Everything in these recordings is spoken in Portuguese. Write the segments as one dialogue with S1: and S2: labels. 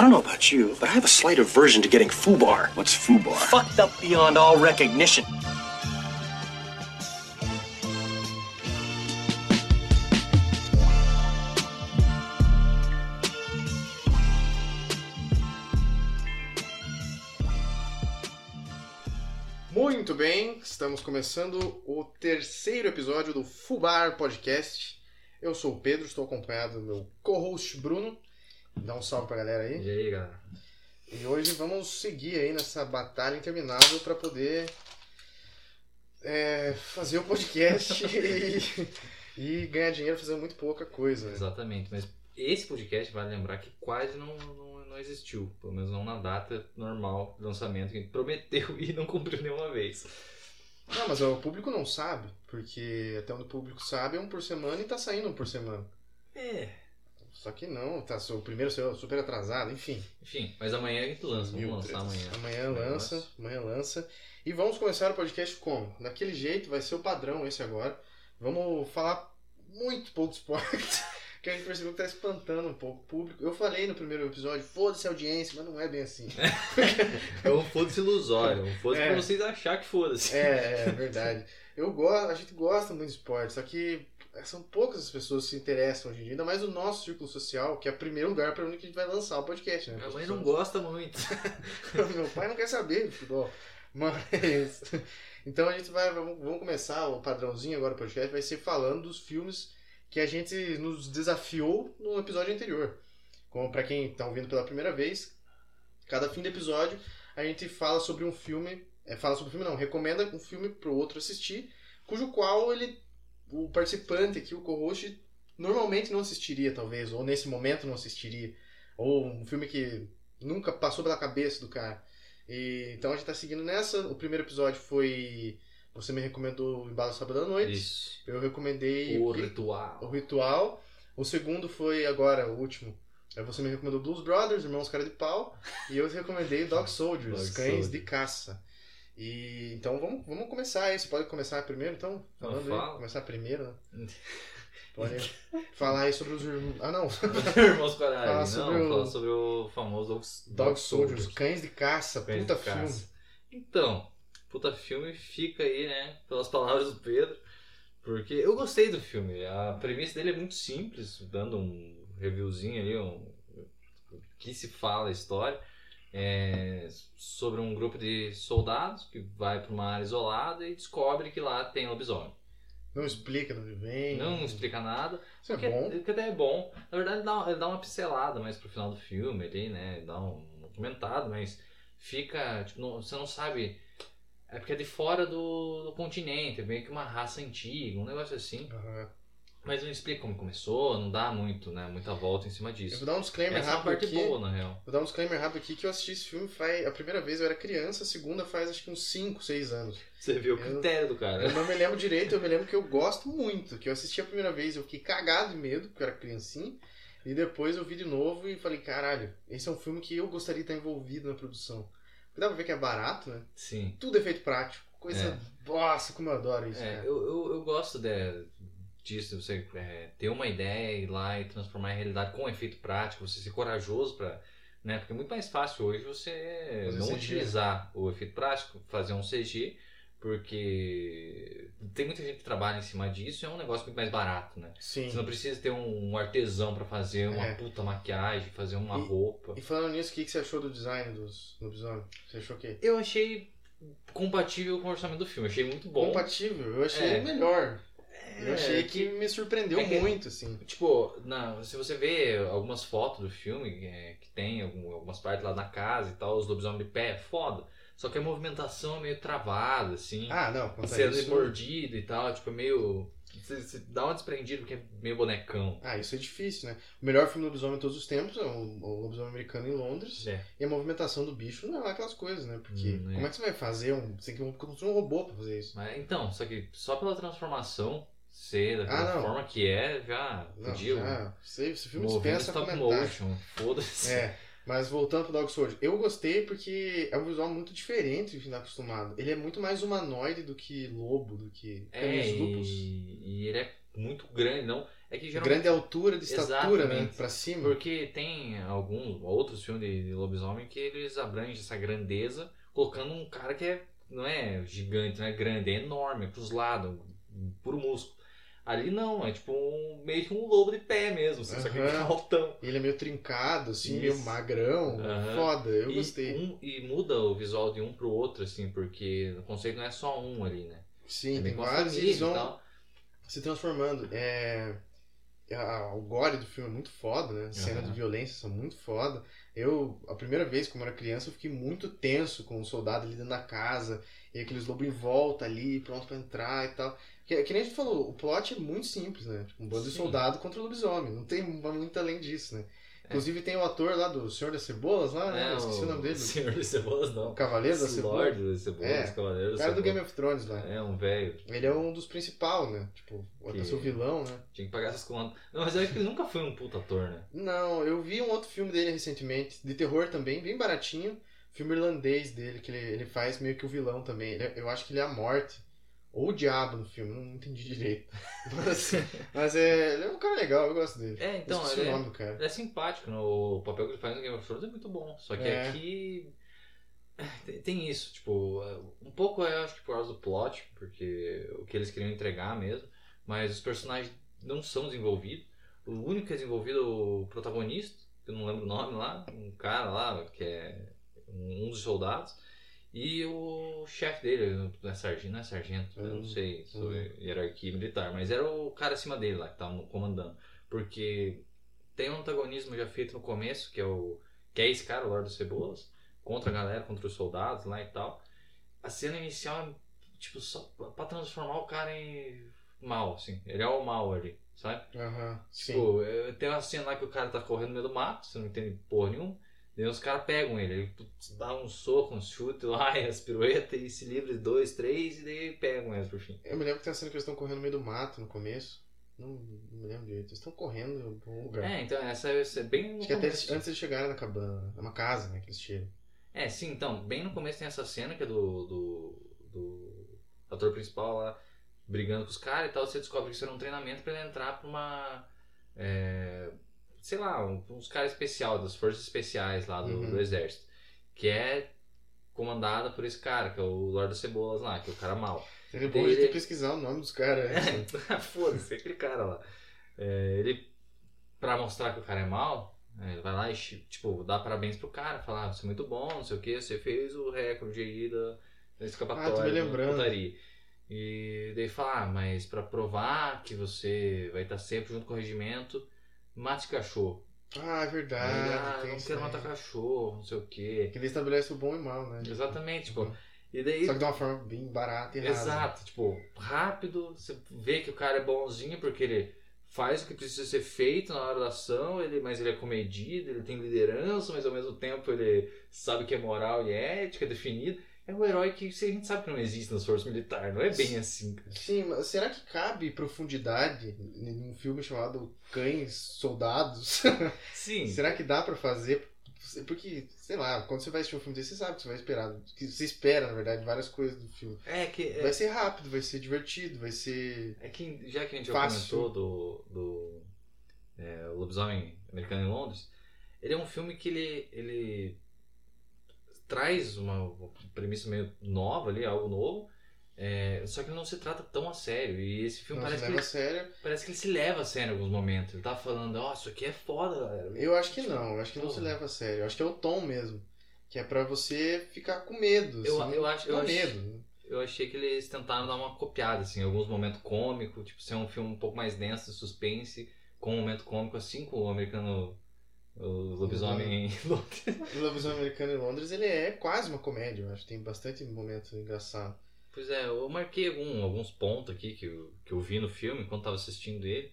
S1: don't know about you, but I have a slight aversion to getting foobar.
S2: What's foobar?
S1: Fucked up beyond all recognition.
S3: Muito bem, estamos começando o terceiro episódio do Fubar Podcast. Eu sou o Pedro, estou acompanhado do meu co-host Bruno. Dá um salve pra galera aí.
S4: E aí, galera?
S3: E hoje vamos seguir aí nessa batalha interminável para poder é, fazer o podcast e, e ganhar dinheiro fazendo muito pouca coisa. né?
S4: Exatamente, mas esse podcast vale lembrar que quase não, não, não existiu, pelo menos não na data normal de lançamento, que prometeu e não cumpriu nenhuma vez.
S3: Não, mas ó, o público não sabe, porque até onde o público sabe é um por semana e tá saindo um por semana.
S4: É.
S3: Só que não, tá, o primeiro saiu super atrasado, enfim.
S4: Enfim, mas amanhã a gente lança,
S3: Meu
S4: vamos lançar
S3: Deus.
S4: amanhã.
S3: Amanhã lança, amanhã lança. E vamos começar o podcast como? Daquele jeito, vai ser o padrão esse agora. Vamos falar muito pouco de esporte, que a gente percebeu que tá espantando um pouco o público. Eu falei no primeiro episódio, foda-se a audiência, mas não é bem assim.
S4: É um foda-se ilusório, é um foda-se
S3: É.
S4: pra vocês acharem que foda-se.
S3: É, é verdade. Eu gosto, a gente gosta muito de esporte, só que é, são poucas as pessoas que se interessam hoje em dia, ainda mais o nosso círculo social, que é o primeiro lugar para onde a gente vai lançar o podcast, né?
S4: Minha
S3: As
S4: mãe
S3: pessoas-
S4: não gosta muito.
S3: Meu pai não quer saber de futebol. Mas. Então a gente vai. Vamos vamos começar o padrãozinho agora do podcast. Vai ser falando dos filmes que a gente nos desafiou no episódio anterior. Como pra quem tá ouvindo pela primeira vez, cada fim de episódio a gente fala sobre um filme. é, fala sobre um filme, não, recomenda um filme pro outro assistir, cujo qual ele. O participante aqui, o co-host, normalmente não assistiria, talvez, ou nesse momento não assistiria. Ou um filme que nunca passou pela cabeça do cara. E, então a gente tá seguindo nessa. O primeiro episódio foi. Você me recomendou o Embalo Sábado à Noite.
S4: Isso.
S3: Eu recomendei
S4: O
S3: o,
S4: ritual.
S3: Ritual. O segundo foi agora, o último. Aí Você me recomendou Blues Brothers, Irmãos Cara de Pau. e eu te recomendei Dog Soldiers,
S4: Dog
S3: Cães de
S4: Soldiers.
S3: Caça. E então vamos, vamos começar aí. Você pode começar primeiro, então?
S4: Não,
S3: Falando aí.
S4: fala.
S3: Começar primeiro, né? Pode falar aí sobre os irmãos. Ah, não.
S4: Irmãos
S3: Fala
S4: Coragem,
S3: sobre
S4: não,
S3: o-
S4: fala sobre o famoso
S3: Dog Soldiers, Cães de Caça.
S4: Cães
S3: puta
S4: de
S3: filme.
S4: Caça. Então, puta filme fica aí, né? Pelas palavras do Pedro. Porque eu gostei do filme. A premissa dele é muito simples, dando um reviewzinho ali, um, o que se fala a história. É sobre um grupo de soldados que vai para uma área isolada e descobre que lá tem lobisomem.
S3: Não explica de onde vem.
S4: Não explica nada,
S3: Isso é
S4: que,
S3: bom.
S4: que até é bom. Na verdade, ele dá, um, ele dá uma pincelada mais pro final do filme ali, né? Dá um comentado, mas fica. Tipo, não- você não sabe. É porque é de fora do, do continente, é meio que uma raça antiga, um negócio assim.
S3: Aham.
S4: Mas não explica como começou, não dá muito, né? Muita volta em cima
S3: Eu vou
S4: disso.
S3: dar um disclaimer
S4: Essa é a
S3: rápido
S4: parte
S3: aqui.
S4: boa, na real.
S3: Vou dar um disclaimer rápido aqui que eu assisti esse filme faz... a primeira vez eu era criança, a segunda faz acho que uns 5, 6 anos.
S4: Você vê É o
S3: Eu-
S4: critério do
S3: Eu
S4: cara.
S3: não me lembro direito, eu me lembro que eu gosto muito. Que eu assisti a primeira vez, eu fiquei cagado de medo, porque eu era criancinha. E depois eu vi de novo e falei, caralho, esse é um filme que eu gostaria de estar envolvido na produção. Porque dá pra ver que é barato, né?
S4: Sim.
S3: Tudo é feito prático. Coisa. Nossa, como eu adoro isso, né?
S4: É,
S3: cara.
S4: eu, eu, eu gosto de, disso, você é, ter uma ideia, ir lá e transformar em realidade com efeito prático, você ser corajoso para. Né? Porque é muito mais fácil hoje você
S3: Fazer
S4: não
S3: CG.
S4: utilizar o efeito prático, fazer um CG, porque tem muita gente que trabalha em cima disso e é um negócio muito mais barato, né?
S3: Sim.
S4: Você não precisa ter um artesão para fazer uma
S3: É.
S4: puta maquiagem, fazer uma
S3: E-
S4: roupa.
S3: E falando nisso, o que que você achou do design dos lobisomens? Você achou o quê?
S4: Eu achei compatível com o orçamento do filme, achei muito bom.
S3: compatível, eu achei
S4: É.
S3: melhor. Eu achei
S4: É,
S3: que me surpreendeu
S4: é que-
S3: muito, assim.
S4: Tipo, na- se você vê algumas fotos do filme, é, que tem algum- algumas partes lá na casa e tal, os lobisomens de pé, é foda. Só que a movimentação é meio travada, assim.
S3: Ah, não, quanto a
S4: sendo
S3: isso.
S4: mordida e tal, tipo, é meio. Você, você dá uma desprendida porque é meio bonecão.
S3: Ah, isso é difícil, né? O melhor filme do lobisomem de todos os tempos é o, o lobisomem americano em Londres.
S4: É.
S3: E a movimentação do bicho não é lá aquelas coisas, né? Porque
S4: Hum, é.
S3: como é que você vai fazer um. Você tem que construir um robô pra fazer isso.
S4: Mas então, só que só pela transformação ser
S3: Ah,
S4: daquela
S3: não.
S4: forma que é, já
S3: Não,
S4: podia.
S3: já, esse, esse filme
S4: Movendo
S3: dispensa
S4: né? stop
S3: comentário.
S4: motion, foda-se.
S3: É, mas voltando pro Dog Soldier, eu gostei porque é um visual muito diferente do que a gente tá acostumado. Ele é muito mais humanoide do que lobo, do que
S4: É,
S3: canis lupus.
S4: e, e ele é muito grande, não. É É que geralmente.
S3: Grande altura de estatura, né?
S4: Exatamente.
S3: Pra cima.
S4: Porque tem alguns outros filmes de, de lobisomem que eles abrangem essa grandeza, colocando um cara que é, não é gigante, não é grande, é enorme, pros lados, um puro músculo. Ali não, é tipo um, meio que um lobo de pé mesmo, assim, só que
S3: Aham.
S4: altão.
S3: Ele é meio trincado, assim,
S4: Isso.
S3: meio magrão.
S4: Aham.
S3: Foda, eu
S4: e,
S3: gostei.
S4: um- e muda o visual de um pro outro, assim, porque o conceito não é só um ali, né?
S3: Sim,
S4: é meio
S3: tem
S4: que uma
S3: vários.
S4: família
S3: Eles
S4: e
S3: vão
S4: tal.
S3: se transformando. É... a- O gore do filme é muito foda, né? As cenas
S4: Aham.
S3: de violência são muito foda. Eu, a primeira vez, quando eu era criança, eu fiquei muito tenso com o soldado ali dentro da casa e aqueles lobos em volta ali, pronto pra entrar e tal. Que, que nem a gente falou, o plot é muito simples, né? Tipo, um bando de
S4: Sim.
S3: soldado contra lobisomem. Não tem muito além disso, né?
S4: É.
S3: Inclusive tem o ator lá do Senhor das Cebolas lá, né?
S4: É,
S3: Eu esqueci o nome dele.
S4: Senhor de Cebolas, não.
S3: O Cavaleiro da
S4: Esse
S3: Cebola.
S4: Lorde de Cebolas,
S3: É,
S4: Cavaleiro
S3: O
S4: da
S3: cara do
S4: Cebola.
S3: Game of Thrones lá.
S4: É, um velho.
S3: Ele é um dos principais, né? Tipo,
S4: Que-
S3: até seu vilão, né?
S4: Tinha que pagar essas contas. Não, mas eu acho que ele nunca foi um puta ator, né?
S3: Não, eu vi um outro filme dele recentemente, de terror também, bem baratinho. Filme irlandês dele, que ele, ele faz meio que o vilão também. Ele é- eu acho que ele é a morte. Ou o diabo no filme, não entendi direito. Mas, assim, mas é, ele é um cara legal, eu gosto dele.
S4: É, então,
S3: Esqueci
S4: ele
S3: o
S4: é,
S3: nome do cara.
S4: ele é simpático. né? O papel que ele faz no Game of Thrones é muito bom. Só que
S3: É.
S4: aqui. é, tem- Tem isso, tipo, é, um pouco eu acho que por causa do plot, porque o que eles queriam entregar mesmo, mas os personagens não são desenvolvidos. O único que é desenvolvido é o protagonista, que eu não lembro o nome lá, um cara lá, que é um dos soldados, e o chefe dele, não é sargento, não é sargento, eu não
S3: Hum.
S4: sei sobre hierarquia militar, mas era o cara acima dele lá que tava comandando. Porque tem um antagonismo já feito no começo, que é o. que é esse cara, o Lorde dos Cebolas, contra a galera, contra os soldados lá e tal. A cena inicial é tipo só pra- pra transformar o cara em mal, assim. Ele é o mal ali, sabe?
S3: Aham, sim.
S4: Tipo, eh, tem uma cena lá que o cara tá correndo no meio do mato, você não entende porra nenhuma. Daí os caras pegam ele, ele putz, dá um soco, um chute lá, e as piruetas, e se livra de dois, três, e daí pegam eles por fim.
S3: Eu me lembro que tem uma cena que eles estão correndo no meio do mato no começo. Não, não me lembro direito. Eles estão correndo em algum lugar.
S4: É, então essa, essa é bem no
S3: Acho que até eles-
S4: começo.
S3: antes de chegarem na cabana. né? É uma casa, né? Que eles tiram.
S4: É, sim, então, bem no começo tem essa cena que é do, do, do ator principal lá brigando com os caras e tal, você descobre que isso era um treinamento pra ele entrar pra uma. é, sei lá, um- uns caras especial, das forças especiais lá do,
S3: Uhum.
S4: do exército. Que é comandada por esse cara, que é o Lord das Cebolas lá, que é o cara mau.
S3: Seria bom a gente pesquisar o nome dos caras. né?
S4: Ah, Foda-se, aquele cara lá. É, ele, pra mostrar que o cara é mal, é, ele vai lá e, chi- tipo, dá parabéns pro cara, fala, ah, você é muito bom, não sei o que, você fez o recorde aí da, da escapatória.
S3: Ah, tô me
S4: da
S3: lembrando.
S4: putaria." E daí fala, ah, mas pra provar que você vai estar sempre junto com o regimento, mate cachorro.
S3: Ah, é
S4: Aí
S3: verdade.
S4: ele, ah,
S3: tem
S4: eu não
S3: isso
S4: quero
S3: daí.
S4: matar cachorro, não sei o que.
S3: Que ele estabelece o bom e o mal, né?
S4: Exatamente, tipo.
S3: Só
S4: E daí.
S3: que de uma forma bem barata e rasa.
S4: Exato, tipo, rápido, você vê que o cara é bonzinho porque ele faz o que precisa ser feito na hora da ação, ele, mas ele é comedido, ele tem liderança, mas ao mesmo tempo ele sabe que é moral e ética, é definido. É um herói que a gente sabe que não existe nas forças militares, não é bem assim, cara.
S3: Sim, mas será que cabe profundidade em um filme chamado Cães Soldados?
S4: Sim.
S3: será que dá pra fazer? Porque, sei lá, quando você vai assistir um filme desse, você sabe que você vai esperar. Que você espera, na verdade, várias coisas do filme.
S4: É que, é,
S3: Vai ser rápido, vai ser divertido, vai ser.
S4: é que já que a gente já
S3: Fácil.
S4: comentou do, do é, Lobisomem Americano em Londres, ele é um filme que ele, ele traz uma premissa meio nova ali, algo novo. é, só que ele não se trata tão a sério. E esse filme
S3: Não se
S4: parece que,
S3: leva a
S4: ele,
S3: sério.
S4: parece que ele se leva a sério em alguns momentos. Ele tá falando, ó, isso aqui é foda, galera.
S3: Eu acho que não, eu acho que não se
S4: Porra.
S3: leva a sério. Eu acho que é o tom mesmo. Que é pra você ficar com medo.
S4: Eu-
S3: assim,
S4: eu acho-
S3: com
S4: eu acho-
S3: medo. né?
S4: Eu achei que eles tentaram dar uma copiada, assim, em alguns momentos cômicos, tipo, ser um filme um pouco mais denso, suspense, com um momento cômico, assim, com o americano.
S3: Uhum.
S4: O lobisomem em Londres.
S3: O Lobisomem Americano em Londres, ele é quase uma comédia, eu acho. Tem bastante momento engraçado.
S4: Pois é, eu marquei algum- alguns pontos aqui que eu, que eu vi no filme enquanto tava assistindo ele.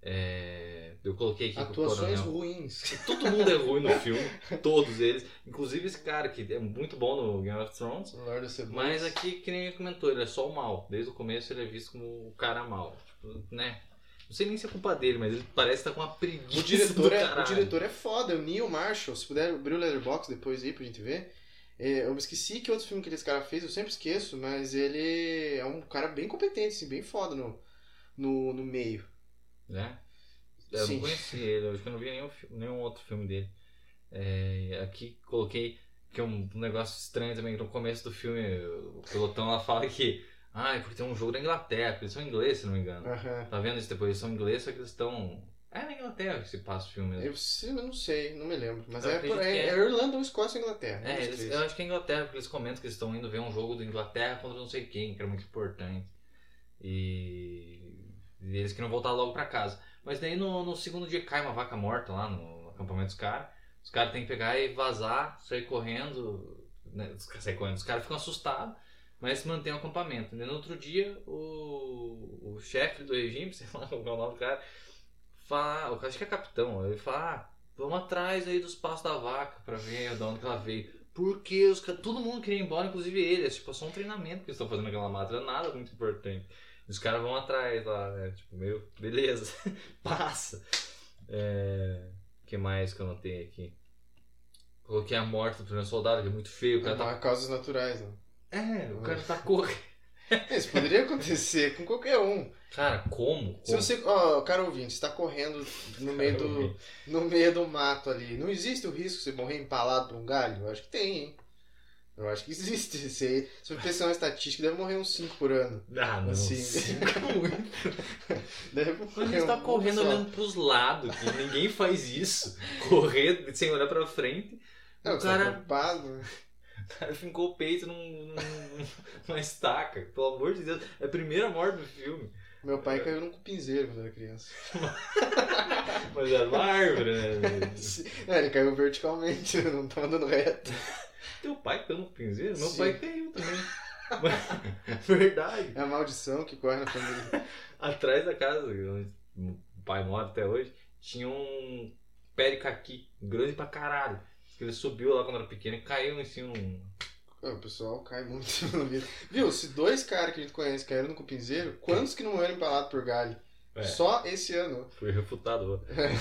S4: É, eu coloquei aqui que o
S3: Atuações
S4: coronel.
S3: ruins.
S4: Todo mundo é ruim no filme, todos eles. Inclusive esse cara que é muito bom no Game of Thrones.
S3: Lord of the
S4: Mas aqui, que nem comentou, ele é só o mal. Desde o começo ele é visto como o cara mal. Tipo, né? Não sei nem se é culpa dele, mas ele parece estar com uma preguiça.
S3: o diretor,
S4: do
S3: é, o
S4: caralho.
S3: diretor é foda, é o Neil Marshall. Se puder abrir o Letterboxd depois aí pra gente ver. É, eu esqueci que outro filme que esse cara fez, eu sempre esqueço, mas ele é um cara bem competente, assim, bem foda no, no, no meio.
S4: Né? Eu
S3: Sim.
S4: não conheci ele, eu acho que eu não vi nenhum, fi- nenhum outro filme dele. É, e aqui coloquei que é um um negócio estranho também, que no começo do filme o pelotão lá fala que. Ah, é porque tem um jogo da Inglaterra, porque eles são ingleses, se não me engano.
S3: Aham.
S4: Tá vendo isso depois? Eles são ingleses, só que eles estão. É na Inglaterra que se passa o filme né? mesmo.
S3: Eu, se- eu não sei, não me lembro. Mas
S4: Eu
S3: é,
S4: acredito
S3: por- é,
S4: que é.
S3: é Irlanda ou Escócia ou Inglaterra. um
S4: É,
S3: dos
S4: eles-
S3: três.
S4: eu acho que é Inglaterra, porque eles comentam que eles estão indo ver um jogo da Inglaterra contra não sei quem, que era muito importante. E, e eles queriam voltar logo pra casa. Mas daí no, no segundo dia cai uma vaca morta lá no, no acampamento dos caras. Os caras têm que pegar e vazar, sair correndo. Né, os caras saem correndo, os caras ficam assustados, mas mantêm o acampamento. E no outro dia, o, o chefe do regime, sei lá qual é o nome do cara, fala, eu acho que é capitão, ele fala. "Ah, Vamos atrás aí dos passos da vaca pra ver de onde que ela veio. Porque os ca- todo mundo queria ir embora, inclusive ele. É tipo só um treinamento que eles estão fazendo naquela mata, não é nada muito importante. Os caras vão atrás lá, né? Tipo, meio, beleza, passa. É, que mais que eu notei aqui? Coloquei a morte do primeiro soldado, que é muito feio. O cara tá.
S3: Ah, Causas naturais, né? É,
S4: É, o cara tá correndo.
S3: Isso poderia acontecer com qualquer um.
S4: Cara, como?
S3: Se
S4: Como?
S3: você, ó, cara ouvinte, está correndo no meio, do, no meio do mato ali, não existe o risco de você morrer empalado por um galho? Eu acho que tem, hein? Eu acho que existe. Se, se for pensar uma estatística, deve morrer uns 5 por ano.
S4: Ah, não.
S3: Assim,
S4: sim.
S3: Deve
S4: Quando
S3: morrer
S4: você tá
S3: um
S4: correndo
S3: só.
S4: olhando pros lados, que ninguém faz isso. Correr sem olhar pra frente,
S3: Não,
S4: o
S3: você tá
S4: cara-
S3: preocupado, né?
S4: o cara fincou o peito num, num- numa estaca. Pelo amor de Deus, é a primeira morte do filme.
S3: Meu pai caiu num cupinzeiro quando era criança.
S4: Mas era uma árvore, né?
S3: Não, É, ele caiu verticalmente, ele não tava andando reto.
S4: Teu pai caiu no pinzeiro? Meu
S3: Sim.
S4: pai caiu também. Mas- Verdade.
S3: É a maldição que corre na família.
S4: Atrás da casa, onde o pai mora até hoje, tinha um pé de caqui, grande pra caralho. Que Ele subiu lá quando era pequeno e caiu em cima de um
S3: Ô, O pessoal cai muito no vida. Viu, se dois caras que a gente conhece caíram no cupinzeiro, quantos que não morreram empalados por galho?
S4: É.
S3: Só esse ano.
S4: Foi refutado.
S3: Deve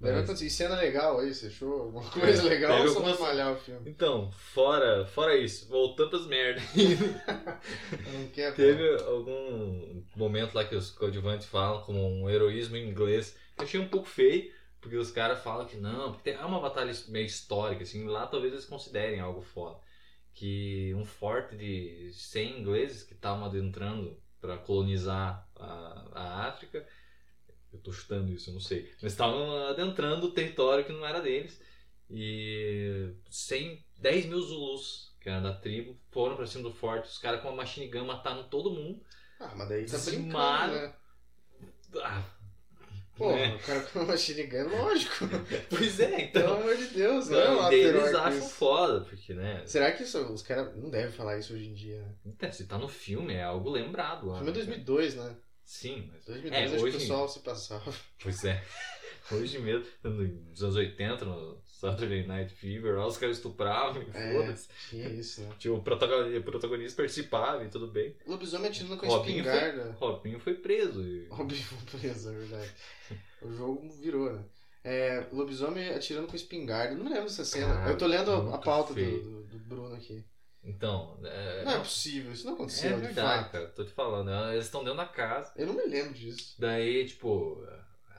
S4: Mas-
S3: acontecer. E cena legal aí, você achou alguma coisa legal
S4: É. Teve
S3: ou só pra
S4: algumas-
S3: malhar o filme?
S4: Então, fora, fora isso, voltando pras merdas.
S3: Eu não quero.
S4: Teve algum momento lá que os coadjuvantes falam como um heroísmo em inglês. que Eu achei um pouco feio, porque os caras falam que não, porque tem- é uma batalha meio histórica, assim, lá talvez eles considerem algo foda. Que um forte de 100 ingleses que estavam adentrando para colonizar a, a África, eu tô chutando isso, eu não sei, mas estavam adentrando o território que não era deles. E 100, 10 mil Zulus, que era da tribo, foram pra cima do forte. Os caras com uma machine gun mataram todo mundo.
S3: Ah, mas daí tá
S4: Desmar-
S3: brincando, né?
S4: Ah,
S3: Pô,
S4: né?
S3: o cara com uma machine é lógico.
S4: Pois é,
S3: Pelo
S4: então.
S3: amor de Deus, não é
S4: Não,
S3: um
S4: e
S3: ato
S4: daí eles
S3: heróico
S4: acham
S3: isso.
S4: foda, porque, né?
S3: Será que isso, os caras não devem falar isso hoje em dia, né?
S4: Então, se tá no filme, é algo lembrado
S3: O
S4: lá.
S3: filme é
S4: né,
S3: 2002, né?
S4: cara? Sim, mas.
S3: 2002
S4: É,
S3: acho que o
S4: hoje,
S3: pessoal se passava.
S4: Pois é. Hoje mesmo, nos anos 80, no Saturday Night Fever, lá os caras estupravam e
S3: É.
S4: foda-se.
S3: Tinha isso, né?
S4: Tipo, o protagonista, o protagonista participava e tudo bem.
S3: Lobisomem
S4: é
S3: atirando com a
S4: Robinho foi-
S3: espingarda.
S4: Robinho foi preso. E...
S3: Robin foi preso, é verdade. O jogo virou, né? É, lobisomem atirando com espingarda. Eu Não me lembro dessa cena.
S4: Cara,
S3: Eu tô lendo a- a
S4: muito
S3: pauta do,
S4: feio.
S3: do- do Bruno aqui.
S4: Então, é.
S3: Não é possível, isso não
S4: É
S3: aconteceu, de
S4: verdade,
S3: fato.
S4: cara. Tô te falando. É, Eles estão dentro da casa.
S3: Eu não me lembro disso.
S4: Daí, tipo,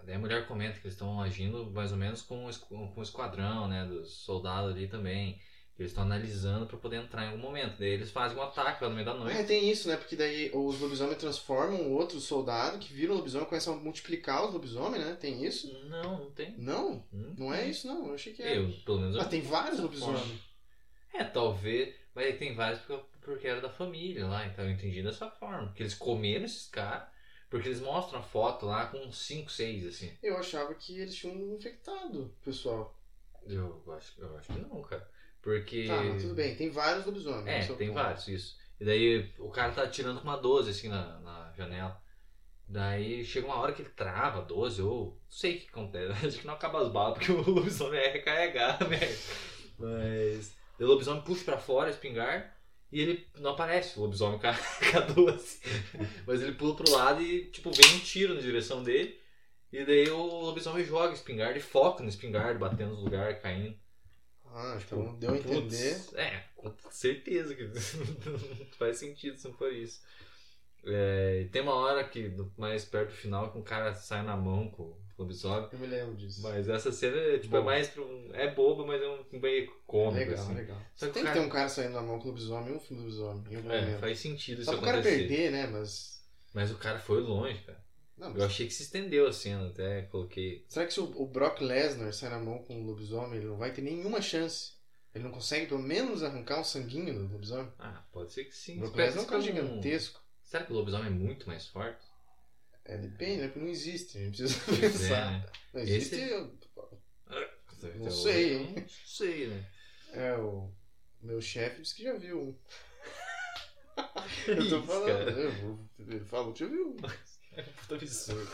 S4: daí a mulher comenta que eles estão agindo mais ou menos com o esqu- com o esquadrão, né? Dos soldados ali também. que Eles estão analisando pra poder entrar em algum momento. Daí eles fazem um ataque lá no meio da
S3: Ah,
S4: noite.
S3: tem isso, né? Porque daí os lobisomem transformam outro soldado que vira um lobisomem, começa a multiplicar os lobisomem, né? Tem isso?
S4: Não, não tem.
S3: Não,
S4: Hum.
S3: não é isso, não. Eu achei que é.
S4: Eu, pelo menos. eu-
S3: Ah, tem vários lobisomem.
S4: É, talvez. Mas aí tem vários porque, porque era da família lá. Então eu entendi dessa forma. Porque eles comeram esses caras. Porque eles mostram a foto lá com 5, 6, assim.
S3: Eu achava que eles tinham infectado o pessoal.
S4: Eu acho, eu acho que não, cara. Porque.
S3: Tá, mas tudo bem, tem vários lobisomens.
S4: É,
S3: esse o
S4: tem
S3: ponto.
S4: vários, isso. E daí o cara tá atirando com uma 12 assim na, na janela. Daí chega uma hora que ele trava a 12, ou não sei o que acontece. Acho que não acaba as balas, porque o lobisomem é recarregar, né? Mas. daí O lobisomem puxa pra fora, espingar, e ele não aparece, o lobisomem com a, com a 12. Mas ele pula pro lado e, tipo, vem um tiro na direção dele. E daí o lobisomem joga espingarda e foca no espingarda, batendo nos lugares, caindo.
S3: Ah, então deu a
S4: Putz,
S3: entender.
S4: É, com certeza que não faz sentido se não for isso. É, e tem uma hora que, no- mais perto do final, que um cara sai na mão com, lobisomem.
S3: Eu me lembro disso.
S4: Mas essa cena é, tipo, é
S3: Boa.
S4: mais pra um. É boba, mas é um meio cômico.
S3: legal,
S4: assim.
S3: legal.
S4: Só que
S3: Tem
S4: o
S3: que
S4: cara-
S3: ter um cara saindo na mão com lobisomem e um filme lobisomem. Em algum
S4: É,
S3: momento.
S4: faz sentido isso
S3: Só pro cara
S4: acontecer.
S3: perder, né? Mas.
S4: Mas o cara foi longe, cara.
S3: Não, mas-
S4: Eu achei que se estendeu a cena, até coloquei.
S3: Será que se o, o Brock Lesnar sai na mão com um lobisomem, ele não vai ter nenhuma chance? Ele não consegue pelo menos arrancar um sanguinho do lobisomem?
S4: Ah, pode ser que sim.
S3: O Brock
S4: Pensa
S3: Lesnar é um cara
S4: como-
S3: gigantesco.
S4: Será que o lobisomem é muito mais forte? Né?
S3: É, depende, né? Porque não existe, a gente precisa
S4: Pois
S3: pensar.
S4: é, né?
S3: Não
S4: Esse-
S3: existe.
S4: Então,
S3: sei,
S4: eu
S3: hein?
S4: Não sei, né?
S3: É, o meu chefe disse que já viu um. Eu tô
S4: Isso,
S3: falando,
S4: cara.
S3: eu vou- ele falou que já viu um.
S4: Puta absurdo.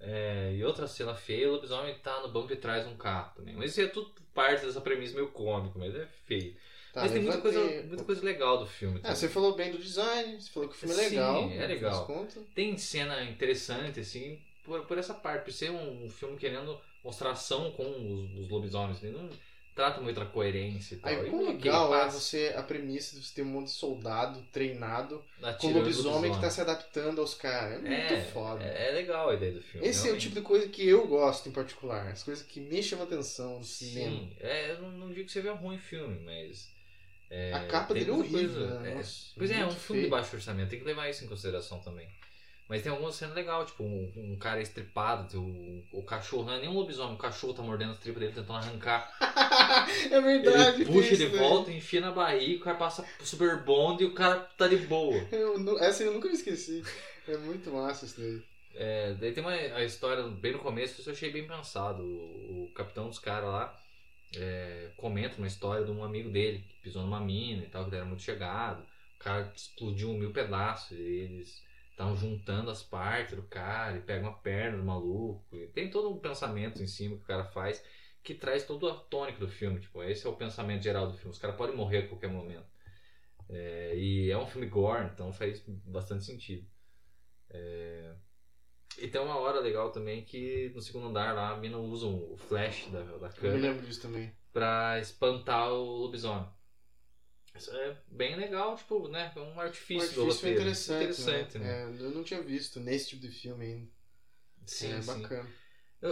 S4: É, e outra cena feia, o lobisomem tá no banco e traz um carro também. Mas isso é tudo parte dessa premissa meio cômico, mas é feio.
S3: Tá,
S4: mas tem muita
S3: levantei-
S4: coisa, muita coisa legal do filme.
S3: Ah,
S4: também.
S3: você falou bem do design, você falou que o filme é
S4: Sim,
S3: legal.
S4: é
S3: no fim
S4: legal.
S3: das contas.
S4: Tem cena interessante, assim, por, por essa parte, por ser um, um filme querendo mostrar ação com os, os lobisomens. Ele não trata muito da coerência e tal.
S3: Aí,
S4: E
S3: como
S4: ok,
S3: legal é
S4: passa
S3: você, a premissa de você ter um monte de soldado treinado com
S4: atirando no
S3: lobisomem que tá se adaptando aos caras. É muito
S4: É,
S3: foda.
S4: É, é legal a ideia do filme.
S3: Esse é o
S4: realmente.
S3: tipo de coisa que eu gosto em particular. As coisas que me chamam atenção no cinema.
S4: Sim, é, eu não, não digo que seja ruim o filme, mas. é,
S3: a capa
S4: tem
S3: dele é
S4: muita
S3: horrível.
S4: coisa-
S3: né?
S4: é.
S3: Nossa,
S4: Pois é, é um
S3: muito
S4: filme de
S3: feio.
S4: baixo orçamento, tem que levar isso em consideração também. Mas tem algumas cenas legais, tipo, um, um cara estripado, tem o, o cachorro, não é nem um lobisomem, o cachorro tá mordendo as tripas dele tentando arrancar.
S3: é verdade.
S4: ele
S3: tem
S4: puxa
S3: isso,
S4: de
S3: né?
S4: volta, enfia na barriga, o cara passa super bond e o cara tá de boa.
S3: Eu nu- essa eu nunca me esqueci. É muito massa isso daí.
S4: É, daí tem uma a história bem no começo que isso eu achei bem pensado. O, o capitão dos caras lá é, comenta uma história de um amigo dele que pisou numa mina e tal, que ele era muito chegado. O cara explodiu um mil pedaços e eles estavam juntando as partes do cara e pega uma perna do maluco. E tem todo um pensamento em cima que o cara faz que traz todo a tônica do filme. Tipo, esse é o pensamento geral do filme. Os caras podem morrer a qualquer momento. É, e é um filme gore, então faz bastante sentido. É, E tem uma hora legal também que no segundo andar lá a mina usa o flash da, da
S3: Eu me
S4: câmera
S3: lembro disso também.
S4: pra espantar o lobisomem. Isso é bem legal, tipo, né? É um
S3: O
S4: artifício, do
S3: artifício foi
S4: roteiro.
S3: interessante.
S4: Interessante,
S3: né?
S4: né?
S3: É, eu não tinha visto nesse tipo de filme ainda.
S4: Sim,
S3: é
S4: sim.
S3: bacana.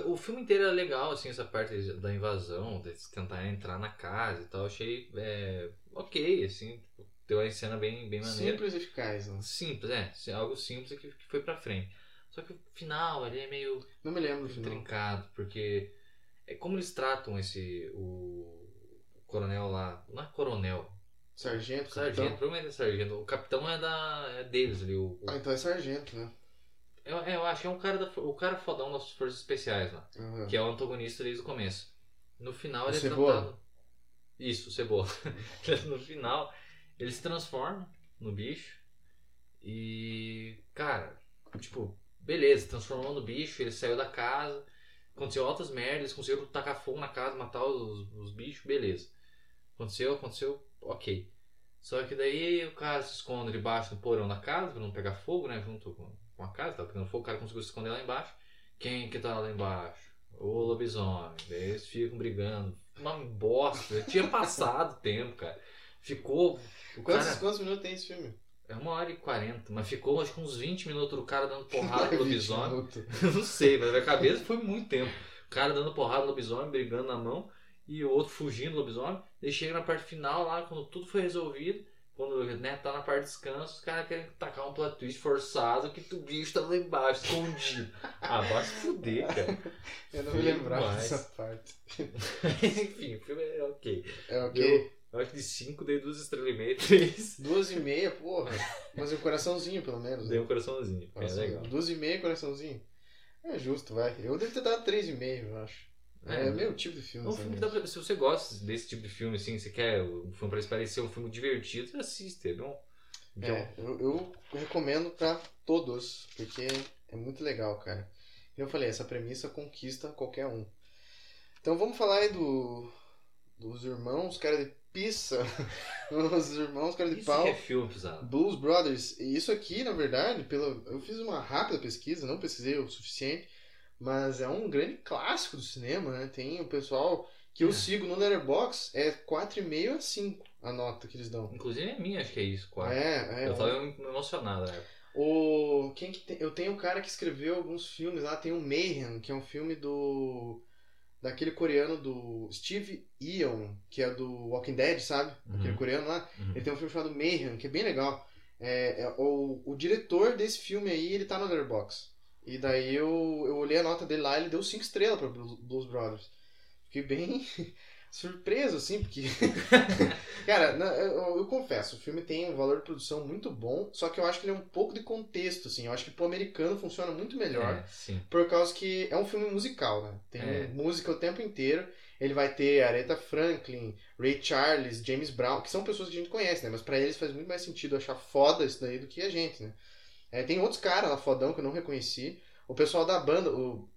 S4: O filme inteiro é legal, assim, essa parte da invasão, de tentar entrar na casa e tal. Achei é, ok, assim, tipo, deu uma cena bem, bem maneira.
S3: Simples e eficaz. Né?
S4: Simples, é. sim- Algo simples que, que foi pra frente. Só que o final ali é meio
S3: Não me lembro do final.
S4: trincado, porque é como eles tratam esse. o coronel lá. Não é coronel.
S3: Sargento,
S4: Sargento,
S3: capitão.
S4: provavelmente é sargento. O capitão é da. é deles ali. O, o-
S3: Ah, então é sargento, né?
S4: eu, é, eu acho que é um cara da, o cara fodão das forças especiais lá.
S3: Aham.
S4: Que é o antagonista desde o começo. No final
S3: O
S4: ele é
S3: Cebola?
S4: tratado. Isso, o cebola. no final, ele se transforma no bicho. E. Cara, tipo, beleza, transformou no bicho, ele saiu da casa. Aconteceu altas merdas, eles conseguiram tacar fogo na casa, matar os, os bichos, beleza. Aconteceu, aconteceu, ok. Só que daí o cara se esconde debaixo do porão da casa pra não pegar fogo, né? Junto com, com a casa, tava pegando fogo, o cara conseguiu se esconder lá embaixo. Quem que tá lá embaixo? O lobisomem. Daí eles ficam brigando. Uma bosta. Já tinha passado o tempo, cara. Ficou. O
S3: Quantos,
S4: cara.
S3: quantos minutos tem esse filme?
S4: É uma hora e quarenta, mas ficou acho que uns 20 minutos do cara dando porrada no
S3: 20
S4: Ah, lobisomem.
S3: minutos.
S4: não sei, mas na minha cabeça foi muito tempo. O cara dando porrada no lobisomem, brigando na mão, e o outro fugindo do lobisomem. Daí chega na parte final lá, quando tudo foi resolvido, quando né, tá na parte de descanso, os caras querem tacar um plot twist forçado que o bicho tá lá embaixo, escondido. ah, vai se fuder, cara.
S3: Eu não me lembrava
S4: Demais.
S3: dessa parte.
S4: Enfim, o filme é ok.
S3: É ok.
S4: Deu- Eu acho que de 5 dei duas estrelas e meia, 3.
S3: Duas e meia, porra. Mas um coraçãozinho, pelo menos.
S4: Dei
S3: né?
S4: um coraçãozinho. É
S3: Coração-
S4: legal.
S3: Duas e meia, coraçãozinho. É justo, vai. Eu devo ter dado três e meio, eu acho. É,
S4: É,
S3: meu tipo de filme.
S4: É um filme que dá pra, se você gosta desse tipo de filme, assim, você quer um filme pra parecer um filme divertido, você assiste, é bom.
S3: É, eu, eu recomendo pra todos, porque é muito legal, cara. E Eu falei, essa premissa conquista qualquer um. Então vamos falar aí do dos irmãos, cara de pizza. Os irmãos, cara de
S4: Isso
S3: pau.
S4: que é filme, pisado.
S3: Blues Brothers. E isso aqui, na verdade, pela... eu fiz uma rápida pesquisa, não pesquisei o suficiente, mas é um grande clássico do cinema, né? Tem o pessoal que eu
S4: É.
S3: sigo no Letterboxd, é 4,5 a 5 a nota que eles dão.
S4: Inclusive é minha, acho que é isso, quase.
S3: É, é.
S4: eu
S3: um-
S4: tava emocionado, né?
S3: O. Quem que tem- Eu tenho um cara que escreveu alguns filmes lá, tem o Mayhem, que é um filme do. Daquele coreano do Steve Yeun, que é do Walking Dead, sabe? Aquele
S4: Uhum.
S3: coreano lá.
S4: Uhum.
S3: Ele tem um filme chamado Mayhem, que é bem legal. É, é- o, o diretor desse filme aí, ele tá no Letterboxd. E daí eu, eu olhei a nota dele lá ele deu 5 estrelas pra Blues, Blues Brothers. Fiquei bem surpreso, assim, porque. Cara, na- eu, eu confesso, o filme tem um valor de produção muito bom, só que eu acho que ele é um pouco de contexto, assim. Eu acho que pro americano funciona muito melhor.
S4: É, sim.
S3: Por causa que é um filme musical, né? Tem
S4: É.
S3: música o tempo inteiro. Ele vai ter Aretha Franklin, Ray Charles, James Brown, que são pessoas que a gente conhece, né? Mas pra eles faz muito mais sentido achar foda isso daí do que a gente, né? É, tem outros caras lá fodão que eu não reconheci. O pessoal da banda, o...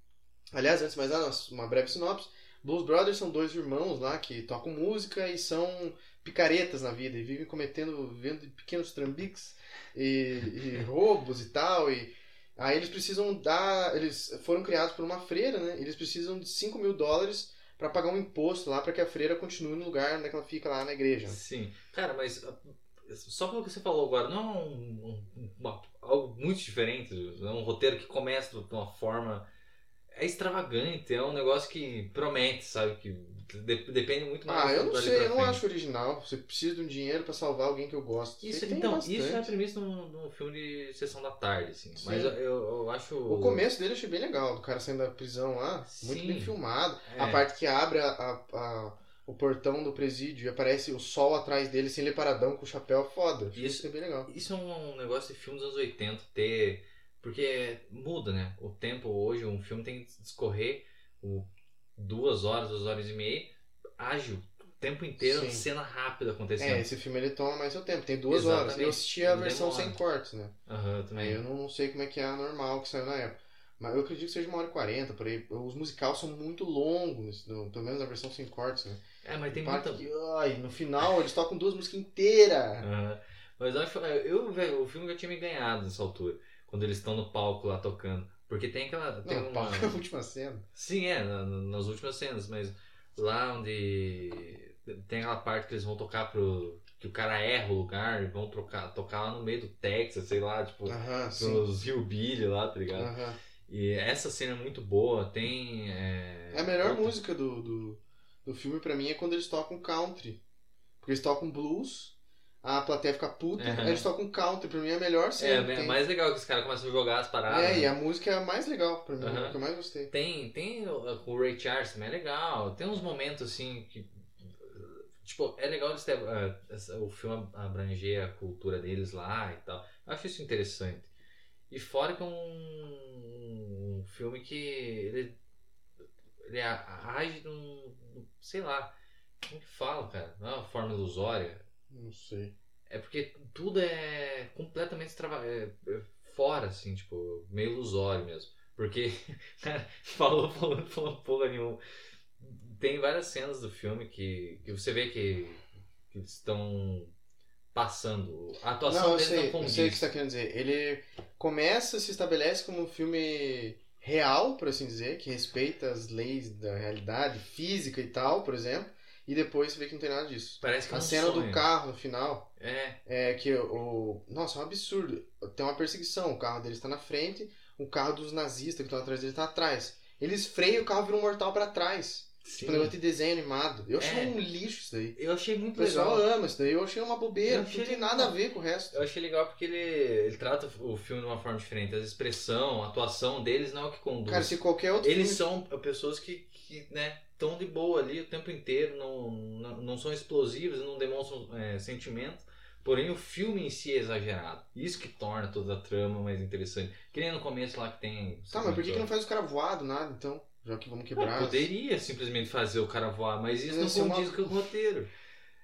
S3: aliás, antes de mais nada, uma breve sinopse. Blues Brothers são dois irmãos lá que tocam música e são picaretas na vida e vivem cometendo vendo pequenos trambiques e, e roubos e tal. E aí eles precisam dar. Eles foram criados por uma freira, né? Eles precisam de 5 mil dólares pra pagar um imposto lá pra que a freira continue no lugar onde é ela fica lá na igreja.
S4: Sim. Cara, mas ah, só pelo que você falou agora, não é um, um- uma- algo muito diferente. É um roteiro que começa de uma forma. É extravagante, é um negócio que promete, sabe? Que de- depende muito mais
S3: Ah, eu não
S4: dali
S3: sei,
S4: pra
S3: eu não
S4: frente.
S3: acho original. Você precisa de um dinheiro pra salvar alguém que eu gosto.
S4: Isso,
S3: Tem
S4: então,
S3: bastante.
S4: isso é a premissa de um, de um filme de sessão da tarde, assim.
S3: Sim.
S4: Mas eu, eu acho.
S3: O começo dele eu achei bem legal, do cara saindo da prisão lá, muito
S4: Sim.
S3: bem filmado.
S4: É.
S3: A parte que abre a- a- a- o portão do presídio e aparece o sol atrás dele, sem ele paradão com o chapéu, foda. Achei
S4: Isso.
S3: Isso é bem legal.
S4: Isso é um negócio de filme dos anos 80 ter. Porque muda, né? O tempo hoje, um filme tem que discorrer o duas horas, duas horas e meia, ágil, o tempo inteiro,
S3: Sim.
S4: cena rápida
S3: É,
S4: acontecendo.
S3: esse filme ele toma mais seu tempo, tem duas horas.
S4: Exatamente.
S3: Eu assisti a
S4: Ele
S3: versão
S4: demora.
S3: sem cortes, né?
S4: Aham, eu também.
S3: Aí eu não, não sei como é que é a normal que saiu na época. Mas eu acredito que seja uma hora e quarenta, por aí. Os musicais são muito longos, no- pelo menos a versão sem cortes, né?
S4: É, mas tem
S3: Parte
S4: muita.
S3: que, ai, no final eles tocam duas músicas inteiras.
S4: Aham. Mas eu acho. Eu, velho, o filme já tinha me ganhado nessa altura. Quando eles estão no palco lá tocando. Porque tem aquela. Tem
S3: Não,
S4: uma-
S3: pau, é a última cena.
S4: Sim, é, na- na- nas últimas cenas, mas lá onde tem aquela parte que eles vão tocar pro. que o cara erra o lugar e vão trocar, tocar lá no meio do Texas, sei lá, tipo,
S3: Aham, Ah, sim. Ah.
S4: pros Hillbilly lá, tá ligado?
S3: Aham.
S4: E essa cena é muito boa, tem. É,
S3: É a melhor
S4: outra-
S3: música do, do, do filme pra mim é quando eles tocam country. Porque eles tocam blues, a plateia fica puta,
S4: Aham.
S3: aí eles tocam country. Pra mim é a melhor
S4: É,
S3: cena. que
S4: é
S3: tem.
S4: mais legal que os caras começam a jogar as paradas.
S3: É,
S4: né?
S3: e a música é a mais legal pra mim,
S4: Aham.
S3: a que eu mais gostei.
S4: Tem, tem o o Ray Charles também é legal. Tem uns momentos assim que. Tipo, é legal eles ter, ah, essa- o filme abranger a cultura deles lá e tal. Eu acho isso interessante. E fora que é um, um filme que ele, ele é a- age num. num- um, sei lá. Como que fala, cara? Não é uma forma ilusória.
S3: Não sei.
S4: É porque tudo é completamente extrava- é- é fora, assim, tipo, meio ilusório mesmo. Porque, cara, falou, falou, falou porra nenhuma. Tem várias cenas do filme que, que você vê que, que eles estão passando. A atuação
S3: não, eu
S4: deles
S3: sei,
S4: não
S3: eu
S4: condiz.
S3: sei o que você tá querendo dizer. Ele começa, se estabelece como um filme real, por assim dizer, que respeita as leis da realidade física e tal, por exemplo, e depois você vê que não tem nada disso.
S4: Parece que é
S3: A
S4: um
S3: cena
S4: sonho.
S3: do carro no final,
S4: É,
S3: É que o. Nossa, é um absurdo. Tem uma perseguição. O carro deles tá na frente, o carro dos nazistas que estão atrás dele tá atrás. Eles freiam e o carro vira um mortal pra trás.
S4: sim.
S3: Tipo, um negócio de desenho animado. Eu achei
S4: É.
S3: um lixo isso daí.
S4: Eu achei
S3: O
S4: muito
S3: pessoal
S4: legal.
S3: ama isso daí. Eu achei uma
S4: Eu
S3: bobeira.
S4: achei
S3: Não tem
S4: legal.
S3: nada a ver com o resto.
S4: Eu achei legal porque ele, ele trata o filme de uma forma diferente. A expressão, a atuação deles não é o que conduz.
S3: Cara, se qualquer outro
S4: Eles
S3: filme-
S4: são pessoas que, que né, estão de boa ali o tempo inteiro, não, não, não são explosivos, não demonstram é, sentimento. Porém, o filme em si é exagerado. Isso que torna toda a trama mais interessante. Que nem no começo lá que tem.
S3: Tá, mas por que, que não faz o cara voar do nada, então? Já que vamos quebrar.
S4: Ué, poderia simplesmente fazer o cara voar, mas isso
S3: Ia ser
S4: não
S3: é uma-
S4: condiz com o roteiro.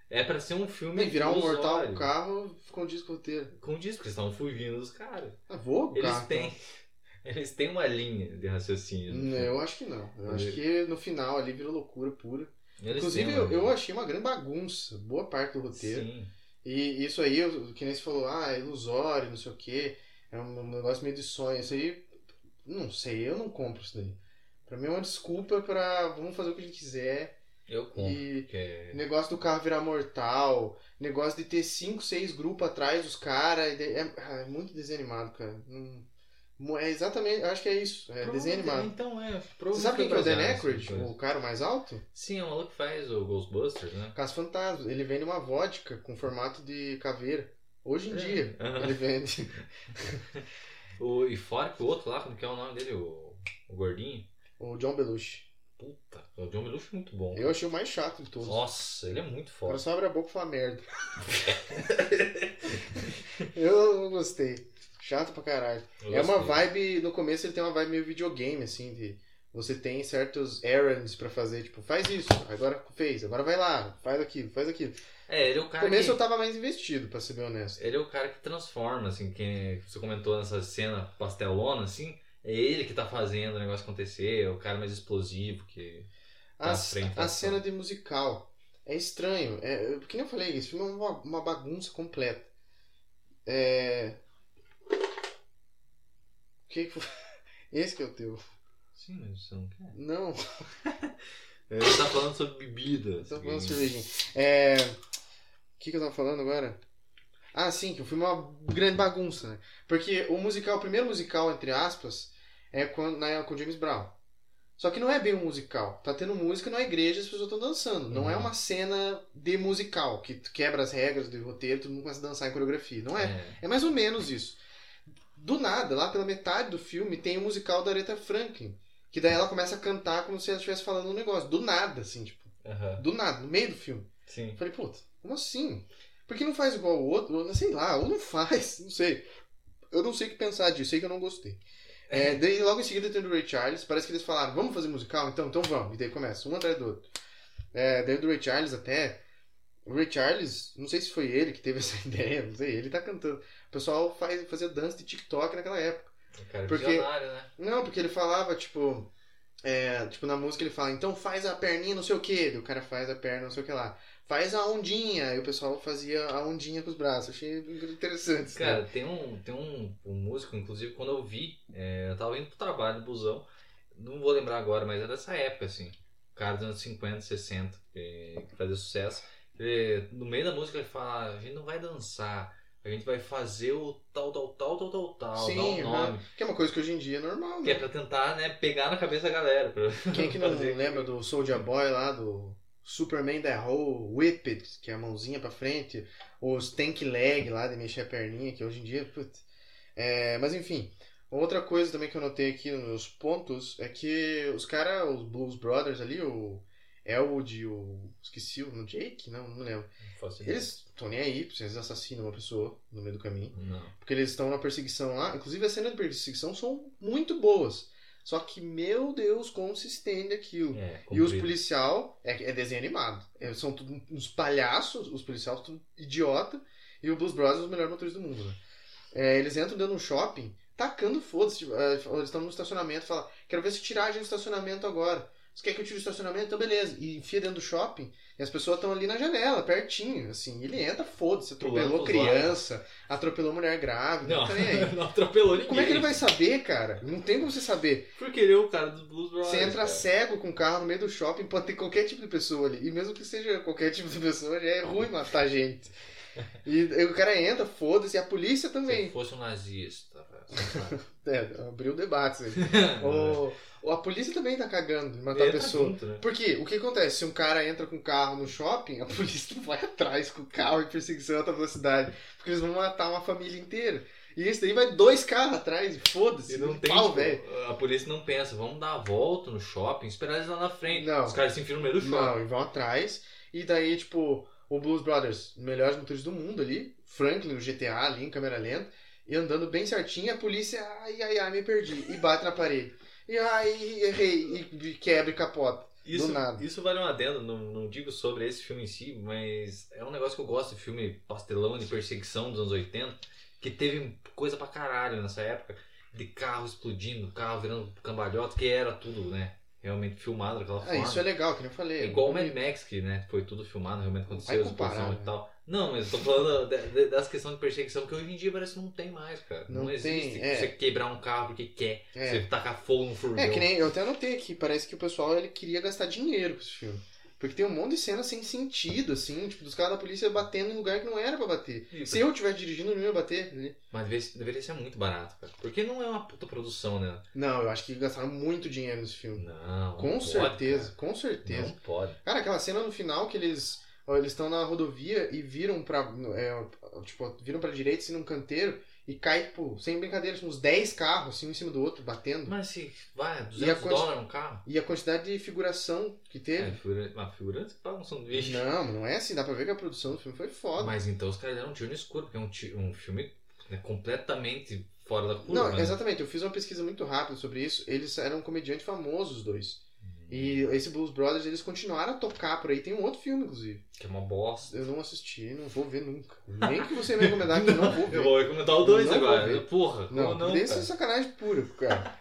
S4: É pra ser um filme.
S3: Nem virar um mortal
S4: ilusório.
S3: o carro, condiz com o roteiro.
S4: Condiz, porque eles estão fugindo dos caras.
S3: Ah, voa o
S4: Eles
S3: carro.
S4: têm. Eles têm uma linha de raciocínio.
S3: então. Não, Eu acho que não. Eu
S4: É.
S3: acho que no final ali virou loucura pura.
S4: Eles
S3: Inclusive,
S4: têm
S3: eu,
S4: uma
S3: eu
S4: linha.
S3: achei uma grande bagunça, boa parte do roteiro.
S4: né? Sim.
S3: E isso aí, eu- que nem você falou, ah, é ilusório, não sei o quê, é um negócio meio de sonho. Isso aí, não sei, eu não compro isso daí. Pra mim é uma desculpa pra vamos fazer o que a gente quiser.
S4: Eu compro.
S3: E
S4: Porque...
S3: negócio do carro virar mortal, negócio de ter 5, 6 grupos atrás dos caras. e de- É, ah, é muito desanimado, cara. Não- mo- é exatamente, eu acho que é isso. É desanimado.
S4: Então é.
S3: Você
S4: provavelmente
S3: sabe quem que é o Dan
S4: baseado nessas
S3: Aykroyd?
S4: coisas.
S3: O cara mais alto?
S4: Sim, é o maluco que faz o Ghostbusters, né?
S3: Caso Fantasma. Ele vende uma vodka com formato de caveira. Hoje em
S4: É.
S3: dia,
S4: Aham.
S3: ele vende.
S4: O, e fora que o outro lá, como que é o nome dele? O, o Gordinho.
S3: O John Belushi.
S4: Puta, o John Belushi é muito bom.
S3: Eu achei o mais chato de todos.
S4: Nossa, ele é muito
S3: O cara
S4: foda.
S3: só abre a boca e fala merda. Eu não gostei. Chato pra caralho.
S4: Eu
S3: É uma
S4: gostei.
S3: vibe. No começo ele tem uma vibe meio videogame, assim, de. Você tem certos errands pra fazer, tipo, faz isso, agora fez, agora vai lá, faz aquilo, faz aquilo.
S4: É, ele é o
S3: No
S4: cara
S3: começo
S4: que...
S3: eu tava mais investido, pra ser bem honesto.
S4: Ele é o cara que transforma, assim, que você comentou nessa cena pastelona, assim, é ele que tá fazendo o negócio acontecer, é o cara mais explosivo que... Tá
S3: A,
S4: à frente,
S3: a
S4: tá
S3: cena de musical. É estranho. É, eu- porque nem eu falei, esse filme é uma, uma bagunça completa. É. O que que foi? Esse que é o teu.
S4: Sim, mas você não quer.
S3: Não,
S4: Ele tá falando sobre bebida. assim,
S3: tô É. Tá falando Então cervejinha. É. O que, que eu tava falando agora? Ah, sim, que o filme é uma grande bagunça, né? Porque o musical, o primeiro musical, entre aspas, é com, na, com James Brown. Só que não é bem um musical. Tá tendo música numa igreja e as pessoas estão dançando. Não é
S4: Uhum.
S3: uma cena de musical, que quebra as regras do roteiro, todo mundo começa a dançar em coreografia. Não é.
S4: É.
S3: É mais ou menos isso. Do nada, lá pela metade do filme, tem o musical da Aretha Franklin. Que daí ela começa a cantar como se ela estivesse falando um negócio. Do nada, assim, tipo.
S4: é, Aham.
S3: Do nada, no meio do filme. Eu
S4: Sim.
S3: falei, puta, como assim? Por que não faz igual o outro? Ou, Sei lá, ou não faz, não sei. Eu não sei o que pensar disso, sei que eu não gostei. É, daí logo em seguida tem o do Ray Charles, parece que eles falaram, vamos fazer musical? Então, então vamos. E daí começa, um atrás do outro. É, daí o do Ray Charles até. O Ray Charles, não sei se foi ele que teve essa ideia, não sei, ele tá cantando. O pessoal faz, fazia dança de TikTok naquela época.
S4: O cara é
S3: Porque-
S4: visionário, né?
S3: Não, porque ele falava, tipo. é, tipo, na música ele fala, então faz a perninha não sei o que, o cara faz a perna não sei o que lá. Faz a ondinha, e o pessoal fazia a ondinha com os braços. Achei interessante. isso, né?
S4: Cara, tem um, tem um, um músico, inclusive, quando eu vi, é, eu tava indo pro trabalho do busão, não vou lembrar agora, mas era dessa época, assim. O cara dos anos 50, 60, que, que fazia sucesso. Ele, no meio da música ele fala, a gente não vai dançar, a gente vai fazer o tal, tal, tal, tal, tal, tal,
S3: Sim,
S4: dá um
S3: aham.
S4: nome.
S3: Que é uma coisa que hoje em dia é normal,
S4: Que é
S3: né?
S4: pra tentar, né, pegar na cabeça da galera. pra-
S3: Quem que não
S4: fazer.
S3: lembra do Soulja Boy lá, do Superman da Hole, Whip It, que é a mãozinha pra frente, os Tank Leg lá, de mexer a perninha, que hoje em dia, putz. É, mas enfim, outra coisa também que eu notei aqui nos meus pontos é que os caras, os Blues Brothers ali, o Elwood e o. Esqueci o nome, Jake? Não, não lembro. Eles estão nem aí, porque eles assassinam uma pessoa no meio do caminho.
S4: Não.
S3: Porque eles estão na perseguição lá. Inclusive, as cenas de perseguição são muito boas. Só que, meu Deus, como se estende aquilo.
S4: É,
S3: E os
S4: comprido.
S3: policial é, é desenho animado. É, são tudo uns palhaços, os policiais tudo idiota. E o Blues Brothers é os melhores motores do mundo, né? É, eles entram dentro de um shopping, tacando foda-se. tipo, é, eles estão no estacionamento, fala, quero ver se tiragem do estacionamento agora. Você quer que eu tire o estacionamento? Então beleza. E enfia dentro do shopping, e as pessoas estão ali na janela, pertinho, assim. Ele entra, foda-se,
S4: Pulando
S3: atropelou
S4: pros lados.
S3: criança, atropelou mulher grávida, não tá nem aí.
S4: Não, não atropelou ninguém.
S3: Como é que ele vai saber, cara? Não tem como você saber.
S4: Porque ele é o cara dos Blues Brothers.
S3: Você entra
S4: cara.
S3: cego com o carro no meio do shopping, pode ter qualquer tipo de pessoa ali. E mesmo que seja qualquer tipo de pessoa, já é ruim matar gente. E o cara entra, foda-se, e a polícia
S4: Se
S3: também.
S4: fosse um nazista, velho. você sabe.
S3: É, abriu o debate isso aí. O- o- a polícia também tá cagando de matar a
S4: Entra
S3: pessoa.
S4: junto, né?
S3: Porque o que acontece? Se um cara entra com o carro no shopping, a polícia não vai atrás com o carro em perseguição em alta velocidade. Porque eles vão matar uma família inteira. E esse daí vai dois carros atrás, e foda-se.
S4: E não
S3: um
S4: tem,
S3: pau,
S4: tipo,
S3: velho.
S4: a polícia não pensa, vamos dar a volta no shopping, esperar eles lá na frente.
S3: Não.
S4: Os caras se enfiam no meio do shopping.
S3: Não, e vão atrás. E daí, tipo, o Blues Brothers, melhores motores do mundo ali, Franklin, o GTA ali em câmera lenta, e andando bem certinho, a polícia, ai, ai, ai, me perdi, e bate na parede. E ai, errei, e, e quebra e capota.
S4: Isso,
S3: do nada.
S4: isso vale um adendo, não, não digo sobre esse filme em si, mas é um negócio que eu gosto de filme pastelão de perseguição dos anos 80, que teve coisa pra caralho nessa época, de carro explodindo, carro virando cambalhota, que era tudo, né? Realmente filmado daquela
S3: Ah,
S4: forma.
S3: isso é legal, que nem eu
S4: É
S3: falei.
S4: Tá igual o Mad Max, que né, foi tudo filmado, realmente aconteceu,
S3: Vai comparar,
S4: explosão
S3: né?
S4: e tal. Não, mas eu tô falando de- de- das questões de perseguição que hoje em dia parece que não tem mais, cara. Não,
S3: Não
S4: existe
S3: tem, é.
S4: você quebrar um carro porque quer,
S3: É.
S4: você tacar fogo no furgão.
S3: É, que nem eu até anotei aqui, parece que o pessoal ele queria gastar dinheiro com esse filme. Porque tem um monte de cena sem sentido, assim, tipo, dos caras da polícia batendo em lugar que não era pra bater.
S4: E-
S3: Se eu tivesse dirigindo, eu não ia bater. né?
S4: Mas deveria, deveria ser muito barato, cara. Porque não é uma puta produção, né?
S3: Não, eu acho que gastaram muito dinheiro nesse filme.
S4: Não.
S3: Com
S4: não pode,
S3: certeza,
S4: cara.
S3: com certeza.
S4: Não pode.
S3: Cara, aquela cena no final que eles ó, eles estão na rodovia e viram pra. é, tipo, viram pra direita, assim, num canteiro e cai, tipo, sem brincadeira, uns 10 carros, assim, um em cima do outro, batendo.
S4: Mas se vai,
S3: E a
S4: 200
S3: quanti-
S4: dólares um carro?
S3: E a quantidade de figuração que
S4: É,
S3: teve.
S4: figura- uma figurante que paga um sanduíche.
S3: Não, não é assim, dá pra ver que a produção do filme foi foda.
S4: Mas então os caras deram um tiro no escuro, porque é um, ti- um filme né, completamente fora da curva.
S3: Não,
S4: né?
S3: exatamente, eu fiz uma pesquisa muito rápida sobre isso. Eles eram comediantes famosos, os dois. E esse Blues Brothers, eles continuaram a tocar por aí. Tem um outro filme, inclusive.
S4: Que é uma bosta.
S3: Eu não assisti, não vou ver nunca. Nem que você me recomendar que eu não vou ver.
S4: Eu vou recomendar tá o 2
S3: Não vou
S4: agora.
S3: ver.
S4: Porra, como
S3: Não,
S4: não?
S3: desse é
S4: cara?
S3: sacanagem pura, cara.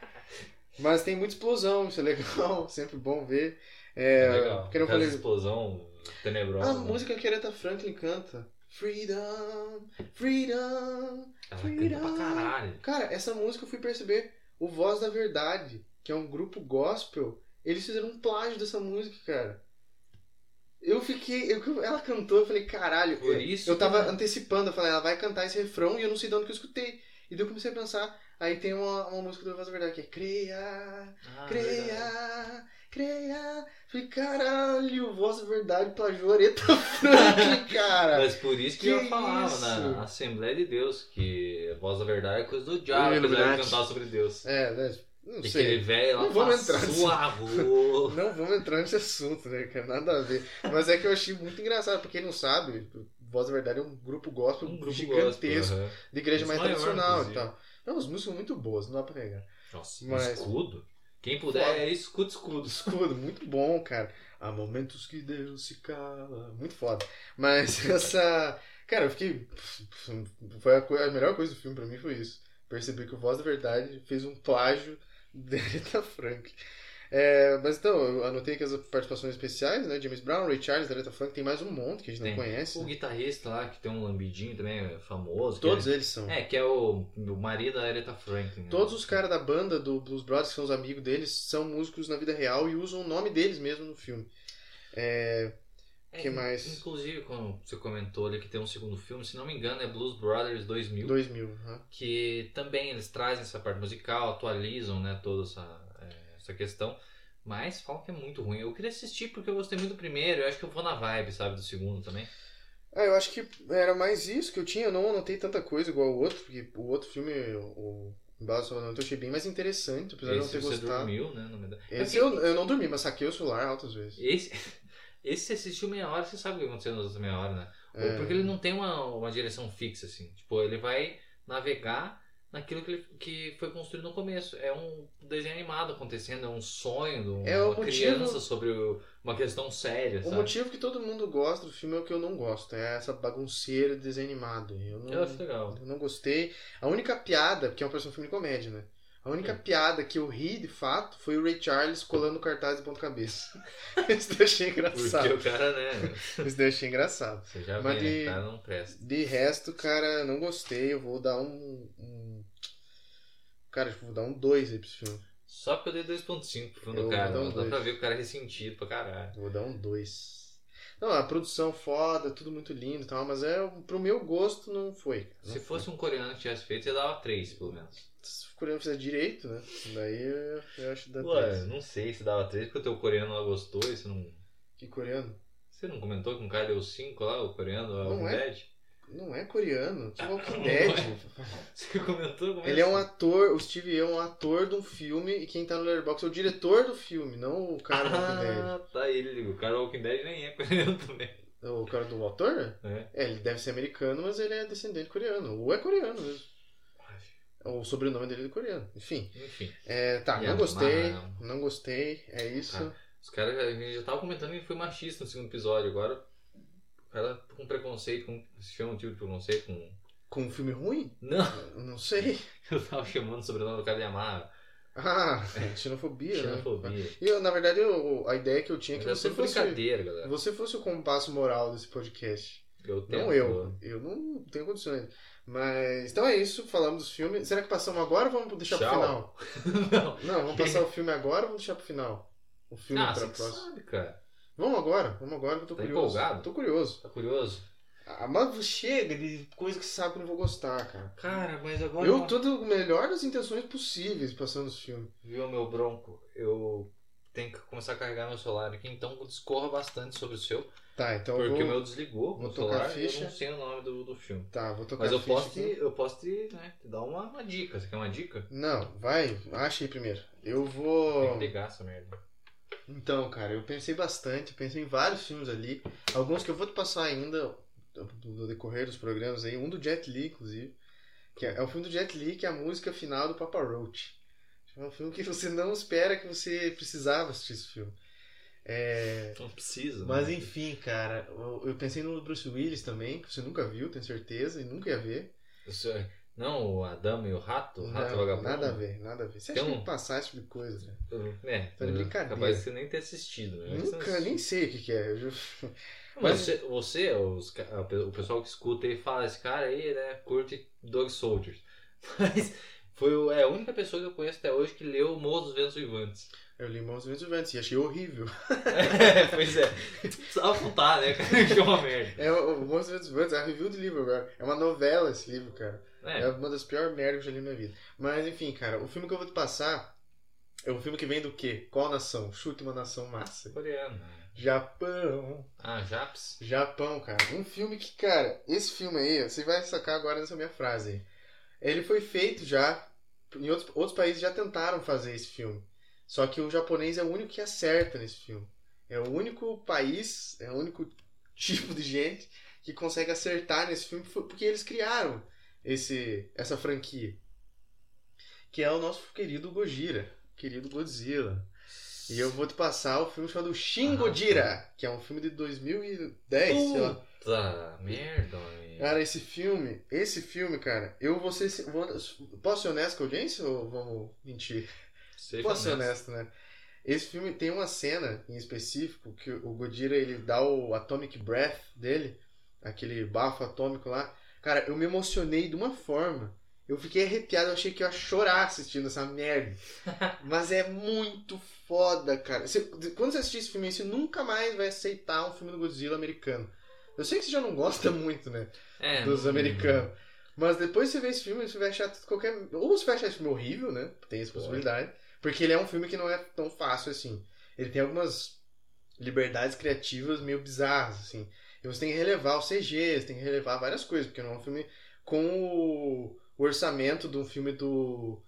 S3: Mas tem muita explosão, isso é legal, sempre bom ver. É,
S4: Legal.
S3: que eu
S4: Aquela
S3: não falei-
S4: explosão tenebrosa.
S3: A
S4: né?
S3: música que a Aretha Franklin canta. Freedom, freedom.
S4: Ela canta pra caralho.
S3: Cara, essa música eu fui perceber. O Voz da Verdade, que é um grupo gospel, eles fizeram um plágio dessa música, cara. Eu fiquei. eu- ela cantou, eu falei, caralho.
S4: Por
S3: eu-
S4: isso.
S3: eu tava
S4: cara.
S3: antecipando, eu falei, ela vai cantar esse refrão e eu não sei de onde que eu escutei. E daí eu comecei a pensar, aí tem uma, uma música do Voz da Verdade que é Creia,
S4: Ah, verdade.
S3: Creia, Creia. Falei, caralho, Voz da Verdade plagiou Aretha Franklin, cara.
S4: Mas por isso que,
S3: Que
S4: eu falava né?
S3: isso?
S4: na Assembleia de Deus que a voz da verdade é coisa do diabo,
S3: Ih,
S4: apesar
S3: Illuminati.
S4: de cantar sobre Deus.
S3: É, né, não
S4: E
S3: sei.
S4: aquele velho
S3: Não
S4: lá
S3: vamos
S4: fala,
S3: entrar nisso.
S4: suavô.
S3: Não vamos entrar nesse assunto, né, cara? Nada a ver. Mas é que eu achei muito engraçado, pra quem não sabe, Voz da Verdade é um grupo gospel
S4: Um grupo
S3: gigantesco,
S4: gospel, aham.
S3: de igreja mais
S4: Maior,
S3: tradicional e
S4: inclusive.
S3: tal. Não, as músicas são muito boas, não dá pra negar.
S4: Nossa, um
S3: Mas-
S4: escudo? Quem puder,
S3: Foda.
S4: é escudo, escudo.
S3: Escudo, muito bom, cara. Há momentos que Deus se cala. Muito foda. Mas essa. Cara, eu fiquei. Foi a, coi- a melhor coisa do filme pra mim foi isso. Perceber que o Voz da Verdade fez um plágio da Aretha Frank. mas então, eu anotei que as participações especiais, né? James Brown, Ray Charles, Aretha Frank, tem mais um monte que a gente não
S4: Tem.
S3: conhece.
S4: O
S3: né?
S4: guitarrista lá, que tem um lambidinho também, é famoso. que
S3: Todos eles são.
S4: É, que é o, o marido da Aretha Franklin. né?
S3: Todos os caras da banda do Blues Brothers, que são os amigos deles, são músicos na vida real e usam o nome deles mesmo no filme.
S4: É,
S3: que mais?
S4: Inclusive, quando você comentou ali que tem um segundo filme, se não me engano, é Blues Brothers 2000,
S3: 2000. aham.
S4: que também eles trazem essa parte musical, atualizam, né, toda essa, é, essa questão. Mas falam que é muito ruim. Eu queria assistir porque eu gostei muito do primeiro. Eu acho que eu vou na vibe, sabe, do segundo também.
S3: É, eu acho que era mais isso que eu tinha. Eu não anotei tanta coisa igual o outro, porque o outro filme, o Embalo Salvador, eu achei bem mais interessante, apesar de eu não
S4: Esse
S3: ter
S4: você
S3: gostado.
S4: dormiu, né? Na verdade. É
S3: Esse
S4: porque-
S3: eu, eu não dormi, mas saquei o celular altas vezes.
S4: Esse, esse você assistiu meia hora, você sabe o que aconteceu nas outras meia hora, né? Ou
S3: É.
S4: Porque ele não tem uma, uma direção fixa, assim. Tipo, ele vai navegar naquilo que, ele, que foi construído no começo. É um desenho animado acontecendo, é um sonho de um-
S3: É o
S4: uma
S3: motivo-
S4: criança sobre o- uma questão séria,
S3: O
S4: sabe?
S3: motivo que todo mundo gosta do filme é o que eu não gosto, é essa bagunceira de desenho animado. Eu não,
S4: Eu acho é legal.
S3: eu não gostei. A única piada, porque é uma pessoa de filme de comédia, né? A única piada que eu ri de fato foi o Ray Charles colando cartaz de ponta-cabeça. Isso daí eu achei
S4: Porque
S3: engraçado.
S4: o cara, né?
S3: Isso daí eu achei engraçado.
S4: Você já vê,
S3: Mas
S4: né?
S3: de-
S4: O cara não presta.
S3: De resto, cara, não gostei. Eu vou dar um. um- Cara, acho que vou dar um 2 aí pra esse filme.
S4: Só porque eu dei 2.5 pro filme
S3: Eu
S4: do cara.
S3: dou
S4: mas Dá
S3: dois.
S4: pra ver que o cara é ressentido pra caralho.
S3: Eu vou dar um 2. Não, a produção foda, tudo muito lindo e tal, mas é, pro meu gosto não foi. cara. Não
S4: Se fosse um coreano que tivesse feito, ia dava 3, pelo menos.
S3: Se o coreano fizer direito, né? Daí eu, eu acho que dá
S4: Ué,
S3: 3.
S4: não sei se dava 3, porque o teu coreano lá gostou e você não.
S3: Que coreano?
S4: Você não comentou que um cara deu 5 lá, o coreano, o
S3: Não é.
S4: Dead?
S3: Não é coreano,
S4: Ah,
S3: que Walking
S4: é
S3: Dead.
S4: Você comentou como
S3: Ele é um ator, o Steve Yeun é um ator de um filme e quem tá no Letterboxd é o diretor do filme, não o cara do Walking Dead.
S4: Ah, tá, ele, o cara do Walking Dead nem é coreano também.
S3: O cara do autor?
S4: É.
S3: É, ele deve ser americano, mas ele é descendente coreano. Ou é coreano mesmo. Ou o sobrenome dele é coreano. Enfim.
S4: Enfim,
S3: É, tá,
S4: E
S3: não
S4: é Tá.
S3: gostei.
S4: mal.
S3: Não gostei. É isso.
S4: os caras já, ele já tava comentando que ele foi machista no segundo episódio, agora o cara tá com preconceito, com, se chama um tipo de preconceito com.
S3: Com um filme ruim?
S4: Não,
S3: Eu Não sei.
S4: eu tava chamando o sobrenome do cara de Amaro.
S3: Ah, xenofobia, né?
S4: É. Xenofobia.
S3: E eu, na verdade, eu- a ideia que eu tinha é
S4: Mas
S3: que
S4: é
S3: você
S4: tudo
S3: fosse.
S4: brincadeira, galera.
S3: Você fosse o compasso moral desse podcast.
S4: Eu
S3: Não
S4: tento-
S3: eu. Eu não tenho condições. Mas. Então é isso. Falamos dos filmes. Será que passamos agora ou vamos deixar pro
S4: Tchau.
S3: final?
S4: não.
S3: Não, vamos passar o filme agora ou vamos deixar pro final? O filme
S4: Ah,
S3: pra
S4: você que
S3: próxima.
S4: sabe, cara.
S3: Vamos agora, vamos agora que eu tô
S4: Tá
S3: curioso.
S4: empolgado?
S3: Tô curioso.
S4: Tá curioso?
S3: Ah, mas chega de coisa que você sabe que eu não vou gostar, cara.
S4: Cara, mas agora.
S3: Eu tô do melhor das intenções possíveis passando os filmes.
S4: Viu, meu bronco? Eu tenho que começar a carregar meu celular aqui, então discorra bastante sobre o seu.
S3: Tá, então eu
S4: porque
S3: vou...
S4: o meu desligou
S3: vou
S4: o
S3: tocar a
S4: celular e eu
S3: ficha.
S4: não sei o nome do, do filme.
S3: Tá, vou tocar
S4: Mas eu
S3: a ficha
S4: posso, te,
S3: aqui.
S4: eu posso te, né, te dar uma, uma dica. Você quer uma dica?
S3: Não, vai, acha aí primeiro. Eu
S4: Tem que
S3: vou...
S4: ligar essa merda.
S3: Então, cara, eu pensei bastante, eu pensei em vários filmes ali. Alguns que eu vou te passar ainda no decorrer dos programas aí. Um do Jet Li, inclusive. Que é, é o filme do Jet Li, que é a música final do Papa Roach. É um filme que você não espera que você precisava assistir esse filme. É,
S4: Não precisa.
S3: Mas
S4: né?
S3: enfim, cara, eu, eu pensei no Bruce Willis também, que você nunca viu, tenho certeza, e nunca ia ver.
S4: Isso é- Não, o Adama e o Rato? O Rato
S3: Não,
S4: Vagabundo?
S3: nada a ver, nada a ver. Você acha
S4: Tem
S3: que
S4: um-
S3: que passar esse tipo de coisa, né?
S4: É,
S3: Tá de brincadeira.
S4: capaz de você nem ter assistido. Né? Mas
S3: Nunca,
S4: você-
S3: nem sei o que, que é. eu já-
S4: Mas você, você, os ca- o pessoal que escuta e fala, esse cara aí, né, curte Dog Soldiers. Mas foi o- é a única pessoa que eu conheço até hoje que leu Morro dos Ventos Vivantes.
S3: Eu li Mãos dos Ventos e achei horrível.
S4: É, pois é. Precisava apontar, né, cara? Que é uma merda.
S3: É, o o Mãos dos Ventos Ventos, é a review do livro agora. É uma novela esse livro, cara. É
S4: É,
S3: uma das piores merdas que eu já li na minha vida. Mas enfim, cara, o filme que eu vou te passar é um filme que vem do quê? Qual nação? Chute uma nação massa.
S4: coreano. né?
S3: Japão.
S4: Ah, Japs?
S3: Japão, cara. Um filme que, cara, esse filme aí, ó, você vai sacar agora nessa minha frase. aí. Ele foi feito já. Em outros, outros países já tentaram fazer esse filme. Só que o japonês é o único que acerta nesse filme. É o único país, é o único tipo de gente que consegue acertar nesse filme foi- porque eles criaram esse, essa franquia. Que é o nosso querido Gojira, querido Godzilla. E eu vou te passar o filme chamado Shin
S4: Ah, Uh!
S3: Godzilla, que é um filme de 2010, sei lá.
S4: Puta merda, homem.
S3: Cara, esse filme, esse filme, cara, eu vou ser. sin- vou- posso ser honesto com a audiência ou vamos mentir?
S4: Seja
S3: posso ser
S4: honesto.
S3: honesto, né? Esse filme tem uma cena em específico que o Godira ele dá o Atomic Breath dele, aquele bafo atômico lá. Cara, eu me emocionei de uma forma. Eu fiquei arrepiado, eu achei que eu ia chorar assistindo essa merda. Mas é muito foda, cara. Você- quando você assistir esse filme, aí, você nunca mais vai aceitar um filme do Godzilla americano. Eu sei que você já não gosta muito, né?
S4: É,
S3: dos
S4: não-
S3: americanos. Mas depois você vê esse filme, você vai achar tudo qualquer. Ou você vai achar esse filme horrível, né? Tem essa
S4: Pode.
S3: possibilidade. Porque ele é um filme que não é tão fácil assim. Ele tem algumas liberdades criativas meio bizarras, assim. E você tem que relevar o CG, você tem que relevar várias coisas, porque não é um filme com o, o orçamento de um filme do.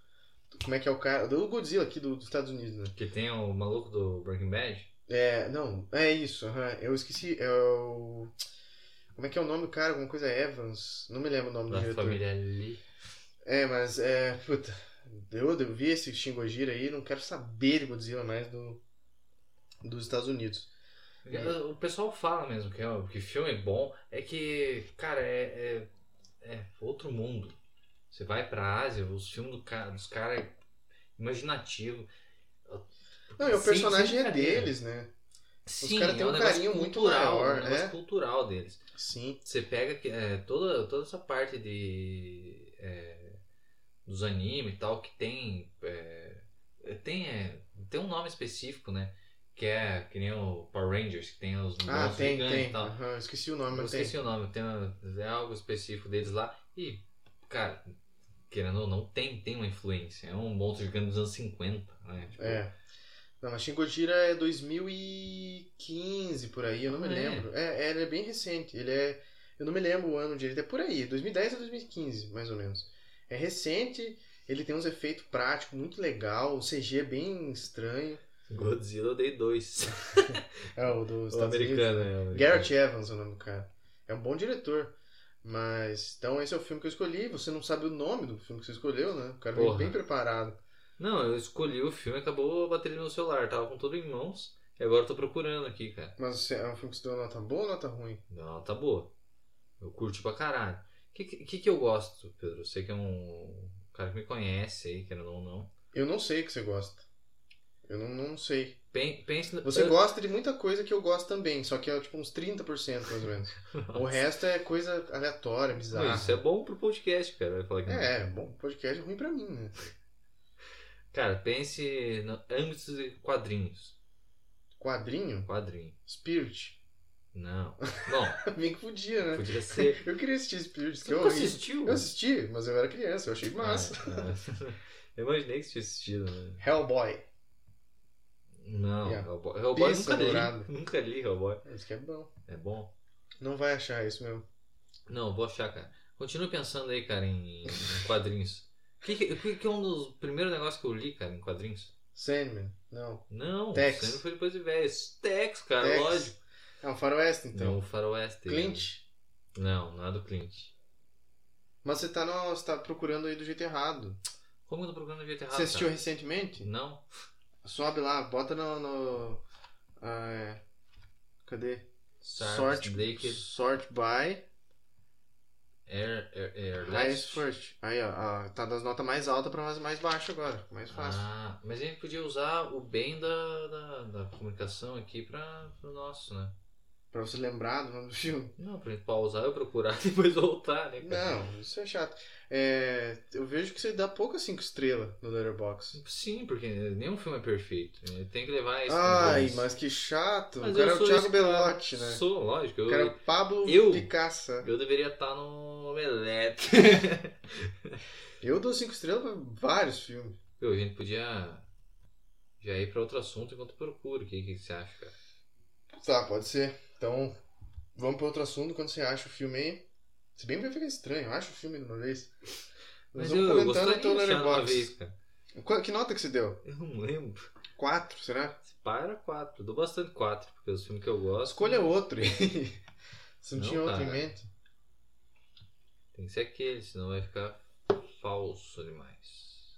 S3: do- Como é que é o cara? Do Godzilla aqui do- dos Estados Unidos, né?
S4: Que tem o maluco do Breaking Bad.
S3: É, não, é isso, aham. eu esqueci. É o. Como é que é o nome do cara? Alguma coisa Evans? Não me lembro o nome do
S4: Da
S3: diretor.
S4: família Lee.
S3: É, mas é. Puta. Eu, eu vi esse Shingojira aí, não quero saber de Godzilla mais do, dos Estados Unidos.
S4: É, O pessoal fala mesmo que, é- que filme é bom, é que, cara, é, é, é outro mundo. Você vai pra Ásia, os filmes do ca- dos caras é imaginativo.
S3: Não, e o
S4: Sim,
S3: personagem
S4: sim,
S3: é
S4: brincadeira.
S3: deles, né?
S4: Sim,
S3: caras têm
S4: é um
S3: um
S4: negócio
S3: carinho muito
S4: cultural,
S3: maior,
S4: é um negócio
S3: né?
S4: cultural deles.
S3: Sim.
S4: Você pega que, é, toda, toda essa parte de é, dos animes e tal, que tem é, tem, é, tem um nome específico, né? Que é que nem o Power Rangers, que tem os
S3: Ah,
S4: monstros
S3: tem,
S4: gigantes
S3: tem.
S4: é e tal.
S3: Aham, eu esqueci o nome,
S4: Eu
S3: mas tem.
S4: esqueci o nome, tem uma- é algo específico deles lá. E, cara, querendo ou não, tem, tem uma influência. É um monstro gigante dos anos 50, né? Tipo,
S3: É. Não, mas Shingojira é 2015 por aí, eu não me
S4: Ah, é?
S3: lembro. É, é, ele é bem recente. Ele é. Eu não me lembro o ano direito, é por aí, 2010 ou 2015, mais ou menos. É recente, ele tem uns efeitos práticos muito legal, o CG é bem estranho.
S4: Godzilla eu dei dois.
S3: É o dos
S4: o
S3: Estados Unidos.
S4: americano, é. o americano.
S3: Garrett Evans é o nome do cara. É um bom diretor. Mas, então esse é o filme que eu escolhi. Você não sabe o nome do filme que você escolheu, né? O cara veio
S4: Porra.
S3: bem preparado.
S4: Não, eu escolhi o filme e acabou a bateria no meu celular. Tava com tudo em mãos. E agora eu tô procurando aqui, cara.
S3: Mas é um filme que você deu nota boa ou nota ruim?
S4: Não, tá boa. Eu curto pra caralho. O que, que, que eu gosto, Pedro? Você que é um cara que me conhece aí, querendo ou não.
S3: Eu não sei o que você gosta. Eu não, não sei.
S4: Pen- Pense no-
S3: Você gosta de muita coisa que eu gosto também, só que é tipo uns 30% mais ou menos. o resto é coisa aleatória,
S4: Não,
S3: bizarra.
S4: Isso é bom pro podcast, cara. Vai falar que não.
S3: É, bom, podcast é ruim pra mim, né?
S4: Cara, pense no âmbito de quadrinhos.
S3: Quadrinho?
S4: Quadrinho.
S3: Spirit.
S4: Não. Bom,
S3: Meio que podia, né?
S4: podia ser.
S3: Eu queria assistir Spirit. que
S4: Você
S3: é eu,
S4: nunca assistiu?
S3: eu assisti, mas eu era criança, eu achei
S4: Ah,
S3: massa.
S4: ah. Eu imaginei que você tinha assistido, né?
S3: Hellboy.
S4: Não,
S3: Yeah.
S4: Hellboy, Hellboy
S3: Pizza
S4: nunca li.
S3: dourada.
S4: Nunca li Hellboy.
S3: Isso que é bom.
S4: É bom?
S3: Não vai achar isso mesmo.
S4: Não, vou achar, cara. Continua pensando aí, cara, em, em quadrinhos. O que, que- que- que é um dos primeiros negócios que eu li, cara, em quadrinhos?
S3: Sandman. Não.
S4: Não,
S3: Tex.
S4: sempre foi depois de velho. Tex, cara,
S3: Tex.
S4: Ah, lógico.
S3: É um faroeste, então.
S4: Não, o Faroeste.
S3: Clint.
S4: Não, não é do Clint.
S3: Mas você tá, no, você tá procurando aí do jeito errado.
S4: Como eu tô procurando um jeito errado? tá.
S3: Você assistiu
S4: cara?
S3: recentemente?
S4: Não.
S3: Sobe lá, bota no. no ah, é. cadê?
S4: Sorte. Naked
S3: sort by
S4: Air, air, Airless.
S3: highest first. Aí, ó, ah, tá das notas mais altas pra mais, mais baixo agora. Mais fácil.
S4: Ah, mas a gente podia usar o bem da, da, da comunicação aqui para o nosso, né?
S3: Pra você lembrar do nome do filme.
S4: Não, pra gente pausar eu procurar e depois voltar, né? cara?
S3: Não, isso é chato. É, eu vejo que você dá pouca 5 estrelas no Letterboxd.
S4: Sim, porque nenhum filme é perfeito. né? Tem que levar isso.
S3: Ai, mas que chato.
S4: Mas
S3: o
S4: eu
S3: cara é o
S4: sou
S3: Thiago
S4: esse-
S3: Belotti, né?
S4: Sou, lógico.
S3: O
S4: Eu,
S3: cara é o Pablo
S4: Eu?
S3: Picasso.
S4: eu deveria estar no Omelete.
S3: Eu dou 5 estrelas pra vários filmes.
S4: Meu, a gente podia já ir pra outro assunto enquanto procura. O que, que você acha, cara?
S3: Tá, pode ser. Então, vamos pra outro assunto quando você acha o filme aí. Se bem que vai ficar estranho, acha o filme de uma vez.
S4: Mas
S3: Nós vamos
S4: eu, eu
S3: comentando
S4: gostaria
S3: então
S4: de achar uma
S3: Letterboxd.
S4: vez, cara.
S3: Qua- Que nota que você deu?
S4: Eu não lembro.
S3: Quatro, será?
S4: Se pá, era quatro. Eu dou bastante quatro, porque os filmes que eu gosto...
S3: Escolha um. outro. Você não,
S4: Não, tá.
S3: tinha outro em
S4: cara.
S3: mente?
S4: Tem que ser aquele, senão vai ficar falso demais.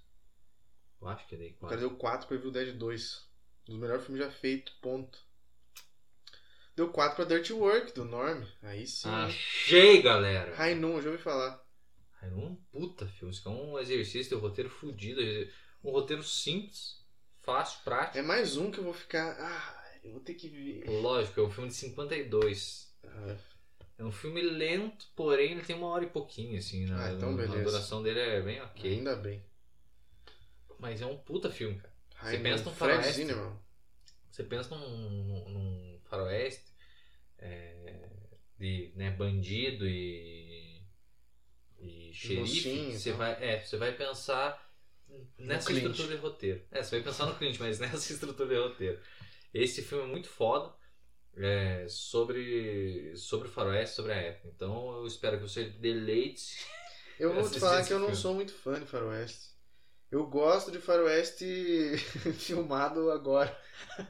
S4: Eu acho que dei
S3: O cara
S4: quatro.
S3: deu 4 pra Evil Dead 2. Um dos melhores filmes já feito, ponto. Deu 4 pra Dirty Work, do Norm. Aí sim.
S4: Ah, Achei, galera!
S3: Rainon, já ouvi falar.
S4: Era um puta filme. Isso aqui é um exercício, tem um roteiro fudido. Um roteiro simples, fácil,
S3: É
S4: prático.
S3: mais um que eu vou ficar. Ah, eu vou ter que ver.
S4: Lógico, é um filme de 52.
S3: Ah,
S4: É um filme lento, porém ele tem uma hora e pouquinho, assim. né?
S3: Ah, então
S4: A-
S3: beleza.
S4: A duração dele é bem ok.
S3: Ainda bem.
S4: Mas é um puta filme, cara. Você
S3: Rainon,
S4: pensa num
S3: Fred
S4: faroeste.
S3: Zinnemann.
S4: Você pensa num, num- num faroeste é, de né, bandido e, e xerife.
S3: mocinho,
S4: você,
S3: tá?
S4: vai, é, você vai pensar nessa
S3: Clint.
S4: estrutura de roteiro. É, você vai pensar no Clint, mas nessa estrutura de roteiro. Esse filme é muito foda é, sobre, sobre o faroeste, sobre a época. Então eu espero que você deleite.
S3: Eu vou te
S4: Assisti
S3: falar
S4: esse
S3: que eu não
S4: filme.
S3: sou muito fã de Faroeste. Eu gosto de Faroeste filmado agora.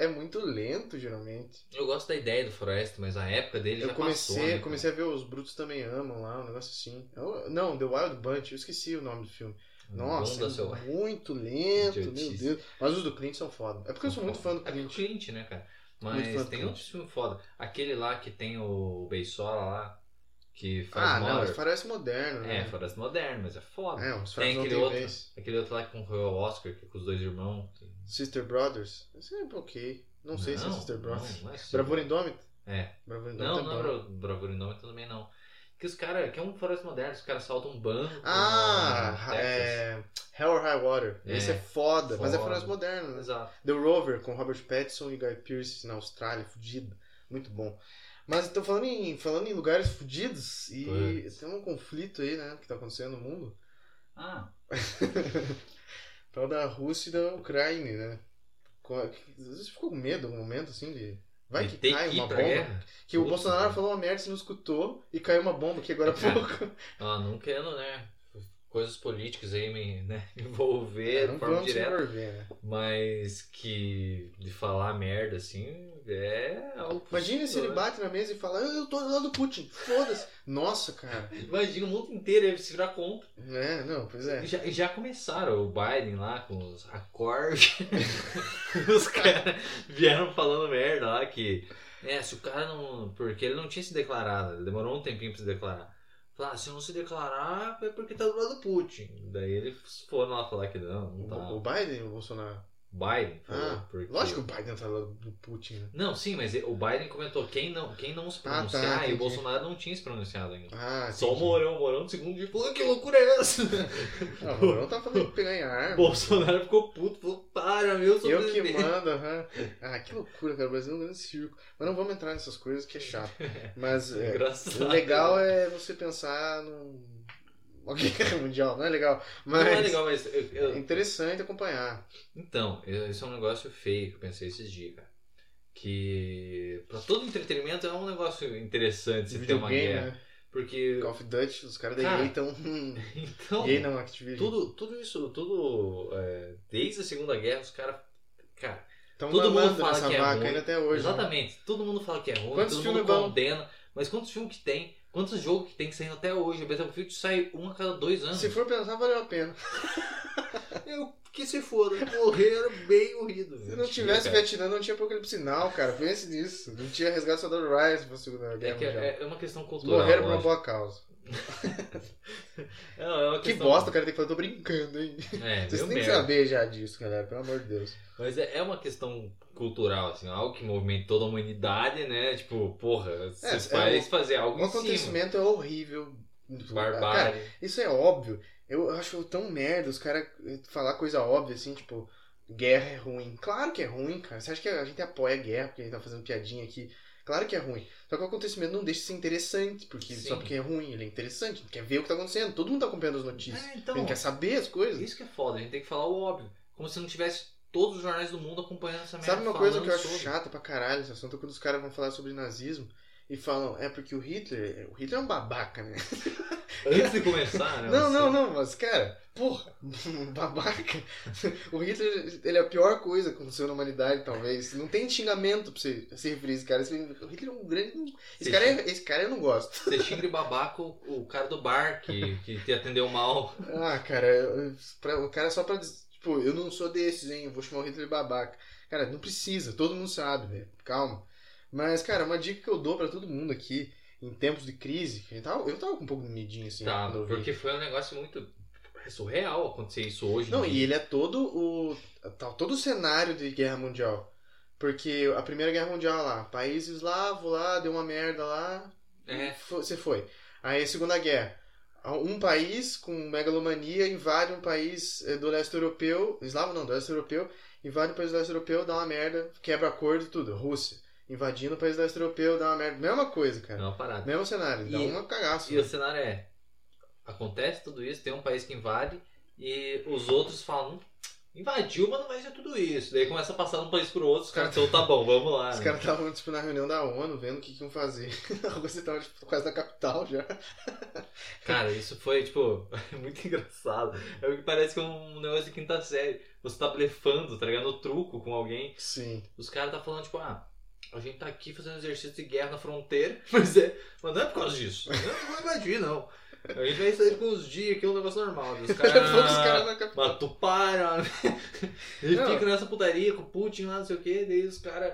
S3: É muito lento, geralmente.
S4: Eu gosto da ideia do faroeste, mas a época dele
S3: eu
S4: já
S3: comecei,
S4: passou. né, cara?
S3: comecei a ver Os Brutos Também Amam lá, um negócio assim. Eu- não, The Wild Bunch, eu esqueci o nome do filme. Nossa,
S4: Bunda seu-
S3: é muito lento, meu
S4: Idiotice.
S3: Deus. Mas os do Clint são foda. É porque eu sou muito fã do
S4: É porque o
S3: Clint.
S4: Clint, né, cara?
S3: Muito fã
S4: Mas
S3: do
S4: tem
S3: Clint.
S4: outros filmes foda. Aquele lá que tem o Beisola lá, que faz
S3: Ah, não,
S4: Mother.
S3: não, parece moderno,
S4: É,
S3: né?
S4: Faroeste Moderno, mas é foda.
S3: É, os
S4: tem
S3: Faroeste não
S4: aquele
S3: tem
S4: outro,
S3: vez.
S4: aquele outro lá que concorreu ao Oscar, que é com os dois irmãos. que-
S3: Sister Brothers. Esse é ok. Não sei se é Sister Brothers.
S4: Não, não é Sister
S3: Bravura Indômita?
S4: É.
S3: Bravura
S4: Não,
S3: Indômita
S4: não
S3: é
S4: é
S3: bom.
S4: Bra- Bravura Indômita também não. Que os caras, que é um Faroeste Moderno, os caras saltam um banco.
S3: Ah,
S4: no Texas.
S3: é... Hell or High Water.
S4: É.
S3: Esse é foda, mas é
S4: Foda.
S3: Faroeste moderno, né?
S4: Exato.
S3: The Rover com Robert Pattinson e Guy Pearce na Austrália, fudido. Muito bom. Mas então falando em, falando em lugares fudidos e
S4: Putz.
S3: tem um conflito aí, né, que tá acontecendo no mundo.
S4: Ah,
S3: Tal da Rússia e da Ucrânia, né? Co- Você ficou com medo em algum momento, assim, de... Vai
S4: ele
S3: que
S4: tem
S3: cai
S4: ir
S3: uma
S4: pra
S3: bomba.
S4: guerra?
S3: Que o
S4: Puta,
S3: Bolsonaro
S4: mano.
S3: falou uma merda, você não escutou e caiu uma bomba aqui agora há pouco.
S4: Ah, não querendo, né? Coisas políticas aí me né, envolver
S3: É, não
S4: de forma
S3: vamos
S4: direta.
S3: sobreviver, né?
S4: Mas que de falar merda assim é algo. possível,
S3: Imagina se ele
S4: né?
S3: bate na mesa e fala, eu eu tô do lado do Putin, foda-se. Nossa, cara.
S4: Imagina o mundo inteiro ia se virar contra.
S3: É, não, pois
S4: E
S3: é.
S4: já, e já começaram o Biden lá com os acordes. os caras vieram falando merda lá que. É, se o cara não. Porque ele não tinha se declarado, ele demorou um tempinho pra se declarar. Falar, ah, se não se declarar é porque tá do lado do Putin. Daí eles foram lá falar que não, não tá.
S3: O o Biden e o Bolsonaro.
S4: Biden, Biden. por-
S3: Um Ah,
S4: porque-
S3: lógico que o Biden tá lá do Putin, né?
S4: Não, sim, mas o Biden comentou quem não, quem não se
S3: tá,
S4: pronunciar e
S3: entendi.
S4: o Bolsonaro não tinha se pronunciado ainda.
S3: Ah,
S4: Só o
S3: entendi.
S4: Mourão, o Mourão no segundo dia falou, que loucura é essa?
S3: Ah, o Mourão tá falando de pegar em arma.
S4: Bolsonaro ficou puto, falou, para, meu, eu sou
S3: Eu que
S4: presidente."
S3: mando, aham. Ah, que loucura, cara. O Brasil é um grande circo. Mas não vamos entrar nessas coisas que é chato. Mas é,
S4: Engraçado.
S3: o legal é você pensar num. Uma guerra mundial, não é legal.
S4: Não
S3: Mas
S4: é legal, mas... eu- eu-
S3: é interessante acompanhar.
S4: Então, isso é um negócio feio que eu pensei esses dias, cara. Que pra todo entretenimento é um negócio interessante você ter uma
S3: Videogame,
S4: guerra.
S3: né?
S4: Porque.
S3: Call of Duty, os caras da
S4: Cara,
S3: EA estão.
S4: Então,
S3: EA não, Activision.
S4: tudo, tudo isso, tudo. é, desde a Segunda Guerra, os caras. Cara,
S3: Estão
S4: todo mundo
S3: mamando
S4: fala
S3: nessa
S4: que é
S3: vaca
S4: ruim.
S3: ainda até hoje. né?
S4: exatamente. Todo mundo fala que é ruim,
S3: Quantos
S4: todo
S3: filmes
S4: mundo
S3: é bom?
S4: condena. Mas quantos filmes que tem? Quantos jogos que tem saindo até hoje? O Battlefield sai um a cada dois anos.
S3: Se for pensar, valeu a pena.
S4: Eu que se foda, morreram bem horrido.
S3: Se não tivesse
S4: Cara,
S3: Vietnã, não tinha apocalipse sinal, cara. Pense nisso. Não tinha resgate soldado Ryan pra Segunda
S4: é,
S3: Guerra
S4: que
S3: Mundial.
S4: é, é uma questão cultural.
S3: Morreram por uma
S4: lógico.
S3: boa causa.
S4: É, não, é uma
S3: Que
S4: questão-
S3: bosta, cara. Tem que falar, tô brincando, hein?
S4: É,
S3: Vocês
S4: deu
S3: têm que
S4: merda.
S3: saber já disso, galera. Pelo amor de Deus.
S4: Mas é, é uma questão cultural, assim, algo que movimenta toda a humanidade, né? Tipo, porra, vocês
S3: é
S4: fazem fazer algo
S3: O
S4: em cima.
S3: acontecimento é horrível. Cara,
S4: Barbárie.
S3: isso é óbvio. Eu acho tão merda os caras falar coisa óbvia assim, tipo, guerra é ruim. Claro que é ruim, cara. Você acha que a gente apoia a guerra porque a gente tá fazendo piadinha aqui? Claro que é ruim. Só que o acontecimento não deixa de ser interessante, porque
S4: Sim.
S3: só porque é ruim, ele é interessante, quer ver o que tá acontecendo. Todo mundo tá acompanhando as notícias.
S4: É, então,
S3: ele quer saber as coisas.
S4: isso que é foda, a gente tem que falar o óbvio. Como se não tivesse todos os jornais do mundo acompanhando essa merda.
S3: Sabe uma coisa
S4: é falando
S3: que eu acho
S4: sobre.
S3: chata pra caralho esse assunto? é Quando os caras vão falar sobre nazismo e falam, é porque o Hitler. O Hitler é um babaca, né?
S4: Antes de começar, né?
S3: Não,
S4: você-
S3: não, não, mas cara, porra, babaca. O Hitler, ele é a pior coisa que aconteceu na humanidade, talvez. Não tem xingamento pra você se referir a esse cara. Esse- O Hitler é um grande. Esse
S4: Sim.
S3: cara, é- esse cara eu não gosto.
S4: Você xinga de babaca o, o cara do bar que, que te atendeu mal.
S3: Ah, cara, eu- pra- o cara só pra. dizer, Tipo, eu não sou desses, hein? Eu vou chamar o Hitler de babaca. Cara, não precisa, todo mundo sabe, velho. Calma. Mas, cara, uma dica que eu dou pra todo mundo aqui, em tempos de crise, que eu tava, eu tava com um pouco de medinho, assim.
S4: tá,
S3: quando eu vi.
S4: porque foi um negócio muito surreal acontecer isso hoje.
S3: Não,
S4: em
S3: e
S4: dia.
S3: ele é todo o. tá todo o cenário de guerra mundial. Porque a Primeira Guerra Mundial lá, país eslavo lá, deu uma merda lá.
S4: É.
S3: fo- Você foi. Aí a Segunda Guerra. Um país com megalomania invade um país eh, do leste europeu. Eslavo não, do leste europeu. Invade um país do leste europeu, dá uma merda, quebra acordo e tudo. Rússia. Invadindo o país do leste europeu, dá uma merda. Mesma coisa,
S4: É
S3: cara.
S4: uma parada.
S3: Mesmo cenário, dá
S4: E-
S3: uma cagaço. né?
S4: E o cenário é: acontece tudo isso, tem um país que invade e os outros falam, "Hum, invadiu, mas não vai ser tudo isso. Daí começa a passar de um país pro outro, os caras estão, tá bom, vamos lá.
S3: Os
S4: né?
S3: caras estavam tipo, na reunião da ONU, vendo o que, que iam fazer. A Rússia tava tipo, quase na capital já.
S4: Cara, isso foi, tipo, muito engraçado. É o que parece que é um negócio de quinta série. Você tá blefando, tá ligado? No truco com alguém.
S3: Sim.
S4: Os caras tá falando, tipo, ah. A gente tá aqui fazendo exercício de guerra na fronteira, mas, é, mas não é por causa disso. Eu não vou invadir, não. A gente vai sair com os dias, que é um negócio normal. E Os
S3: Cara...
S4: caras.
S3: os caras na capital.
S4: Mas tu para! Ele
S3: Não.
S4: fica nessa putaria com o Putin lá, não sei o que, daí os caras.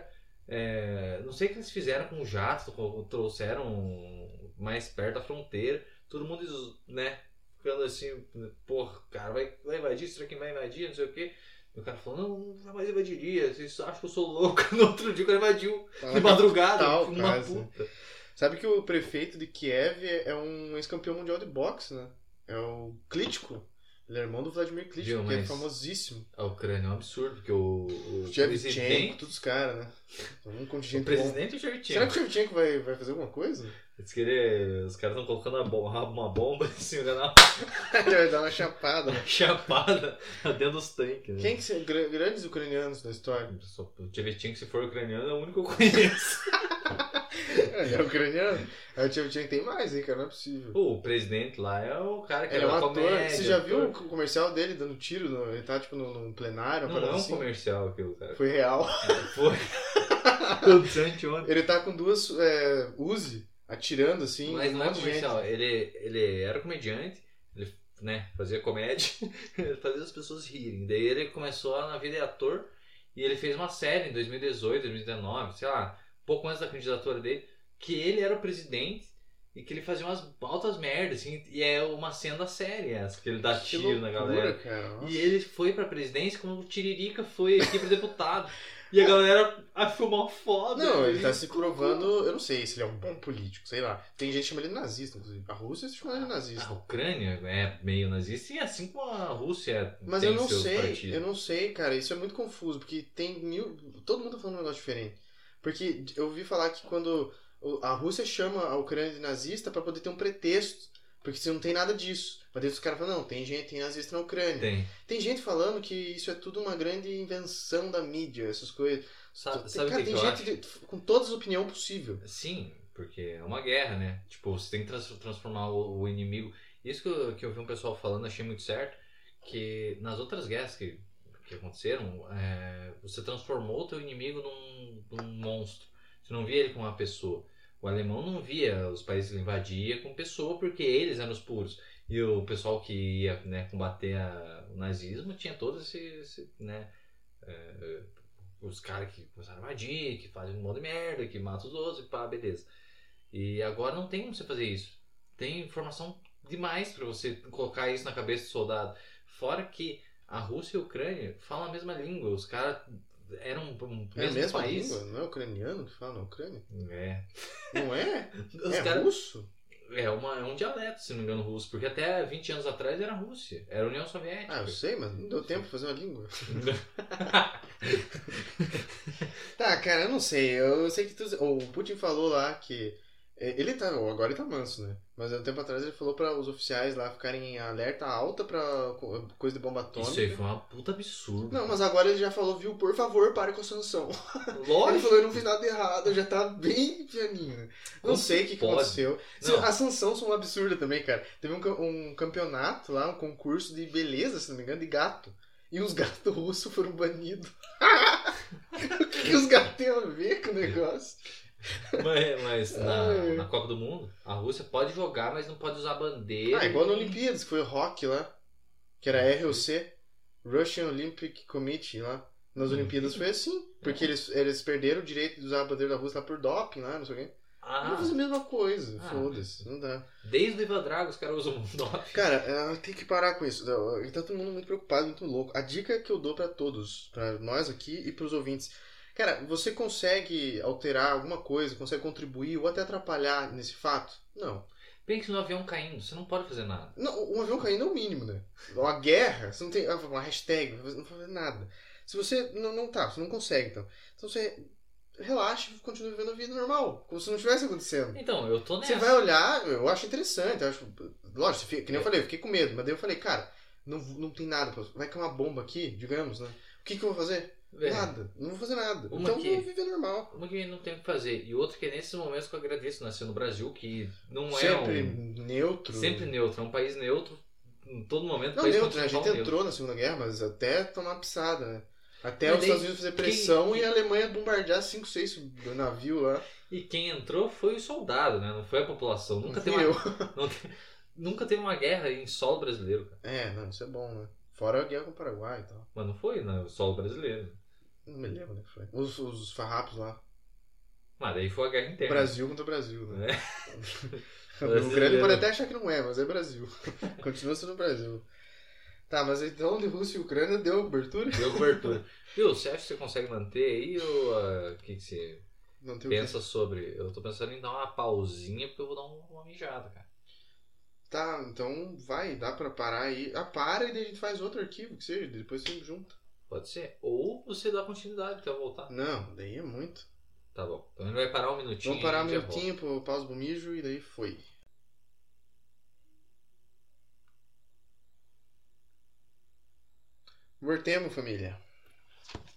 S4: não sei o que eles fizeram com o jato, co- trouxeram mais perto da fronteira, todo mundo, né? Ficando assim, porra, cara, vai, vai invadir, será que vai invadir, não sei o que. E o cara falou, não, jamais invadiria, vocês acham que eu sou louco? No outro dia o cara invadiu,
S3: Tá na
S4: de madrugada,
S3: capital,
S4: uma
S3: quase.
S4: puta.
S3: Sabe que o prefeito de Kiev é um ex-campeão mundial de boxe, né? É o Klitschko. Ele é irmão do Vladimir Klitschko,
S4: Viu,
S3: que é
S4: mas-
S3: famosíssimo.
S4: A Ucrânia é um absurdo, porque o, o
S3: O Shevchenko,
S4: presidente.
S3: todos os caras, né? Um
S4: O
S3: contingente bom.
S4: presidente é e o Shevchenko.
S3: Será que o Shevchenko vai, vai fazer alguma coisa?
S4: Eles querem. Os caras estão colocando a bo- a- uma bomba assim, em cima da
S3: Ele vai dar uma chapada.
S4: chapada dentro dos tanques. Né?
S3: Quem que são gra- grandes ucranianos da história?
S4: Só- O Tchevetinho, se for ucraniano, é o único que eu conheço.
S3: Ele é ucraniano? Aí o Shevchenko tem mais, hein, cara? Não é possível.
S4: Pô, o presidente lá é o cara que
S3: Ele é um
S4: da
S3: ator.
S4: comédia,
S3: Você já viu o
S4: ator.
S3: comercial dele dando tiro? no- Ele tá, tipo, num num plenário, uma
S4: Não é
S3: parada
S4: um
S3: assim?
S4: comercial aquilo, cara.
S3: Foi real.
S4: Foi. Foi. ontem.
S3: Ele tá com duas é, Uzi atirando assim.
S4: Mas
S3: um
S4: não é
S3: monte de gente.
S4: comercial. Ele, ele era comediante, ele né, fazia comédia, ele fazia as pessoas rirem. Daí ele começou na vida de ator e ele fez uma série em 2018, 2019, sei lá, pouco antes da candidatura dele, que ele era o presidente E que ele fazia umas altas merdas, assim, e é uma cena da série essa, que ele dá é tiro na galera. E ele é foi pra presidência como o Tiririca foi aqui pra deputado. E a galera a filmar foda. né?
S3: Não, ele tá se provando. Eu não sei se ele é um bom político, sei lá. Tem gente que chama ele de nazista, inclusive. A Rússia se
S4: Ah,
S3: chama ele de nazista.
S4: A Ucrânia é meio nazista e assim como a Rússia
S3: Mas
S4: tem
S3: eu não
S4: seus
S3: sei,
S4: partidos.
S3: eu não sei, cara. Isso é muito confuso, porque tem mil. Todo mundo tá falando um negócio diferente. Porque eu ouvi falar que quando o- a Rússia chama a Ucrânia de nazista pra poder ter um pretexto. Porque você não tem nada disso. Mas daí os caras falam, não, tem gente, tem nazista na Ucrânia. Tem.
S4: Tem.
S3: gente falando que isso é tudo uma grande invenção da mídia, essas coisas.
S4: Sabe,
S3: Tem-
S4: Tá, sabe o
S3: cara,
S4: que, que
S3: tem
S4: eu acho?
S3: gente de- com todas as opiniões possíveis.
S4: Sim, porque é uma guerra, né? Tipo, você tem que trans- transformar o, o inimigo. Isso que eu, que eu vi um pessoal falando, achei muito certo, que nas outras guerras que, que aconteceram, é, você transformou o teu inimigo num, num monstro. Você não via ele como uma pessoa. O alemão não via os países que ele invadia como pessoa, porque eles eram os puros. E o pessoal que ia né, combater a- o nazismo tinha todo esse, esse, né, é, os caras que começaram a invadir, que fazem um monte de merda, que matam os outros, e pá, beleza. E agora não tem como você fazer isso. Tem informação demais pra você colocar isso na cabeça do soldado. Fora que a Rússia e a Ucrânia falam a mesma língua, os caras eram um, um
S3: É a
S4: mesmo
S3: mesma
S4: país.
S3: língua? Não é ucraniano que fala na Ucrânia?
S4: É.
S3: Não é?
S4: Os
S3: é
S4: caras
S3: russo?
S4: É, uma, é um dialeto, se não me engano, russo, porque até 20 anos atrás era Rússia, era União Soviética.
S3: Ah, eu sei, mas não deu tempo pra fazer uma língua. Tá, cara, eu não sei. Eu sei que tu... o Putin falou lá que. é, Ele tá. Agora ele tá manso, né? Mas há um tempo atrás ele falou pra os oficiais lá ficarem em alerta alta pra co- coisa de bomba atômica.
S4: Isso aí foi um uma puta absurda.
S3: né? Não, mas agora ele já falou, viu, por favor, pare com a sanção. Ele
S4: Lógico.
S3: falou, eu não fiz nada errado, já tá bem pianinho. né? Não
S4: Como
S3: sei o que, que
S4: pode?
S3: aconteceu.
S4: Não.
S3: As sanções são um absurdo também, cara. Teve um, ca- um campeonato lá, um concurso de beleza, se não me engano, de gato. E os gatos russos foram banidos. o que, que os gatos têm a ver com o negócio?
S4: Mas, mas na,
S3: Ai.
S4: na Copa do Mundo, a Rússia pode jogar, mas não pode usar bandeira.
S3: Ah, igual na Olimpíadas, que foi o rock lá. Que era ROC, Russian Olympic Committee lá. Nas
S4: Hum.
S3: Olimpíadas foi assim.
S4: É.
S3: Porque eles, eles perderam o direito de usar a bandeira da Rússia lá por doping lá, não sei o quê.
S4: Ah,
S3: Vamos fazer a mesma coisa,
S4: Ah.
S3: foda-se, não dá.
S4: desde o Ivan Drago os caras usam um dólar.
S3: Cara, eh, tem que parar com isso. Não, Tá todo mundo muito preocupado, muito louco. A dica que eu dou pra todos, pra nós aqui e pros ouvintes. Cara, você consegue alterar alguma coisa, consegue contribuir ou até atrapalhar nesse fato? Não.
S4: Pense no avião caindo, você não pode fazer nada.
S3: não um avião caindo é o mínimo, né? Uma guerra, você não tem. ah, Uma hashtag, você não faz nada. Se você não, não tá, você não consegue, então. Então você relaxa e continua vivendo a vida normal, como se não estivesse acontecendo.
S4: Então, eu tô nessa.
S3: Você vai olhar, eu acho interessante, eu acho. Lógico, você fica- que nem eu falei, eu fiquei com medo, mas daí eu falei, cara, não, não tem nada, pra- vai cair uma bomba aqui, digamos, né? O que, que eu vou fazer?
S4: É,
S3: Nada, não vou fazer nada.
S4: Uma
S3: então
S4: aqui.
S3: vou viver normal.
S4: Uma que não tem o que fazer. E outra que é nesses momentos que eu agradeço nascer no Brasil, que não
S3: sempre
S4: é um.
S3: neutro.
S4: Sempre um neutro, é um país neutro em todo momento. o
S3: Não,
S4: país
S3: neutro, né? A gente
S4: continua
S3: entrou na Segunda Guerra, mas até tomar pisada, né? Até
S4: Mas daí,
S3: os Estados Unidos fazer
S4: quem-
S3: pressão e a Alemanha bombardear 5, 6 navios lá.
S4: E quem entrou foi o soldado, né? Não foi a população. Nunca
S3: tem
S4: teve uma, não te- nunca teve uma guerra em solo brasileiro, cara.
S3: É, não, isso é bom, né? Fora a guerra com o Paraguai e tal.
S4: Mas não foi no solo brasileiro.
S3: Não me lembro, né? Foi. Os, os farrapos lá.
S4: Mas daí foi a guerra interna.
S3: Brasil contra Brasil, né?
S4: Né?
S3: O grande pode até achar que não é, mas é Brasil. Continua sendo Brasil. Tá, mas então de Rússia e Ucrânia deu abertura?
S4: Deu cobertura. Viu, você acha que você consegue manter aí ou ah, o que, que você
S3: Não tem o que.
S4: pensa sobre? Eu tô pensando em dar uma pausinha porque eu vou dar um- uma mijada, cara.
S3: Tá, então vai, dá pra parar aí. Ah, para e daí a gente faz outro arquivo, que seja, depois você junta.
S4: Pode ser? Ou você dá continuidade até eu voltar.
S3: Não, daí é muito.
S4: Tá bom. Então ele vai parar um minutinho.
S3: Vamos parar um
S4: e já
S3: minutinho, pô, pausa do mijo e daí foi. Voltemos, família.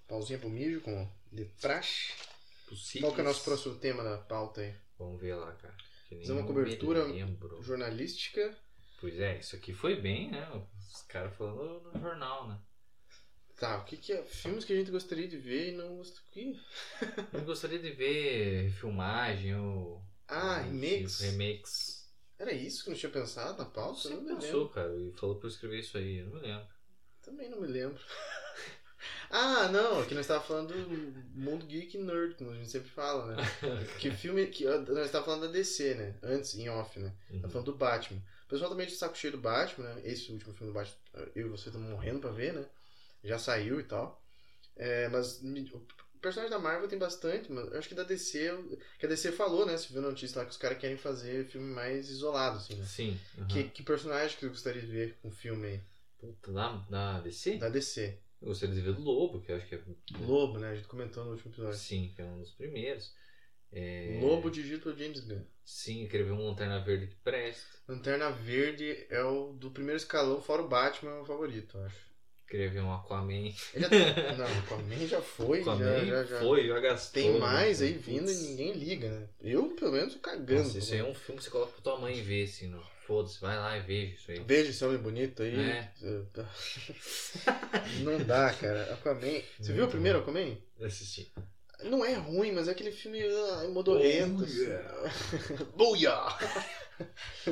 S3: Pausinha pro mijo, como de praxe.
S4: volta. Possíveis.
S3: Qual que é o nosso próximo tema da pauta aí?
S4: Vamos ver lá, cara. Que
S3: Fazer uma
S4: nem
S3: cobertura- um
S4: me lembro.
S3: Jornalística.
S4: Pois é, isso aqui foi bem, né? Os caras falando no jornal, né?
S3: Tá, o que, que é? Filmes que a gente gostaria de ver e não gostaria.
S4: Eu gostaria de ver filmagem ou.
S3: Ah,
S4: ou tipo
S3: remakes.
S4: Remakes.
S3: Era isso que eu não tinha pensado na pauta?
S4: Você
S3: Eu não me
S4: pensou,
S3: lembro.
S4: cara, e falou pra eu escrever isso aí, eu não me lembro.
S3: Também não me lembro. Ah, não, aqui nós estávamos falando do mundo geek e nerd, como a gente sempre fala, né? Que filme. Que, ah, nós estávamos falando da DC, né? Antes, em off, né?
S4: Uhum.
S3: Tá falando do Batman. O pessoal também de saco cheio do Batman, né? Esse último filme do Batman, eu e você estamos morrendo pra ver, né? Já saiu e tal. É, mas me- o personagem da Marvel tem bastante, mas eu acho que da DC. eu- Que a DC falou, né? Você viu a notícia lá que os caras querem fazer filme mais isolado, assim, né?
S4: Sim. uhum. aham.
S3: Que, que personagem que eu gostaria de ver um filme aí?
S4: Puta, na, na DC?
S3: Da DC.
S4: Eu gostaria de ver do Lobo, que eu acho que é.
S3: Lobo, né? A gente comentou no último episódio.
S4: Sim, que é um dos primeiros. É,
S3: Lobo dirigido pelo James Gunn.
S4: Sim, eu queria ver um Lanterna Verde que presta.
S3: Lanterna Verde é o do primeiro escalão, fora o Batman, é o favorito, eu acho.
S4: Queria ver um Aquaman.
S3: Ele já... tá- Não, o Aquaman já foi,
S4: Aquaman
S3: já, já, já.
S4: foi, já gastou.
S3: Tem
S4: né?
S3: mais aí
S4: Putz.
S3: vindo e ninguém liga, né? Eu, pelo menos, tô cagando.
S4: Nossa, isso aí é um filme que você coloca pra tua mãe ver, assim, não. Foda-se, vai lá e veja isso aí.
S3: Veja esse homem bonito aí.
S4: É.
S3: Não dá, cara. Aquaman. Você viu o
S4: Muito
S3: primeiro Aquaman?
S4: Assistir.
S3: Não é ruim, mas é aquele filme ah, modorrento.
S4: Oh, yeah.
S3: assim. Booyah!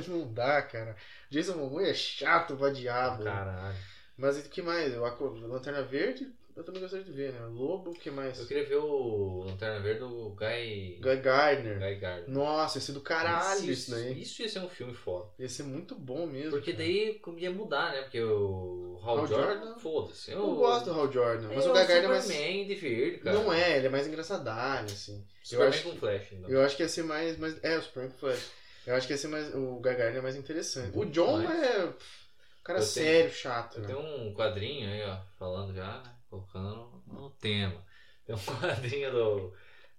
S3: Não dá, cara. Jason Momoa é chato pra diabo.
S4: Caralho.
S3: Mas e que mais? O Aqua- Lanterna Verde, eu também gostaria de ver, né? Lobo, o que mais?
S4: Eu queria ver o Lanterna Verde do Guy.
S3: Guy Gardner.
S4: Guy Gardner.
S3: Nossa, esse do caralho isso daí.
S4: Isso ia ser um filme foda.
S3: Ia ser muito bom mesmo.
S4: Porque
S3: cara.
S4: daí ia mudar, né? Porque o Hal,
S3: Hal
S4: Jordan,
S3: Jordan?
S4: foda-se.
S3: Eu gosto do Hal Jordan, mas
S4: é
S3: o Guy Gardner é mais...
S4: Superman de verde, cara.
S3: Não é, ele é mais engraçadalho, assim.
S4: Superman
S3: acho
S4: com
S3: que-
S4: Flash, então.
S3: Eu acho que ia ser mais... mais... É, o Superman com Flash. Eu acho que ia ser mais... O Guy Gardner é mais interessante. O John
S4: Mas-
S3: é... pff, Um cara
S4: Eu tenho-
S3: sério, chato.
S4: Eu
S3: né?
S4: tenho um quadrinho aí, ó, falando já, né? Colocando no tema. Tem um quadrinho do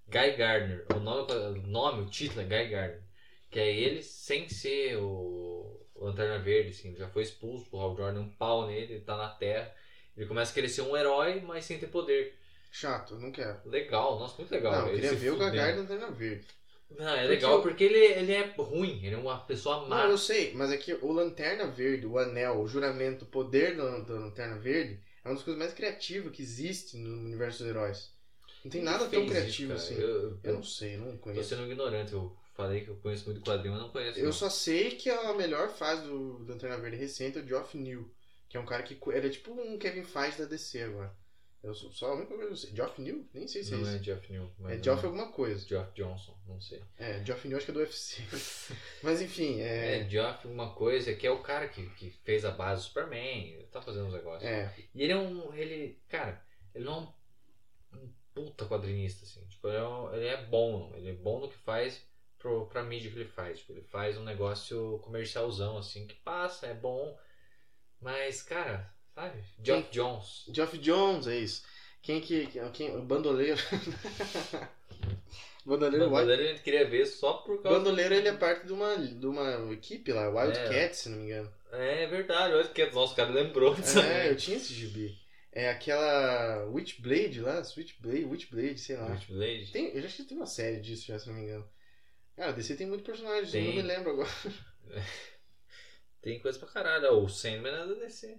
S4: Guy Gardner. O nome, o nome, o título é Guy Gardner. Que é ele sem ser o o Lanterna Verde, assim. Ele já foi expulso, o Hal Jordan deu um pau nele, ele tá na Terra. Ele começa a querer ser um herói, mas sem ter poder.
S3: Chato, não quero.
S4: Legal, nossa, muito legal.
S3: Não,
S4: velho.
S3: eu queria
S4: Ele se
S3: ver o Guy
S4: fudendo.
S3: Gardner não tem nada a ver.
S4: Não, é
S3: Porque
S4: legal
S3: o-
S4: porque ele, ele é ruim, ele é uma pessoa má.
S3: Não, eu sei, mas é que o Lanterna Verde, o anel, o juramento, o poder do, do Lanterna Verde é uma das coisas mais criativas que existe no universo dos heróis. Não tem
S4: Ele
S3: nada tão
S4: fez
S3: criativo
S4: isso,
S3: assim.
S4: cara.
S3: Eu...
S4: Eu, eu,
S3: não sei, eu não
S4: tô
S3: conheço.
S4: sendo ignorante, eu falei que eu conheço muito quadrinho, mas não conheço.
S3: Eu
S4: não.
S3: só sei que a melhor fase do do Lanterna Verde recente é o Geoff New, que é um cara que cu- era tipo um Kevin Feige da DC agora. Eu sou só a única coisa que eu sei. Geoff New? Nem sei se é
S4: Não é
S3: isso.
S4: Jeff New. mas
S3: É
S4: não
S3: Geoff alguma coisa.
S4: Geoff Johnson, não sei.
S3: É, Geoff New acho que é do UFC. mas enfim,
S4: É,
S3: é.
S4: Geoff alguma coisa, que é o cara que, que fez a base do Superman, ele tá fazendo uns negócios.
S3: É,
S4: E ele é um, ele, cara, ele não é um- um puta quadrinista, assim. Tipo, ele é, um- ele é bom, ele é bom no que faz pro, pra mídia que ele faz. Tipo, ele faz um negócio comercialzão, assim, que passa, é bom, mas, cara, sabe? Geoff Jones.
S3: Geoff Jones, é isso. Quem que. Quem, o bandoleiro. bandoleiro
S4: Mas
S3: Wild.
S4: ele queria ver só por é causa...
S3: Bandoleiro ele é parte de uma, de uma equipe lá, Wildcat, se não me engano.
S4: É verdade, olha que nosso cara lembrou disso
S3: É,
S4: aí.
S3: eu tinha esse gibi. É aquela Witchblade lá, Switchblade, Witchblade, sei lá.
S4: Witchblade.
S3: Tá. Tem, eu já acho que tem uma série disso, já, se não me engano. Cara, DC tem muito personagem, assim, eu não
S4: Tem.
S3: me lembro agora.
S4: Tem coisa pra caralho. ó, O Sandman é da DC.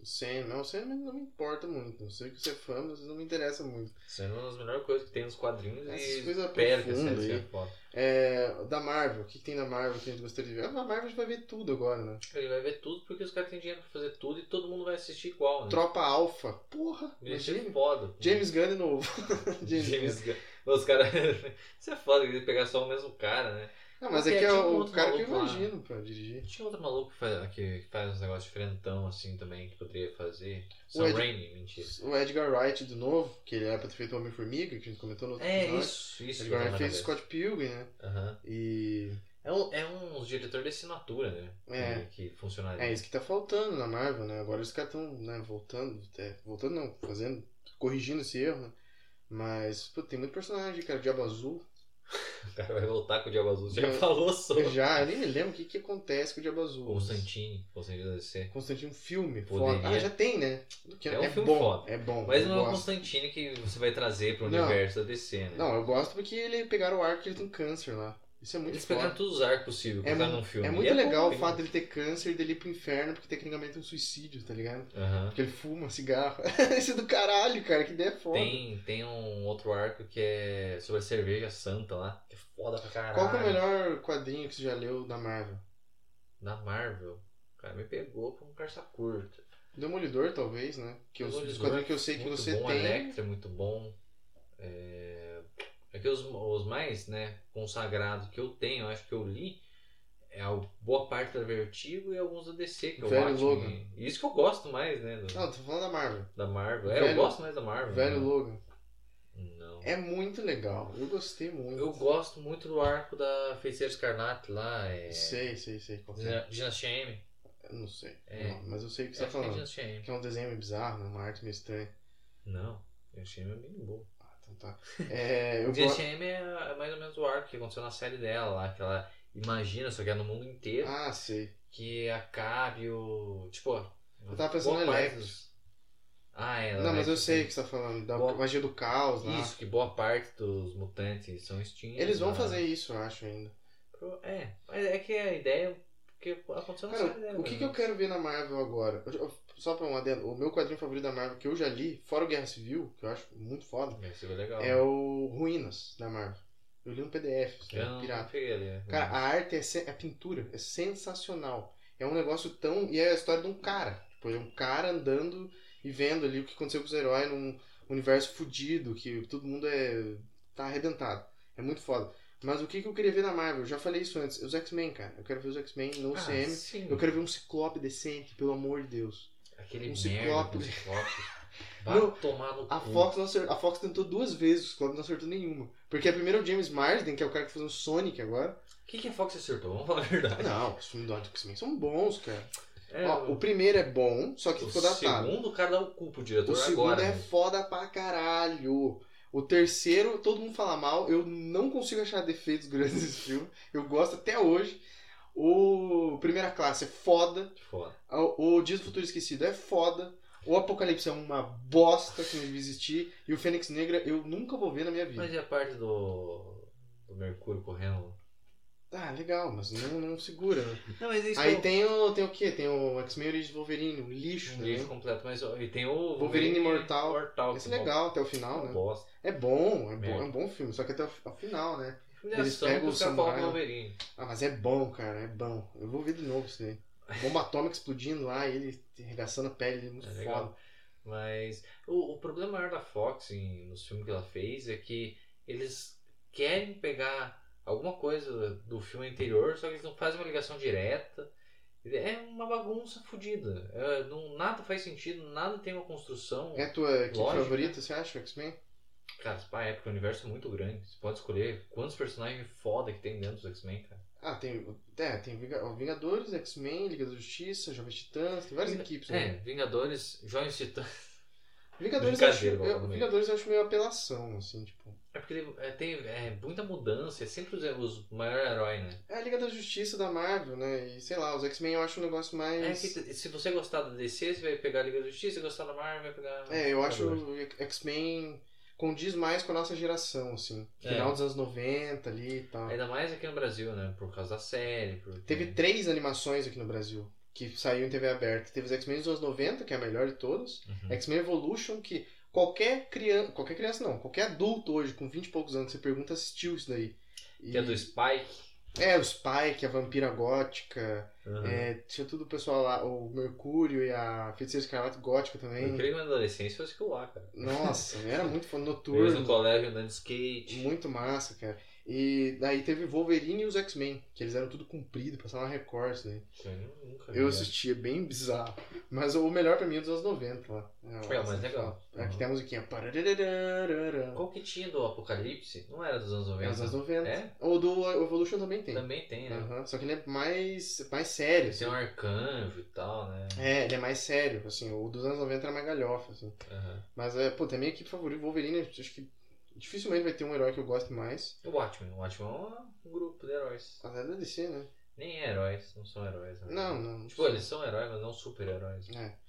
S3: O Sandman, o Sandman não me importa muito. Não sei que você é fã, mas não me interessa muito.
S4: Sandman é uma das melhores coisas que tem nos quadrinhos.
S3: Essas
S4: e
S3: coisas
S4: pera que
S3: profundas
S4: essa série
S3: aí.
S4: é foda.
S3: É, da Marvel, o que, que tem da Marvel que a gente gostaria de ver? Ah, Na Marvel a gente vai ver tudo agora, né?
S4: Ele vai ver tudo porque os caras têm dinheiro pra fazer tudo e todo mundo vai assistir igual, né?
S3: Tropa Alpha. Porra!
S4: Isso é
S3: imagina.
S4: foda.
S3: James Gunn de novo. James, Gunn.
S4: James Gunn. Os caras. Isso é foda, que eles pegar só o mesmo cara, né?
S3: Não, mas é que
S4: Tinha
S3: é
S4: um
S3: o
S4: outro
S3: cara que eu
S4: maluco lá.
S3: imagino pra dirigir.
S4: Tinha outro maluco que faz, que faz uns negócios diferentão assim também que poderia fazer. Sam
S3: Ed-
S4: Raimi, mentira.
S3: O Edgar Wright de novo, que ele era pra ter feito o Homem-Formiga, que a gente comentou no outro
S4: É,
S3: episódio.
S4: isso, isso. que eu
S3: Edgar
S4: tava na
S3: Wright fez
S4: cabeça.
S3: Scott Pilgrim, né?
S4: Aham.
S3: E.
S4: É um, é um diretor de assinatura, né?
S3: É.
S4: Que, que funcionaria.
S3: É isso que tá faltando na Marvel, né? Agora os caras estão né, voltando, é, voltando não, fazendo, corrigindo esse erro, né? Mas, pô, tem muito personagem, cara. Diabo Azul.
S4: O cara vai voltar com o Diabo Azul. Você já
S3: Eu-
S4: falou sobre.
S3: Eu já, eu nem me lembro o que, que acontece com o Diabo Azul.
S4: Constantine, Constantine da DC.
S3: Constantino, um filme
S4: Poderia.
S3: foda. Ah, já tem, né? Que
S4: É um filme
S3: bom,
S4: foda.
S3: É bom.
S4: Mas
S3: eu
S4: não é o
S3: gosto.
S4: Constantine que você vai trazer pro
S3: Não.
S4: universo da DC, né?
S3: Não, é eu gosto porque ele pegaram o arco que ele tem câncer lá. Isso é muito
S4: Eles
S3: foda.
S4: pegaram todos os arcos possíveis,
S3: É
S4: colocaram
S3: mu-
S4: num filme.
S3: É
S4: E
S3: muito
S4: bom,
S3: legal
S4: hein?
S3: o fato dele ter câncer e dele ir pro inferno, porque tecnicamente é um suicídio, tá ligado?
S4: Aham.
S3: Porque ele fuma cigarro. Isso é do caralho, cara, que ideia foda.
S4: Tem, tem um outro arco que é sobre a cerveja santa lá, que é foda pra caralho.
S3: Qual que é o melhor quadrinho que você já leu da Marvel?
S4: Da Marvel. O cara me pegou com um calça curta.
S3: Demolidor, talvez, né? Que os, os
S4: Demolidor
S3: quadrinhos que eu sei que
S4: muito
S3: você
S4: bom,
S3: tem.
S4: Electra é muito bom. É, é que os, os mais né, consagrados que eu tenho, eu acho que eu li, é a boa parte da Vertigo e alguns da DC, que é o
S3: Velho
S4: Watchmen.
S3: Logan.
S4: E isso que eu gosto mais, né? do-
S3: Não, tô falando da Marvel.
S4: da Marvel. É, eu
S3: Velho-
S4: gosto mais da Marvel.
S3: Velho
S4: né?
S3: Logan.
S4: Não.
S3: É muito legal. Eu gostei muito.
S4: Eu gosto muito do arco da Feiticeira Escarlate lá. É...
S3: Sei, sei, sei. Qual que é.
S4: Dina- Dinastia M.
S3: Eu não sei.
S4: É.
S3: Não, mas eu sei o que você
S4: Eu acho que
S3: tá
S4: é
S3: falando.
S4: Dinastia M.
S3: Que é um desenho meio bizarro, né? uma arte meio estranha.
S4: Não, Dinastia M é bem boa.
S3: Ah, então tá. É, eu gosto.
S4: Dinastia M é é mais ou menos o arco que aconteceu na série dela lá, que ela imagina, só que é no mundo inteiro,
S3: Ah, sei.
S4: que acabe o. Tipo, eu
S3: tava pensando no Electro.
S4: Ah, é.
S3: Não, mas eu
S4: Electro,
S3: sei o
S4: sim.
S3: que você tá falando. Da
S4: Boa.
S3: magia do caos lá.
S4: Isso, que boa parte dos mutantes são extintos.
S3: Eles vão
S4: né?
S3: fazer isso, eu acho, ainda.
S4: Pro- É, mas é que a ideia. Porque aconteceu na série
S3: Cara,
S4: dela.
S3: o que,
S4: né?
S3: que eu quero ver na Marvel agora? Eu- eu- Só pra um adendo, o meu quadrinho favorito da Marvel que eu já li, fora o Guerra Civil, que eu acho muito foda,
S4: Esse foi legal.
S3: é o Ruínas da Marvel. Eu li no PDF, isso
S4: Eu
S3: é
S4: não
S3: pirata.
S4: peguei ali. né? Ah,
S3: Cara, a arte, é sen- a pintura é sensacional. É um negócio tão. E é a história de um cara. Tipo, é um cara andando e vendo ali o que aconteceu com os heróis num universo fudido, que todo mundo é. tá arrebentado. É muito foda. Mas o que, que eu queria ver na Marvel? Eu já falei isso antes. Os X-Men, cara. Eu quero ver os X-Men no
S4: Ah,
S3: CM.
S4: sim.
S3: Eu quero ver um ciclope decente, pelo amor de Deus.
S4: Aquele
S3: um
S4: merda do
S3: ciclope.
S4: ciclope. Vai
S3: Não,
S4: tomar no
S3: A
S4: cu.
S3: Fox, não acertou, a Fox tentou duas vezes, o ciclope não acertou nenhuma. Porque primeiro o James Marsden, que é o cara que fez o Sonic agora.
S4: O que, que a Fox acertou? Vamos falar a verdade.
S3: Não, os filmes do X-Men são bons, cara.
S4: É,
S3: Ó, o primeiro é bom, só que
S4: o
S3: ficou datado.
S4: segundo, o cara dá o cu pro diretor
S3: O segundo
S4: agora.
S3: é
S4: né?
S3: foda pra caralho. O terceiro, todo mundo fala mal. Eu não consigo achar defeitos grandes nesse filme. Eu gosto até hoje. O Primeira Classe é foda.
S4: Foda.
S3: O o Dia do Futuro Esquecido é foda. O Apocalipse é uma bosta que não devia existir. E o Fênix Negra eu nunca vou ver na minha vida.
S4: Mas e a parte do. do Mercúrio correndo?
S3: Ah, legal, mas não, não segura. né?
S4: Não, mas isso é
S3: Aí tem o, tem o quê? Tem o X-Men Origins Wolverine, um lixo
S4: um
S3: também.
S4: livro completo, mas ó, e tem o.
S3: Wolverine Imortal.
S4: Mortal
S3: Esse é legal até o final, né?
S4: Bosta.
S3: É bom, é bom,
S4: Merda.
S3: é um bom filme, só que até o f- ao final, né?
S4: Eles pegam
S3: pegam o
S4: o cara fala
S3: samurai.
S4: com o Wolverine.
S3: Ah, mas é bom, cara, é bom. Eu vou ver de novo isso daí. Bomba atômica explodindo lá e ele arregaçando a pele, ele é muito
S4: É legal.
S3: foda.
S4: Mas o, o problema maior da Fox em, nos filmes que ela fez é que eles querem pegar alguma coisa do filme anterior, só que eles não fazem uma ligação direta. É uma bagunça fodida. É, não- nada faz sentido, nada tem uma construção.
S3: É a tua equipe
S4: Lógico, né?
S3: favorita, você acha, o X-Men?
S4: Cara, pra época, o universo é muito grande. Você pode escolher quantos personagens foda que tem dentro dos X-Men, cara.
S3: Ah, tem, é, tem Vinga- Vingadores, X-Men, Liga da Justiça, Jovens Titãs, tem várias
S4: Vinga-
S3: equipes.
S4: É,
S3: Né?
S4: Vingadores, Jovens Titãs.
S3: Vingadores, eu acho,
S4: Brincadeira,
S3: eu-
S4: obviamente.
S3: Vingadores eu acho meio apelação, assim, tipo.
S4: É porque é, tem é, muita mudança, é sempre os, os maior herói, né?
S3: É a Liga da Justiça da Marvel, né? E sei lá, os X-Men eu acho um negócio
S4: É
S3: mais.
S4: que se você gostar da DC, você vai pegar a Liga da Justiça, se gostar da Marvel, vai pegar.
S3: É, eu acho o X-Men condiz mais com a nossa geração, assim.
S4: É.
S3: Final dos anos 90 ali e tal.
S4: Ainda mais aqui no Brasil, né? Por causa da série. Porque...
S3: Teve três animações aqui no Brasil que saiu em TV aberta. Teve os X-Men dos anos 90, que é a melhor de todas.
S4: Uhum.
S3: X-Men Evolution, que qualquer criança. Qualquer criança não, qualquer adulto hoje, com 20 e poucos anos, você pergunta, assistiu isso daí. E-
S4: Que é do Spike.
S3: É, o Spike, a Vampira Gótica,
S4: Uhum.
S3: é, tinha tudo o pessoal lá, o Mercúrio e a Feiticeira Escarlate Gótica
S4: Eu
S3: também.
S4: creio que na adolescência fosse que eu lá, cara.
S3: Nossa, era muito fã
S4: Eles no
S3: noturno.
S4: colégio andando de skate.
S3: Muito massa, cara. E daí teve Wolverine e os X-Men, que eles eram tudo comprido, passavam na Record, isso daí.
S4: Isso aí Eu nunca vi,
S3: Eu
S4: né?
S3: assistia, bem bizarro. Mas o melhor pra mim é dos anos 90 lá.
S4: É, o mais legal.
S3: Aqui tem a musiquinha. É
S4: Qual que tinha do Apocalipse? Não era dos anos 90.
S3: É os anos 90.
S4: É?
S3: Ou do Evolution também tem.
S4: Também tem, né?
S3: Aham, Só que ele é mais, mais sério. assim.
S4: Tem um arcanjo e tal, né?
S3: É, ele é mais sério, assim, o dos anos 90 era mais galhofa, assim.
S4: Aham.
S3: Mas, é, pô, tem minha equipe favorita, Wolverine, acho que dificilmente vai ter um herói que eu goste mais.
S4: O Watchmen. O Watchmen é um um grupo de heróis.
S3: Até da DC, né?
S4: Nem é heróis, não são heróis. né?
S3: Não, não.
S4: Tipo, eles são heróis, mas não super-heróis. né?
S3: É.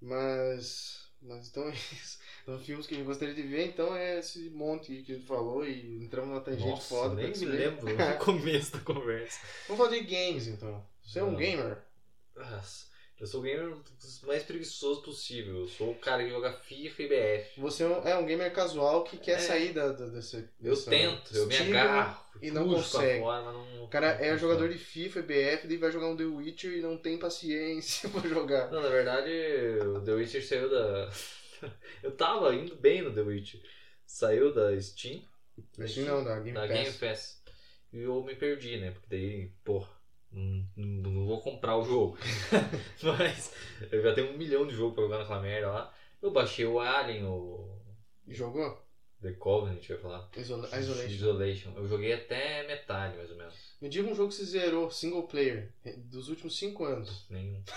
S3: Mas... Mas então é isso. Então, filmes que eu gostaria de ver, então, é esse monte que tu falou e entramos na tangente
S4: Nossa,
S3: foda. pra
S4: nem me
S3: descobrir.
S4: lembro do começo da conversa.
S3: Vamos falar de games, então. Você é um
S4: Não.
S3: gamer?
S4: Nossa, Eu sou o gamer mais preguiçoso possível. Eu sou o cara que joga FIFA e BF.
S3: Você é um, é um gamer casual que quer
S4: É.
S3: sair da, da, desse.
S4: Eu
S3: dessa-
S4: tento, eu me
S3: estigma.
S4: agarro.
S3: né? e não
S4: puxo pra
S3: consegue.
S4: fora, mas não-
S3: O cara é
S4: não
S3: jogador de FIFA e BF, daí vai jogar um The Witcher e não tem paciência pra jogar.
S4: Não, na verdade, o The Witcher saiu da. Eu tava indo bem no The Witcher. Saiu da Steam,
S3: Mas Assim não, da Game
S4: É da
S3: Pass.
S4: Game Pass. E eu me perdi, né? Porque daí, porra, não, não- não vou comprar o jogo. Mas eu já tenho um milhão de jogos pra jogar naquela merda lá. Eu baixei o Alien, o
S3: Jogou?
S4: The Covenant, eu ia falar.
S3: Isola- Isolation.
S4: Isolation. Eu joguei até metade, mais ou menos.
S3: Me diga um jogo que você zerou, single player, dos últimos 5 anos.
S4: Nenhum.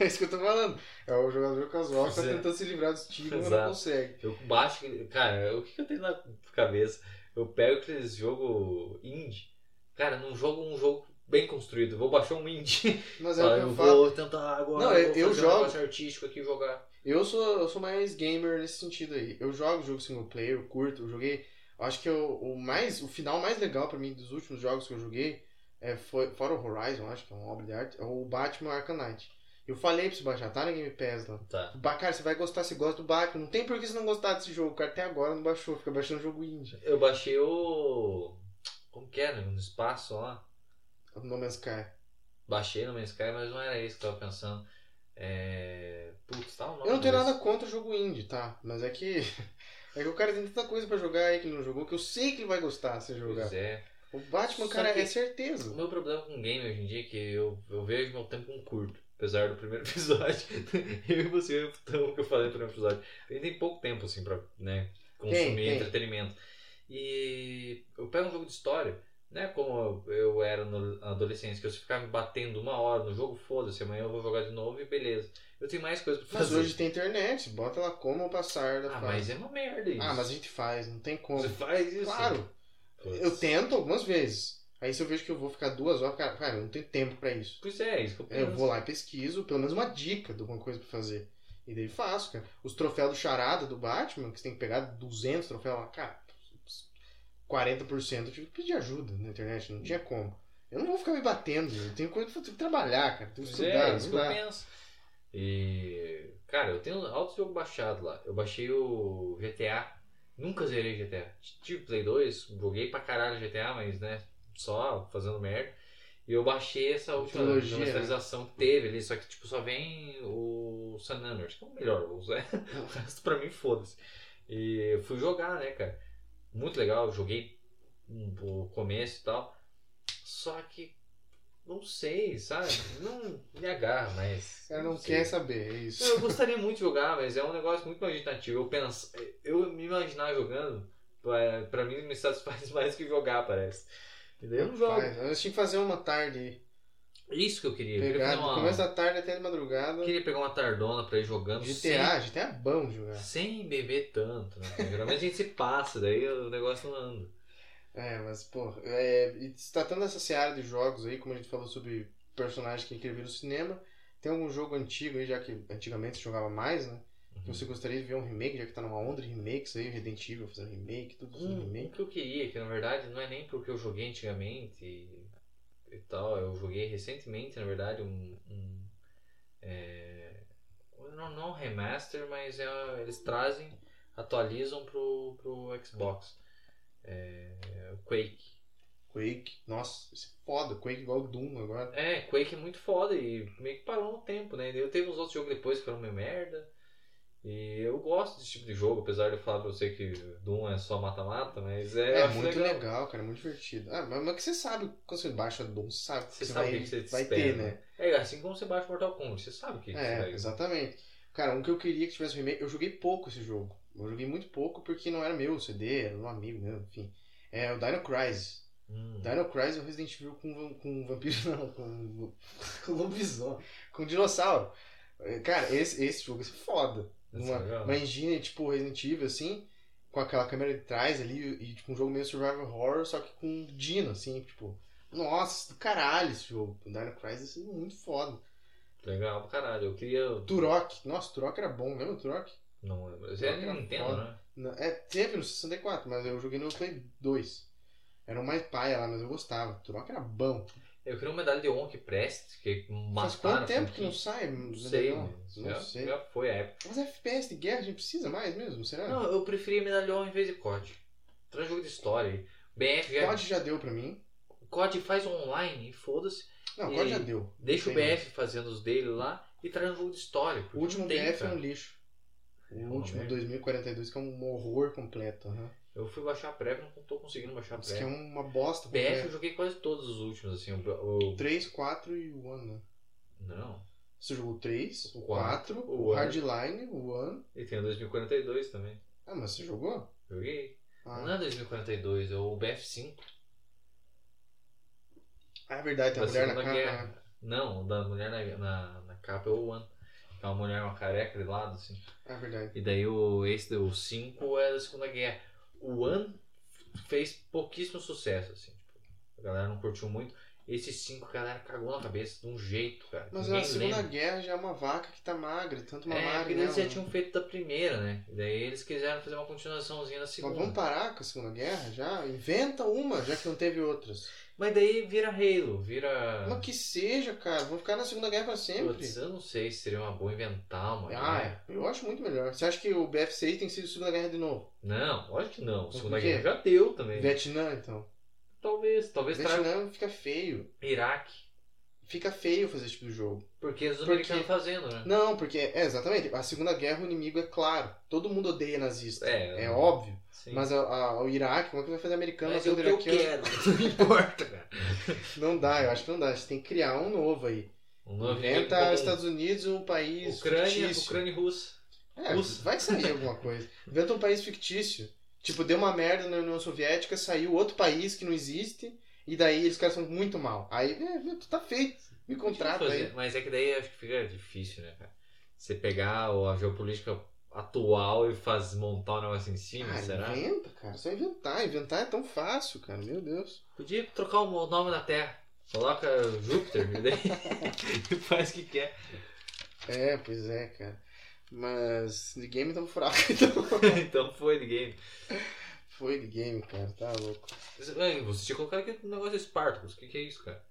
S3: É isso que eu tô falando. É o jogador casual que tá
S4: Zero.
S3: tentando se livrar do estigma e não
S4: Exato.
S3: consegue.
S4: Eu baixo. Cara, o que que eu tenho na cabeça? Eu pego aqueles jogo indie. Cara, eu não jogo um jogo bem construído. Eu Vou baixar um indie.
S3: Mas é o
S4: Ah,
S3: que
S4: eu
S3: eu falo.
S4: vou tentar agora.
S3: Não, eu-
S4: vou
S3: eu
S4: fazer
S3: jogo.
S4: Um negócio artístico aqui jogar.
S3: Eu sou, eu sou mais gamer nesse sentido aí. Eu jogo jogo single player, eu curto, eu joguei. eu Acho que eu- o mais, o final mais legal pra mim dos últimos jogos que eu joguei é, foi fora o Horizon, acho que é uma obra de arte, é o Batman Arkham Knight. Eu falei pra você baixar, tá na Game Pass lá.
S4: Tá.
S3: Ba- Cara, você vai gostar, você gosta do Batman. Não tem por que você não gostar desse jogo, cara. Até agora não baixou, fica baixando jogo indie.
S4: Eu baixei o. Como que era? No espaço lá.
S3: O No Man's Sky.
S4: Baixei no Man's Sky, mas não era isso que eu tava pensando. É. Putz, tá o nome
S3: Eu não tenho
S4: desse.
S3: nada contra o jogo indie, tá? Mas é que. É que o cara tem tanta coisa pra jogar aí que ele não jogou que eu sei que ele vai gostar se ele jogar.
S4: Pois é.
S3: O Batman,
S4: Só
S3: cara,
S4: que-
S3: é certeza.
S4: O meu problema com game hoje em dia é que eu, eu vejo meu tempo como curto. Apesar do primeiro episódio, eu e você, o tão que eu falei no primeiro episódio. A gente tem pouco tempo, assim, pra né, consumir
S3: Tem, tem.
S4: entretenimento. E eu pego um jogo de história, né? Como eu, eu era no- na adolescência, que eu se ficava me batendo uma hora no jogo, foda-se, amanhã eu vou jogar de novo e beleza. Eu tenho mais coisa pra
S3: Mas
S4: fazer.
S3: hoje tem internet, bota lá como passar da
S4: Ah, mas
S3: fase.
S4: é uma merda isso.
S3: Ah, mas a gente faz, não tem como.
S4: Você faz isso?
S3: Claro,
S4: Putz.
S3: eu tento algumas vezes. Aí se eu vejo que eu vou ficar duas horas, cara, cara eu não tenho tempo pra isso.
S4: Pois é, isso que eu penso.
S3: Eu vou lá e pesquiso, pelo menos uma dica de alguma coisa pra fazer. E daí faço, cara. Os troféus do Charada, do Batman, que você tem que pegar 200 troféus lá, cara, 40% eu tive que pedir ajuda na internet, não tinha como. Eu não vou ficar me batendo, eu tenho coisa eu tenho que trabalhar, cara, tenho que
S4: Pois
S3: estudar,
S4: é, isso
S3: não
S4: que eu
S3: dá.
S4: penso. E. Cara, eu tenho alto jogo baixado lá. Eu baixei o GTA. Nunca zerei GTA. Tive Play 2, joguei pra caralho GTA, mas né, só fazendo merda. E eu baixei essa última
S3: Trilogia, né?
S4: remasterização que teve ali, só que tipo, só vem o San Andreas, que é o melhor, vou usar. o resto pra mim foda-se. E eu fui jogar, né, cara? Muito legal, joguei um- o começo e tal. Só que não sei, sabe? Não me agarra, mas.
S3: O cara não
S4: sei.
S3: quer saber, é isso.
S4: Não, Eu gostaria muito de jogar, mas é um negócio muito imaginativo. Eu penso, eu me imaginar jogando, pra, pra mim me satisfaz mais que jogar, parece. Entendeu? Eu não jogo.
S3: Rapaz, nós tinha que fazer uma tarde.
S4: Isso que eu queria. Eu queria
S3: Pegar
S4: fazer
S3: do
S4: uma-
S3: começo da tarde até de madrugada.
S4: eu queria pegar uma tardona pra ir jogando
S3: GTA, GTA é bom de jogar.
S4: sem, sem beber tanto. Né? Geralmente a gente se passa, daí o negócio não anda.
S3: É, mas, pô, é, e se tratando dessa seara de jogos aí, como a gente falou sobre personagens que interviram no cinema, tem algum jogo antigo aí, já que antigamente se jogava mais, né? Que
S4: Uhum.
S3: você gostaria de ver um remake, já que tá numa onda de remakes aí, Resident Evil fazendo remake, tudo fazendo
S4: Um, um
S3: remake.
S4: que eu queria, que na verdade não é nem porque eu joguei antigamente e, e tal, eu joguei recentemente, na verdade, um. um, é, não, não um remaster, mas é- eles trazem, atualizam pro, pro Xbox. É, Quake.
S3: Quake, nossa, isso é foda, Quake igual o Doom agora.
S4: É, Quake é muito foda e meio que parou no tempo, né? Eu teve uns outros jogos depois que foram meio merda. E eu gosto desse tipo de jogo, apesar de eu falar pra você que Doom é só mata-mata, mas é.
S3: É,
S4: eu acho
S3: muito legal. cara, é muito divertido. Ah, mas, mas que você sabe, quando você baixa Doom, você sabe
S4: Você
S3: que você
S4: sabe o
S3: vai,
S4: que você te
S3: vai ter,
S4: espera.
S3: né?
S4: É, assim como você baixa Mortal Kombat, você sabe o que, que você
S3: É,
S4: vai.
S3: exatamente. Cara, um que eu queria que tivesse remake, eu joguei pouco esse jogo. Eu joguei muito pouco porque não era meu o CD, era um amigo meu, enfim. É o Dino Crisis.
S4: Hum.
S3: Dino Crisis é o Resident Evil com, vam- com vampiro, não, com, com lobisomem, com dinossauro. É, Cara, esse, esse jogo é foda.
S4: Esse
S3: Uma,
S4: é legal.
S3: uma engine tipo Resident Evil, assim, com aquela câmera de trás ali, e tipo um jogo meio survival horror, só que com Dino, assim, tipo. Nossa, do caralho esse jogo. Dino Crisis é muito foda.
S4: Legal pra caralho. Eu queria.
S3: Turok, nossa, Turok era bom, lembra o Turok?
S4: Não lembro. Você é
S3: Não, não
S4: Nintendo,
S3: pode.
S4: né?
S3: Não, É, teve no 64, mas eu joguei no Play 2. Era o mais paia lá, mas eu gostava. O Turok era bom.
S4: Eu queria uma medalha de honra que preste, que
S3: Faz
S4: mataram.
S3: quanto tempo que
S4: franquia.
S3: não sai?
S4: Não
S3: Não
S4: sei,
S3: Não,
S4: né?
S3: não
S4: já,
S3: sei.
S4: já foi a época.
S3: Mas é FPS de guerra a gente precisa mais mesmo, será?
S4: Não, eu preferia medalha de honra em vez de COD. Traz jogo de história aí. BR já.
S3: COD já deu pra mim.
S4: COD faz online, e foda-se.
S3: Não,
S4: E-
S3: COD já deu.
S4: Deixa o
S3: Tem né?
S4: BF fazendo os dele lá e traz um jogo de história. porque
S3: O último
S4: não tem,
S3: BF é
S4: cara. né?
S3: um lixo. O
S4: uma
S3: último,
S4: merda.
S3: 2042, que é um horror completo. aham.
S4: Eu fui baixar a prévia, não tô conseguindo baixar a
S3: Isso que é
S4: prévia.
S3: uma bosta.
S4: BF eu
S3: BF...
S4: joguei quase todos os últimos, assim. O, o-
S3: 3, 4 e o 1, né?
S4: Não.
S3: Você jogou o 3, o
S4: O
S3: 4,
S4: quatro,
S3: o,
S4: o One.
S3: Hardline, o 1.
S4: E tem o 2042 também.
S3: Ah, mas você jogou?
S4: Joguei. Não
S3: Ah,
S4: é 2042, é o BF5.
S3: ah é verdade, tem a
S4: tá da
S3: mulher na
S4: Segunda
S3: capa.
S4: Guerra.
S3: né?
S4: Não, o da mulher na, na, na capa é o One. Que é uma mulher, uma careca de lado, assim.
S3: Ah, é verdade.
S4: E daí o, esse, o 5 é da Segunda Guerra. O One fez pouquíssimo sucesso, assim. tipo, a galera não curtiu muito. Esse 5, a galera cagou na cabeça de um jeito, cara.
S3: Mas
S4: Ninguém
S3: a Segunda
S4: lembra.
S3: Guerra já é uma vaca que tá magra, tanto uma
S4: É,
S3: magra.
S4: porque
S3: né?
S4: eles já tinham feito da primeira, né? E daí eles quiseram fazer uma continuaçãozinha na
S3: Mas
S4: segunda.
S3: vamos parar com a Segunda Guerra já? Inventa uma, já que não teve outras.
S4: Mas daí vira Halo, vira.
S3: Mas que seja, cara, vão ficar na Segunda Guerra pra sempre.
S4: É. Putz, eu não sei se seria uma boa inventar uma.
S3: Ah,
S4: guerra.
S3: é. eu acho muito melhor. Você acha que o BF6 tem sido Segunda Guerra de novo?
S4: Não, lógico que não. Segunda
S3: por quê?
S4: Guerra já deu também.
S3: Vietnã, então.
S4: Talvez, talvez traga
S3: Vietnã fica feio.
S4: Iraque.
S3: Fica feio fazer esse tipo de jogo.
S4: Porque os
S3: Porque-
S4: americanos fazendo, né?
S3: Não, porque, é, exatamente, a Segunda Guerra o inimigo é claro. Todo mundo odeia nazista.
S4: É,
S3: É óbvio.
S4: Sim.
S3: Mas a- a- o Iraque, como é que vai fazer americano
S4: Mas
S3: nascendo
S4: é o que eu
S3: iraquiano?
S4: quero, não importa, cara.
S3: Não dá, eu acho que não dá. A gente tem que criar um novo aí.
S4: Um movimento
S3: Inventa
S4: comum.
S3: Estados Unidos um país
S4: Ucrânia,
S3: fictício.
S4: Ucrânia e Rússia.
S3: É,
S4: Russo.
S3: vai sair alguma coisa. Inventa um país fictício. Tipo, deu uma merda na União Soviética, saiu outro país que não existe, e daí eles caras são muito mal. Aí, é, meu, tu tá feito. Me contrata
S4: Fazer,
S3: aí.
S4: Mas é que daí acho que fica difícil, né, cara? Você pegar o- a geopolítica atual e faz, montar um negócio em cima,
S3: Ah,
S4: será?
S3: inventa, cara. Só inventar. Inventar é tão fácil, cara. Meu Deus.
S4: Podia trocar o nome da Terra. Coloca Júpiter né? e daí faz o que quer.
S3: É, pois é, cara. Mas de game tamo furado, então.
S4: então foi de game.
S3: Foi de game, cara. Tá louco.
S4: Ai, Você tinha colocado aquele é um negócio Spartacus. O que, que é isso, cara?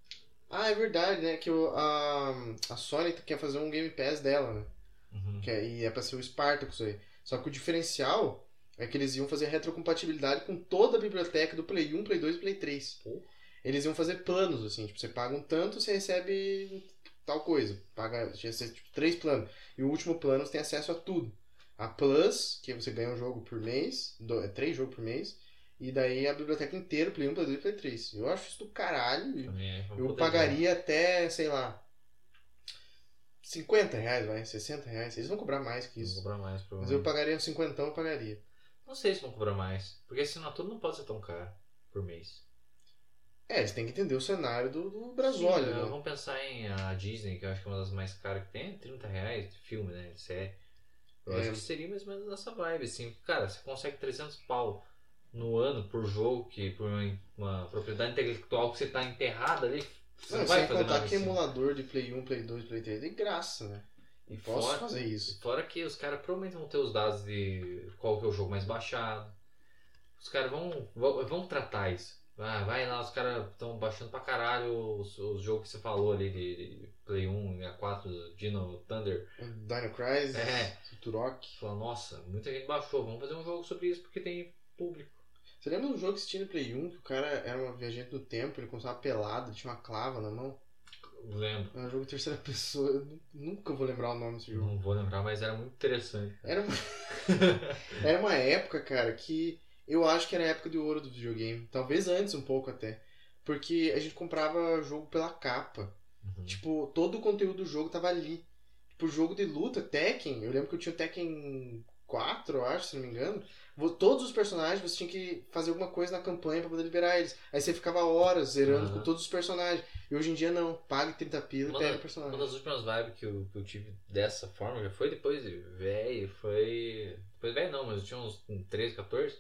S3: Ah, é verdade, né? Que o, a, a Sony quer fazer um Game Pass dela, né?
S4: Uhum.
S3: Que é, e é pra ser o Spartacus aí. Só que o diferencial é que eles iam fazer retrocompatibilidade com toda a biblioteca do Play 1, Play 2 e Play 3.
S4: Pô.
S3: Eles iam fazer planos, assim, tipo, você paga um tanto, você recebe tal coisa. Paga, tinha que ser, tipo, três planos. E o último plano você tem acesso a tudo. A Plus, que você ganha um jogo por mês, do- é, três jogos por mês, e daí a biblioteca inteira, Play 1, Play 2 e Play 3. Eu acho isso do caralho.
S4: Também é uma
S3: Eu
S4: puta
S3: pagaria até, sei lá, 50 reais, vai, 60 reais. Eles vão cobrar mais que
S4: ideia. Não
S3: isso.
S4: cobrar mais,
S3: Mas eu
S4: provavelmente.
S3: pagaria uns 50, eu pagaria.
S4: Não sei se vão cobrar mais. Porque a assinatura não pode ser tão cara por mês.
S3: É, eles têm que entender o cenário do, do
S4: Sim,
S3: Brasólio, né?
S4: Vamos pensar em a Disney, que eu acho que é uma das mais caras que tem, 30 reais de filme, né? De série. Eu
S3: É.
S4: acho que seria mais ou menos nessa vibe, assim. Cara, você consegue 300 pau no ano por jogo, que por uma, uma propriedade intelectual que você tá enterrada ali, você não,
S3: Não,
S4: vai
S3: É, sem
S4: fazer
S3: contar
S4: nada
S3: que
S4: assim.
S3: emulador de Play 1, Play 2, Play 3 é de graça, né?
S4: E
S3: Posso
S4: fora,
S3: fazer isso.
S4: fora que os caras provavelmente vão ter os dados de qual que é o jogo mais baixado. Os caras vão, vão, vão tratar isso. Ah, vai lá, os caras estão baixando pra caralho os, os jogos que você falou ali de, de Play 1, 64, Dino Thunder.
S3: Dino Crisis,
S4: É.
S3: Turok.
S4: Fala, nossa, muita gente baixou, vamos fazer um jogo sobre isso porque tem público.
S3: Você lembra do jogo que tinha no Play 1, que o cara era um viajante do tempo, ele começava pelado, tinha uma clava na mão?
S4: Lembro.
S3: Era um jogo de terceira pessoa, eu nu- nunca vou lembrar o nome desse jogo.
S4: Não vou lembrar, mas era muito interessante.
S3: Era uma... era uma época, cara, que eu acho que era a época de ouro do videogame. Talvez antes um pouco até. Porque a gente comprava jogo pela capa.
S4: Uhum.
S3: Tipo, todo o conteúdo do jogo tava ali. Tipo, jogo de luta, Tekken. Eu lembro que eu tinha o Tekken 4, eu acho, se não me engano. Vo- Todos os personagens você tinha que fazer alguma coisa na campanha pra poder liberar eles. Aí você ficava horas zerando
S4: Aham.
S3: com todos os personagens. E hoje em dia não. Pague 30 pila e
S4: Uma
S3: pega o
S4: da- Uma
S3: personagem.
S4: das últimas vibes que eu, que eu tive dessa forma já foi depois de velho, foi. Depois velho não, mas eu tinha uns 13, 14.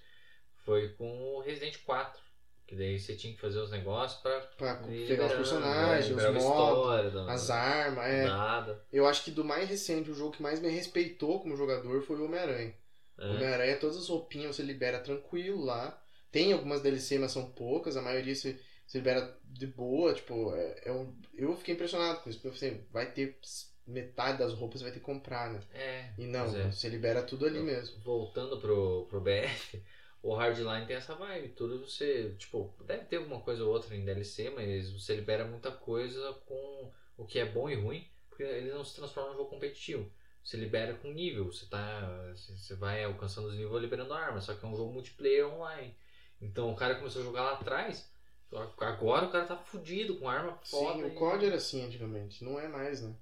S4: Foi com o Resident 4. Que daí você tinha que fazer os negócios pra.
S3: Pra
S4: ir
S3: pegar os
S4: liberando,
S3: personagens,
S4: né,
S3: os
S4: liberava a
S3: mods,
S4: história, da-
S3: as armas. É.
S4: Nada.
S3: Eu acho que do mais recente, o jogo que mais me respeitou como jogador foi o Homem-Aranha. O
S4: É.
S3: Homem-Aranha, todas as roupinhas você libera tranquilo lá. Tem algumas DLC, mas são poucas. A maioria você se libera de boa, tipo, é, é um, eu fiquei impressionado com isso, porque eu falei, assim, vai ter metade das roupas vai ter que comprar, né?
S4: É.
S3: E não,
S4: Pois é.
S3: você libera tudo ali
S4: Eu-
S3: mesmo.
S4: Voltando pro, pro BF, o Hardline tem essa vibe. Tudo você, tipo, deve ter alguma coisa ou outra em DLC, mas você libera muita coisa com o que é bom e ruim, porque ele não se transforma em jogo competitivo. Você libera com nível, você tá. Você vai alcançando os níveis liberando armas, só que é um jogo multiplayer online. Então o cara começou a jogar lá atrás, só que agora o cara tá fudido com arma foda.
S3: Sim,
S4: e-
S3: o COD era assim antigamente, não é mais, né?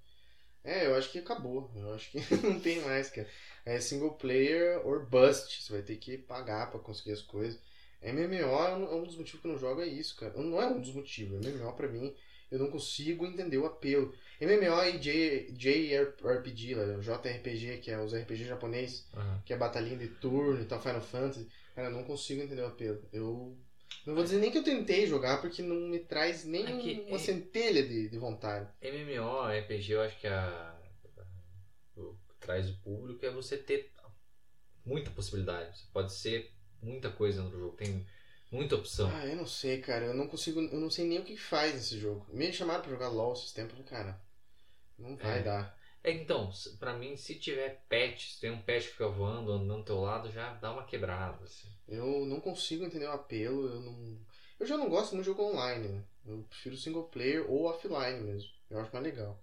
S3: É, eu acho que acabou, eu acho que não tem mais, cara. É single player or bust, você vai ter que pagar pra conseguir as coisas. MMO é um é um dos motivos que eu não jogo, é isso, cara. Não é um dos motivos, MMO pra mim, eu não consigo entender o apelo. MMO e J- JRPG, lá, JRPG, que é os RPG japonês,
S4: Aham.
S3: que é batalhinha de turno e tal, Final Fantasy. Cara, eu não consigo entender o apelo. Eu. Não vou dizer nem que eu tentei jogar, porque não me traz nem
S4: É que-
S3: uma centelha de, de vontade.
S4: MMO, RPG, eu acho que a, o que traz o público é você ter muita possibilidade. Você pode ser muita coisa no jogo, tem muita opção.
S3: Ah, eu não sei, cara. Eu não consigo. Eu não sei nem o que faz nesse jogo. Me chamaram pra jogar LOL esses tempos, eu falei, cara. Não vai
S4: É.
S3: dar.
S4: É, então, se- pra mim, se tiver pet, se tem um pet que fica voando, andando do teu lado, já dá uma quebrada. Assim.
S3: Eu não consigo entender o apelo. Eu não. Eu já não gosto muito de jogo online, né? Eu prefiro single player ou offline mesmo. Eu acho mais legal.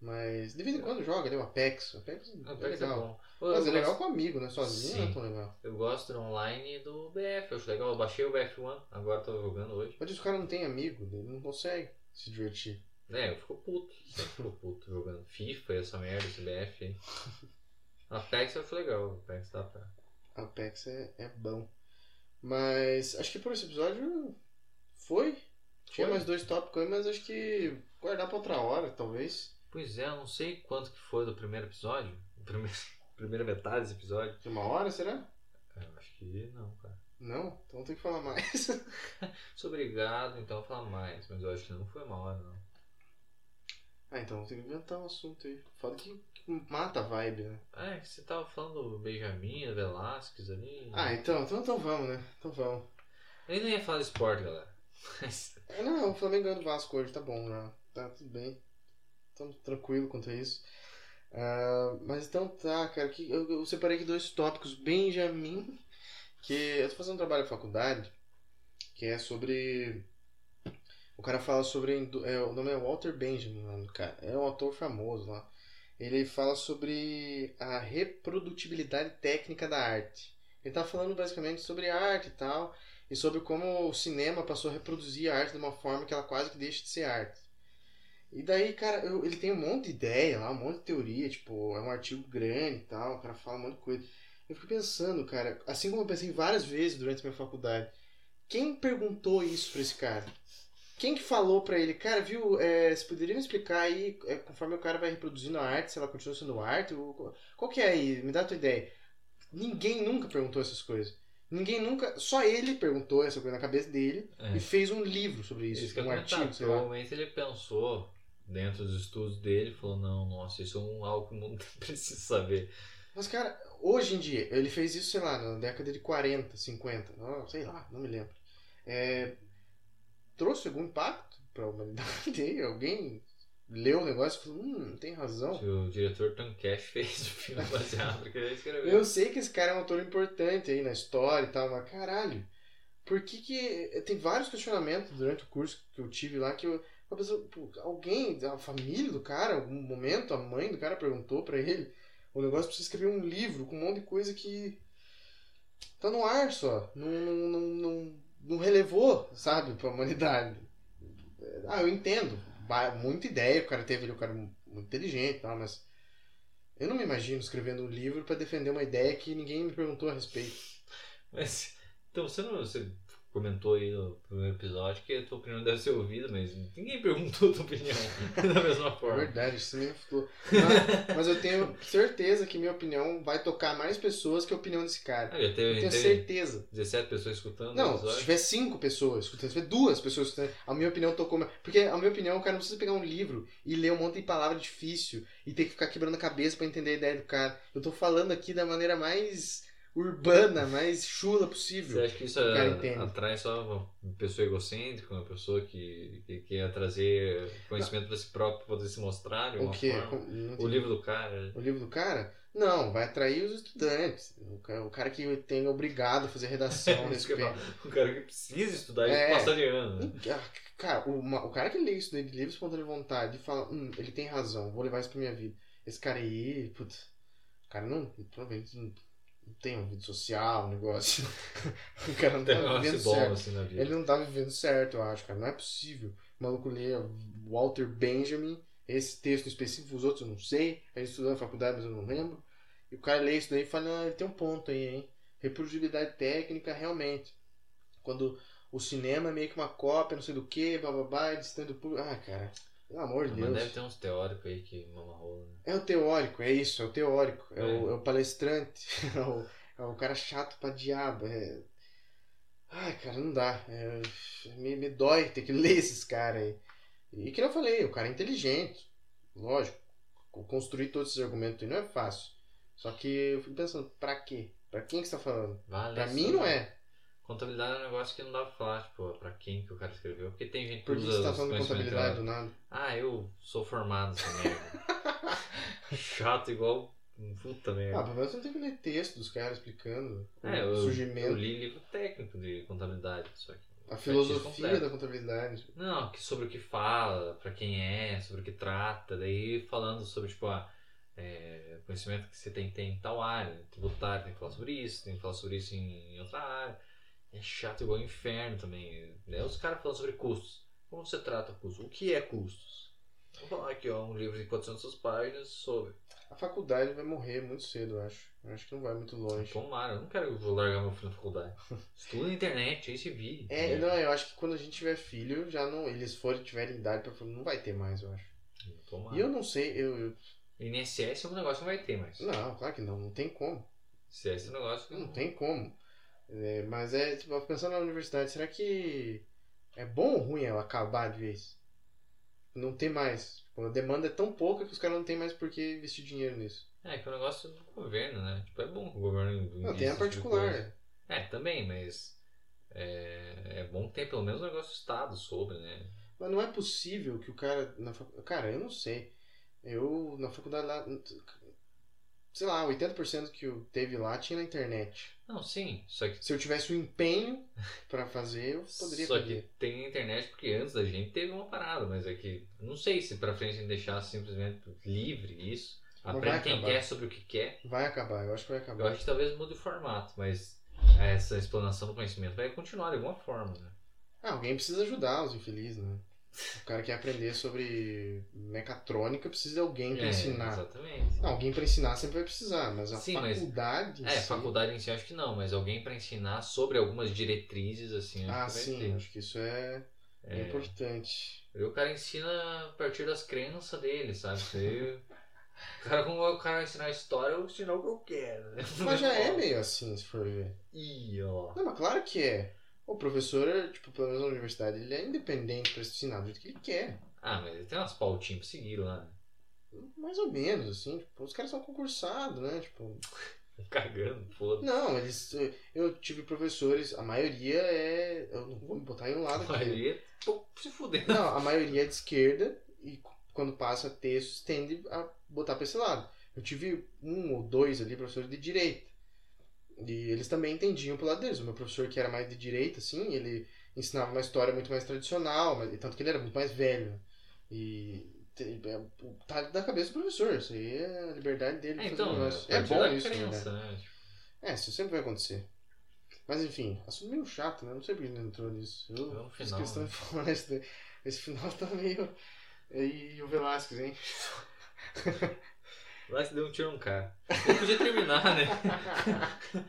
S3: Mas de vez em quando joga, né? O Apex. O Apex,
S4: Não,
S3: é
S4: pet é
S3: legal.
S4: bom. Eu,
S3: Mas é
S4: eu,
S3: legal
S4: gosto,
S3: com amigo, né? Sozinho não é
S4: Sim.
S3: tão legal.
S4: eu gosto do online do BF, eu acho legal. Eu baixei o BF1, agora tô jogando hoje.
S3: Mas o cara não tem amigo, ele não consegue se divertir.
S4: É, eu fico puto. Sempre fico puto jogando FIFA, essa merda, esse BF aí. Apex eu acho legal, Apex dá pra.
S3: Apex é, é bom. Mas acho que por esse episódio foi. Tinha
S4: Foi.
S3: mais dois tópicos aí, mas acho que guardar pra outra hora, talvez.
S4: Pois é, eu não sei quanto que foi do primeiro episódio. O primeiro, primeira metade desse episódio.
S3: De uma hora, será?
S4: Eu acho que não, cara.
S3: Não? Então tem que falar mais.
S4: Sou obrigado, então eu vou falar mais, mas eu acho que não foi uma hora, não.
S3: ah, então tem que inventar um assunto aí. Foda que mata a vibe, né?
S4: Ah, é que você tava falando do Benjamin, do Velasquez ali.
S3: Ah, então, então, então vamos, né? Então vamos.
S4: Eu ainda ia falar de esporte, galera. Mas
S3: É, Não, o Flamengo ganhou do Vasco hoje, tá bom, né? Tá tudo bem. Tamo tranquilo quanto a isso. Ah, mas então tá, cara. Que eu, eu separei aqui dois tópicos. Benjamin, que eu tô fazendo um trabalho na faculdade, que é sobre. O cara fala sobre. indo- é, o nome é Walter Benjamin, o nome do cara. É um autor famoso lá. Ele fala sobre a reprodutibilidade técnica da arte. Ele tá falando basicamente sobre arte e tal e sobre como o cinema passou a reproduzir a arte de uma forma que ela quase que deixa de ser arte. E daí, cara, eu- ele tem um monte de ideia lá, um monte de teoria, tipo, é um artigo grande e tal, o cara fala um monte de coisa. Eu fico pensando, cara, assim como eu pensei várias vezes durante a minha faculdade, quem perguntou isso pra esse cara? Quem que falou pra ele, cara, viu, é, você poderia me explicar aí, é, conforme o cara vai reproduzindo a arte, se ela continua sendo arte, ou- qual que é aí, me dá a tua ideia. Ninguém nunca perguntou essas coisas. Ninguém nunca, só ele perguntou essa coisa na cabeça dele
S4: É.
S3: e fez um livro sobre isso,
S4: isso que eu
S3: um
S4: ia comentar,
S3: artigo, sei lá.
S4: Provavelmente ele pensou dentro dos estudos dele, falou, não, nossa, isso é um algo que o mundo precisa saber.
S3: Mas, cara, hoje em dia, ele fez isso, sei lá, na década de 40, 50, não, sei lá, não me lembro. É, trouxe algum impacto pra humanidade? Alguém leu o negócio e falou, hum, tem razão.
S4: Que o diretor Tom Cash fez o filme baseado porque ele escreveu.
S3: Eu sei que esse cara é um autor importante aí na história e tal, mas caralho, por que que... eh, Tem vários questionamentos durante o curso que eu tive lá que eu... eu pensava, pô, alguém, a família do cara, em algum momento, a mãe do cara perguntou pra ele o negócio precisa escrever um livro com um monte de coisa que tá no ar só. Não, não, não, não, não relevou, sabe, pra humanidade. É, Ah, eu entendo. Ba- Muita ideia que o cara teve, ele é um cara mu- muito inteligente e tal, mas eu não me imagino escrevendo um livro pra defender uma ideia que ninguém me perguntou a respeito.
S4: Mas, então, você não você comentou aí no primeiro episódio que a tua opinião deve ser ouvida, mas ninguém perguntou a tua opinião da mesma
S3: É
S4: forma.
S3: verdade, isso me ficou. Mas, mas eu tenho certeza que minha opinião vai tocar mais pessoas que a opinião desse cara.
S4: Ah, já
S3: Eu
S4: teve,
S3: tenho
S4: teve
S3: certeza.
S4: 17 pessoas escutando o
S3: Não, se
S4: episódio.
S3: tiver cinco pessoas escutando, se tiver duas pessoas escutando, a minha opinião tocou. mais. Porque, a minha opinião, o cara não precisa pegar um livro e ler um monte de palavra difícil e ter que ficar quebrando a cabeça pra entender a ideia do cara. Eu tô falando aqui da maneira mais urbana, mais chula possível.
S4: Você acha que isso
S3: Cara, entendo.
S4: atrai só uma pessoa egocêntrica, uma pessoa que, que quer trazer conhecimento pra si próprio pra poder se mostrar de
S3: O assim?
S4: alguma
S3: que?
S4: forma?
S3: Não
S4: O
S3: entendi.
S4: livro do cara. né?
S3: O livro do cara? Não, vai atrair os estudantes. O ca- o cara que tem obrigado a fazer redação nesse
S4: Porque
S3: pé.
S4: O cara que né? precisa estudar
S3: É.
S4: e passar de ano. né?
S3: Ah, Cara, o, ma- o cara que lê isso daí de livro espontânea vontade e fala, hum, ele tem razão, vou levar isso pra minha vida. Esse cara aí, putz, o cara não, provavelmente não, não tem uma vida social, um negócio. o cara não
S4: Tem um
S3: tá vivendo
S4: negócio bom
S3: certo.
S4: assim na vida.
S3: Ele não tá vivendo certo, eu acho, cara. Não é possível. O maluco lê Walter Benjamin, esse texto específico, os outros eu não sei. A gente estudou na faculdade, mas eu não lembro. E o cara lê isso daí e fala, ah, tem um ponto aí, hein? Reprodutibilidade técnica, realmente. Quando o cinema é meio que uma cópia, não sei do que, bababá, distante do público. Ah, cara, pelo amor de
S4: Mas
S3: Deus.
S4: deve ter uns teóricos aí que mama rola, né?
S3: É o teórico, é isso, é o teórico. É,
S4: É.
S3: O, é o palestrante, é o, é o cara chato pra diabo. é- Ai, cara, não dá. é, Me, me dói ter que ler esses caras aí. E que nem eu falei, o cara é inteligente, lógico. co- Construir todos esses argumentos aí não é fácil. Só que eu fico pensando, pra quê? Pra quem que você tá falando?
S4: Vale
S3: Pra
S4: isso,
S3: mim não
S4: né?
S3: é.
S4: Contabilidade é um negócio que não dá pra falar, tipo, pra quem que o cara escreveu. Porque tem gente que
S3: Por que
S4: usa
S3: você tá
S4: os
S3: falando de
S4: conhecimentos
S3: contabilidade do nada?
S4: Ah, eu sou formado nessa merda. Chato igual um puta
S3: Ah,
S4: merda.
S3: pelo menos você não tem que ler texto dos caras explicando
S4: é,
S3: o
S4: eu, eu
S3: Ah, surgimento,
S4: li livro técnico de contabilidade, só que.
S3: a
S4: completo.
S3: filosofia da contabilidade.
S4: Não, que sobre o que fala, pra quem é, sobre o que trata, daí falando sobre, tipo, ah, é, conhecimento que você tem, tem em tal área, né, tributário tem que falar sobre isso, tem que falar sobre isso em, em outra área. É chato igual inferno também. Né? Os caras falam sobre custos. Como você trata custos? O que é custos? Vou falar aqui, ó, um livro de 400 páginas sobre.
S3: A faculdade vai morrer muito cedo, eu acho. Eu acho que não vai muito longe.
S4: Tomara, eu não quero que eu vou largar meu filho na faculdade. Estuda na internet, aí se vi.
S3: É, não, eu acho que quando a gente tiver filho, já não. Eles forem tiverem idade pra não vai ter mais, eu acho.
S4: Tomara.
S3: E eu não sei, eu, eu-
S4: INSS é um negócio que não vai ter mais.
S3: Não, claro que não, não tem como.
S4: INSS é um negócio que
S3: Não tem como. É, mas é, tipo, pensando na universidade, será que é bom ou ruim ela acabar de vez? Não tem mais. Tipo, a demanda é tão pouca que os caras não tem mais por que investir dinheiro nisso.
S4: É, que é um negócio do governo, né? Tipo, é bom que o governo invista
S3: Não, tem a
S4: esse tipo de coisa.
S3: particular.
S4: É, também, mas é, é bom que tem pelo menos um negócio do Estado sobre, né?
S3: Mas não é possível que o cara. Na fac... Cara, eu não sei. Eu, na faculdade lá. Sei lá, 80% que eu teve lá tinha na internet.
S4: Não, sim, só que,
S3: Se eu tivesse o empenho pra fazer, eu poderia
S4: só que
S3: fazer.
S4: tem internet porque antes da gente teve uma parada, mas é que não sei se pra frente a gente deixar simplesmente livre isso.
S3: Não vai
S4: Aprende quem
S3: acabar.
S4: quer sobre o que quer.
S3: Vai acabar, eu acho que vai
S4: Eu
S3: acabar.
S4: acho que talvez mude o formato, mas essa explanação do conhecimento vai continuar de alguma forma, né?
S3: Ah, alguém precisa ajudar os infelizes, né? O cara quer aprender sobre mecatrônica, precisa de alguém pra
S4: É,
S3: ensinar.
S4: Exatamente.
S3: Não, alguém pra ensinar sempre vai precisar, mas a
S4: Sim, mas-
S3: faculdade. em
S4: É,
S3: si-
S4: faculdade em si acho que não, mas alguém pra ensinar sobre algumas diretrizes, assim, acho
S3: Ah,
S4: que vai
S3: sim,
S4: ter.
S3: acho que isso é, é
S4: É.
S3: importante.
S4: Aí o cara ensina a partir das crenças dele, sabe? Isso aí, o cara, como o cara ensinar história, eu vou ensinar o que eu quero. né?
S3: Mas já é meio assim, se for ver.
S4: Ih, ó.
S3: Não, mas claro que é. O professor, é, tipo, pelo menos na universidade, ele é independente pra ensinar do jeito que ele quer.
S4: Ah, mas ele tem umas pautinhas pra seguir lá, né?
S3: Mais ou menos, assim. Tipo, os caras são concursados, né? Tipo,
S4: Cagando, foda.
S3: não, eles. Eu tive professores, a maioria é. Eu não vou me botar em um lado
S4: Aí
S3: aqui.
S4: ele, pô, se fuder.
S3: Não, a maioria é de esquerda e c- quando passa textos tende a botar pra esse lado. Eu tive um ou dois ali professores de direita. E eles também entendiam pro lado deles. O meu professor, que era mais de direita, assim, ele ensinava uma história muito mais tradicional, mas, tanto que ele era muito mais velho. E te- é, o- tá da cabeça do professor, isso aí é a liberdade dele.
S4: É,
S3: de fazer
S4: então,
S3: o negócio.
S4: a
S3: é
S4: partir
S3: bom
S4: da
S3: isso, na verdade.
S4: crença, né? Tipo,
S3: É, isso sempre vai acontecer. Mas enfim, assunto meio chato, né? Não sei por que não entrou nisso. Eu
S4: É um
S3: fiz
S4: final,
S3: questão
S4: né?
S3: de falar isso daí. Esse final tá meio. E o Velasquez, hein?
S4: Lá se deu um tiro num cara. Ele podia terminar, né?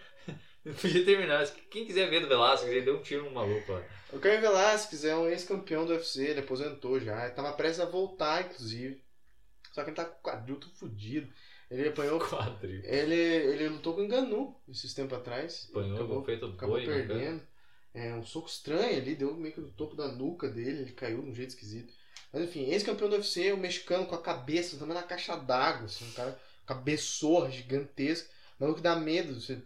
S4: Ele podia terminar. mas Quem quiser ver do Velasco, ele deu um tiro num maluco lá.
S3: o Caio Velasquez é um ex-campeão do UFC, ele aposentou já. Ele tava prestes a voltar, inclusive. Só que ele tá com o quadril todo fudido. Ele apanhou.
S4: Quadril.
S3: Ele, ele lutou com o Enganu esses tempos atrás.
S4: Apanhou,
S3: acabou,
S4: feito
S3: acabou
S4: boi, né, bacana.
S3: perdendo. É um soco estranho ali, deu meio que no topo da nuca dele, ele caiu de um jeito esquisito. Mas enfim, ex-campeão do UFC, o mexicano com a cabeça, também na caixa d'água, assim, um cara cabeçorra gigantesco, maluco que dá medo, você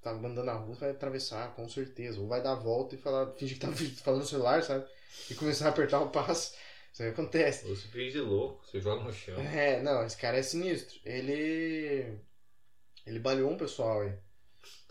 S3: tava andando na rua, vai atravessar, com certeza. Ou vai dar a volta e falar, fingir que tá falando no celular, sabe? E começar a apertar o passo. Isso aí acontece.
S4: Ou se finge de louco, você joga no chão.
S3: É, não, esse cara é sinistro. Ele. Ele baleou um pessoal aí.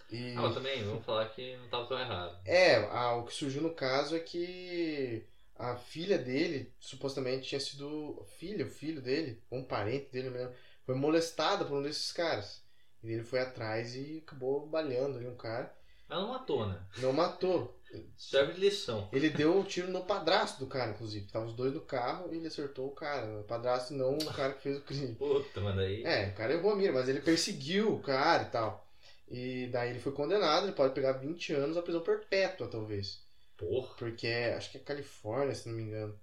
S3: E...
S4: Ah, mas também, vamos falar que não tava tão errado.
S3: É, a- o que surgiu no caso é que a filha dele, supostamente tinha sido. Filha, o filho dele, ou um parente dele mesmo, foi molestada por um desses caras. E ele foi atrás e acabou baleando ali um cara.
S4: Mas não matou, né?
S3: Não matou.
S4: Serve de lição.
S3: Ele deu o tiro no padrasto do cara, inclusive. Estavam os dois no carro e ele acertou o cara. O padrasto não o cara que fez o crime.
S4: Puta, mas daí.
S3: É, o cara errou a mira, mas ele perseguiu o cara e tal. E daí ele foi condenado, ele pode pegar 20 anos a prisão perpétua, talvez.
S4: Porra.
S3: Porque é- acho que é Califórnia, se não me engano.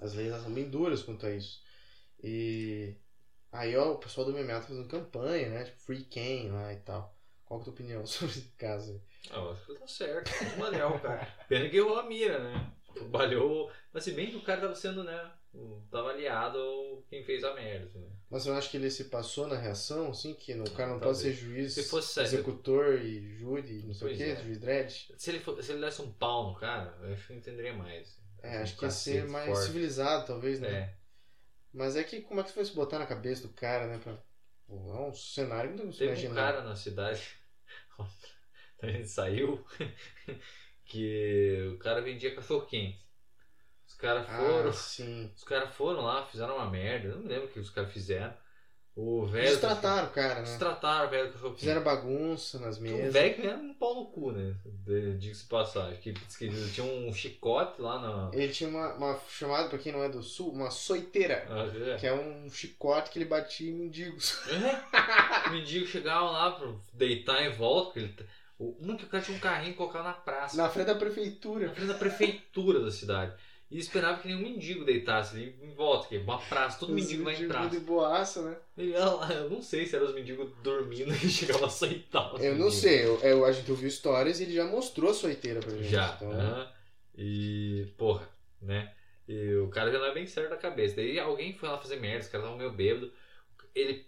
S3: As leis lá são bem duras quanto a isso. E aí ó, o pessoal do MMA tá fazendo campanha, né? Tipo, Free Ken lá e tal. Qual que é a tua opinião sobre esse caso? aí?
S4: Ah, eu acho que tá certo. Manel, cara. Pena que errou a mira, né? Trabalhou. Mas se bem que o cara tava sendo, né? o- Tava aliado ao quem fez a merda. Né?
S3: Mas você não acha que ele se passou na reação, assim? Que o cara não pode
S4: Talvez.
S3: ser juiz,
S4: Se fosse sério.
S3: executor e júri, não sei o
S4: Pois
S3: quê,
S4: é.
S3: juiz dread?
S4: Se ele, fo- se ele desse um pau no cara, eu acho que eu entenderia mais.
S3: É,
S4: Um
S3: acho que ia ser
S4: cacete
S3: mais
S4: forte.
S3: civilizado, talvez, né?
S4: É.
S3: Mas é que como é que você vai se botar na cabeça do cara, né? Pra... Pô, é um cenário que não tem como se
S4: Teve um
S3: imaginar.
S4: cara na cidade. a gente saiu. que o cara vendia cachorro quente. Os caras foram.
S3: Ah, sim.
S4: Os caras foram lá, fizeram uma merda. Eu não me lembro o que os caras fizeram. O velho.
S3: Eles trataram o cara, né?
S4: Eles trataram o velho do cachorro quente.
S3: Fizeram bagunça nas
S4: O
S3: mesas.
S4: velho que era um pau no cu, né? De- Diga-se de passagem. Que, diz que ele tinha um chicote lá na.
S3: Ele tinha uma, uma chamada, pra quem não é do sul, uma soiteira.
S4: na- é.
S3: Que é um chicote que ele batia em mendigos.
S4: É. Os mendigos chegavam lá pra deitar em volta. Porque ele, o- um que o cara tinha um carrinho colocado na praça.
S3: Na frente da
S4: na
S3: prefeitura.
S4: frente da prefeitura da cidade. E esperava que nenhum mendigo deitasse ali em volta, que é uma praça, todo
S3: Os
S4: mendigo vai em
S3: mendigos
S4: praça.
S3: de boaça, né?
S4: E ela- eu não sei se eram os mendigos dormindo que chegavam a aceitar. os
S3: Eu não
S4: mendigos.
S3: sei, eu, eu- a gente ouviu histórias e ele já mostrou a soiteira pra gente.
S4: Já. Ah.
S3: Então,
S4: aham. E, porra, né? E o cara já não é bem certo da cabeça. Daí alguém foi lá fazer merda, os caras estavam meio bêbado. Ele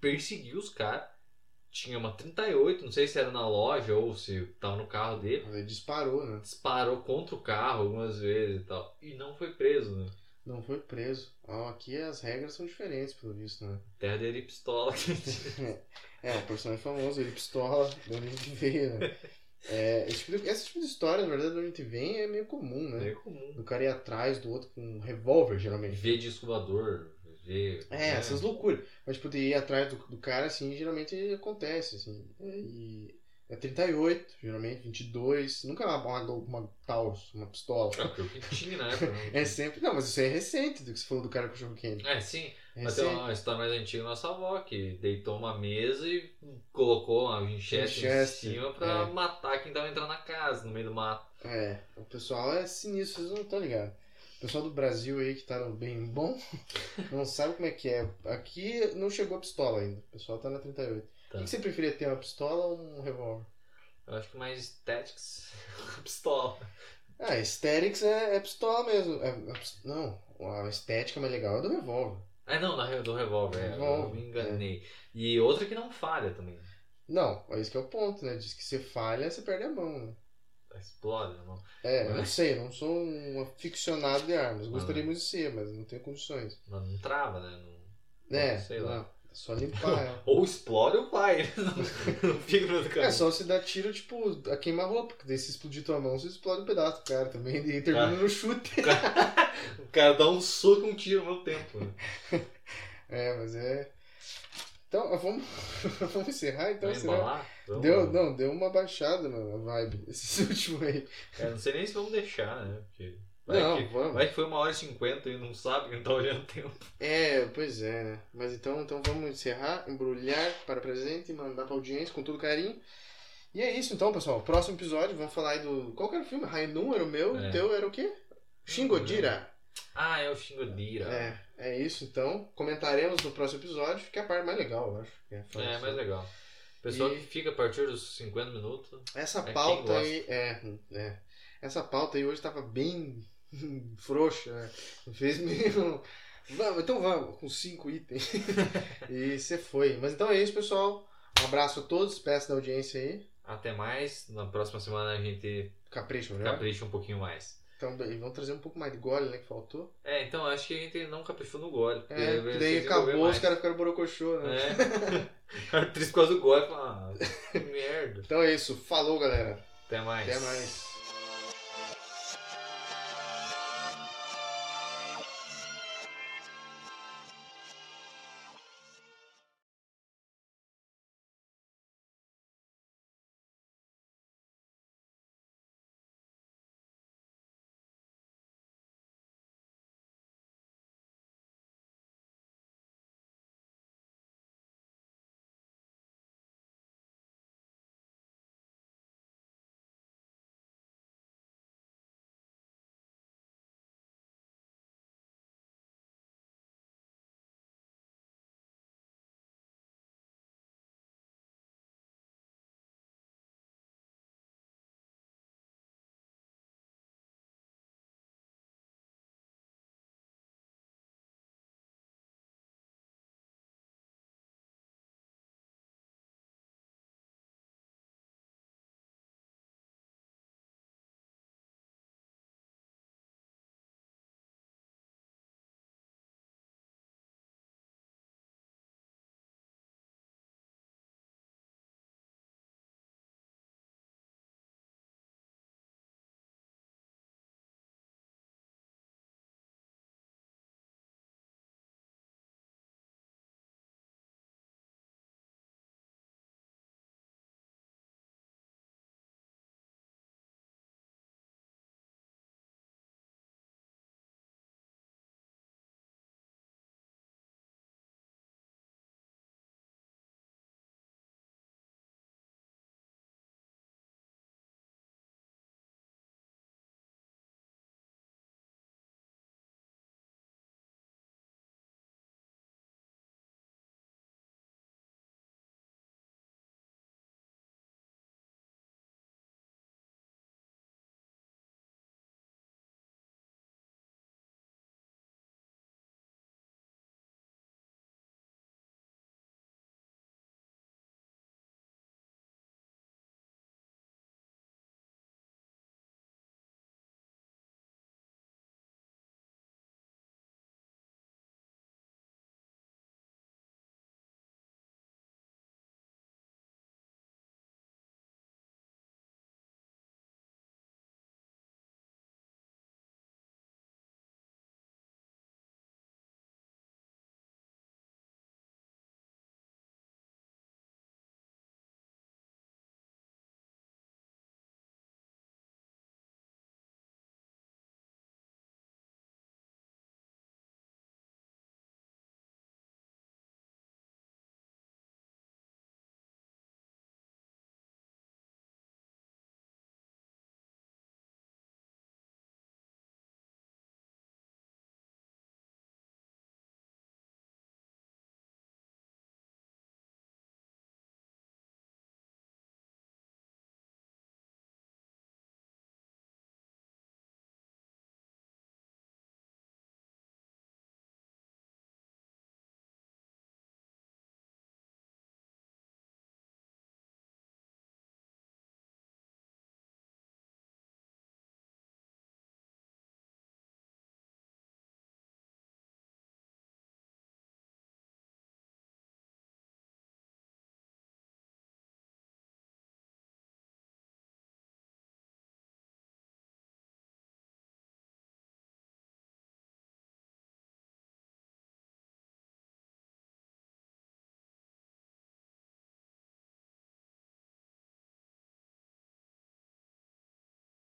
S4: perseguiu os caras. Tinha uma 38, não sei se era na loja ou se tava no carro dele.
S3: Ele disparou, né?
S4: Disparou contra o carro algumas vezes e tal. E não foi preso, né?
S3: Não foi preso. Ó, aqui as regras são diferentes, pelo visto, né?
S4: Terra dele pistola.
S3: É, o personagem famoso, ele pistola, de onde a gente veio, né? É, esse tipo de- esse tipo de história, na verdade, de onde a gente vem é meio comum, né?
S4: é comum.
S3: Do cara ir atrás do outro com um revólver, geralmente.
S4: Vê disco voador, né? vê.
S3: É, essas loucuras. Mas, tipo, de ir atrás do, do cara, assim, geralmente acontece, assim. É, E é 38, geralmente, 22. Nunca é uma, uma, uma Taurus, uma pistola.
S4: Ah, porque o que tinha na época. não-
S3: É sempre... Não, mas isso aí é recente, do que você falou do cara com o cachorro quente.
S4: É, sim.
S3: É
S4: Mas tem
S3: recente.
S4: uma história mais antiga da nossa avó, que deitou uma mesa e colocou uma Winchester,
S3: Winchester,
S4: em cima pra
S3: é.
S4: matar quem tava entrando na casa, no meio do mato.
S3: É, o pessoal é sinistro, vocês não estão ligados. O pessoal do Brasil aí que tá no bem bom, não sabe como é que é. Aqui não chegou a pistola ainda. O pessoal tá na 38.
S4: Tá.
S3: O que você preferia ter, uma pistola ou um revólver?
S4: Eu acho que mais tactics, pistola.
S3: Ah, aesthetics é, é pistola mesmo. É- é pis- não, a estética mais legal é do revólver.
S4: Ah, não, na re- do revólver, é, eu
S3: Revólver,
S4: me enganei. E outra que não falha também.
S3: Não, é isso que é o ponto, né? Diz que você falha, você perde a mão, né?
S4: Explode, não.
S3: É, eu
S4: Ué.
S3: não sei, eu não sou um aficionado de armas.
S4: Ah.
S3: Gostaria muito de ser, mas não tenho condições.
S4: Não, não trava, né? Não-
S3: É,
S4: Sei lá.
S3: não, é só limpar ela.
S4: Ou explode ou vai. Não, não fica no outro
S3: É
S4: caminho.
S3: só se dar tiro, tipo, a queima-roupa, porque daí se explodir tua mão, você explode um pedaço do cara também, e termina
S4: Tá.
S3: no chute.
S4: O cara dá um soco e um tiro ao mesmo tempo. né?
S3: É, mas é. Então, vamos, vamos encerrar então,
S4: Vai
S3: será?
S4: embalar? Vamos.
S3: Deu, não, deu uma baixada na vibe, esse último aí.
S4: É, não sei nem se vamos deixar, né? Porque vai
S3: Não,
S4: que-
S3: vamos.
S4: Vai que foi uma hora e cinquenta e não sabe que não tá olhando o tempo.
S3: É, pois é, né? Mas então, então vamos encerrar, embrulhar para presente e mandar pra audiência com todo carinho. E é isso então, pessoal. Próximo episódio, vamos falar aí do. Qual que era o filme? Rainum era o meu,
S4: É.
S3: o teu era o quê? Shingodira.
S4: Ah, é o Xingodira.
S3: É, é isso então. Comentaremos no próximo episódio, que é a parte mais legal, eu acho. que é falar
S4: É,
S3: sobre-
S4: mais legal. Pessoal
S3: E-
S4: que fica a partir dos 50 minutos.
S3: Essa
S4: quem
S3: pauta
S4: gosta.
S3: aí. É, é. Essa pauta aí hoje tava bem frouxa, né? Fez meio. Vamos, então vamos, com cinco itens. e você foi. Mas então é isso, pessoal. Um abraço a todos, peço da audiência aí.
S4: Até mais. Na próxima semana a gente
S3: Capricha, melhor.
S4: capricha um pouquinho mais.
S3: né? Então, e vamos trazer um pouco mais de gole, né? Que faltou.
S4: É, então acho que a gente não caprichou no gole. porque vai
S3: É, que
S4: se
S3: daí
S4: desenvolver
S3: acabou, os
S4: mais.
S3: caras ficaram borocochô, né?
S4: É. A atriz por causa do gole fala, ah, que merda.
S3: Então é isso. Falou, galera.
S4: Até mais.
S3: Até mais.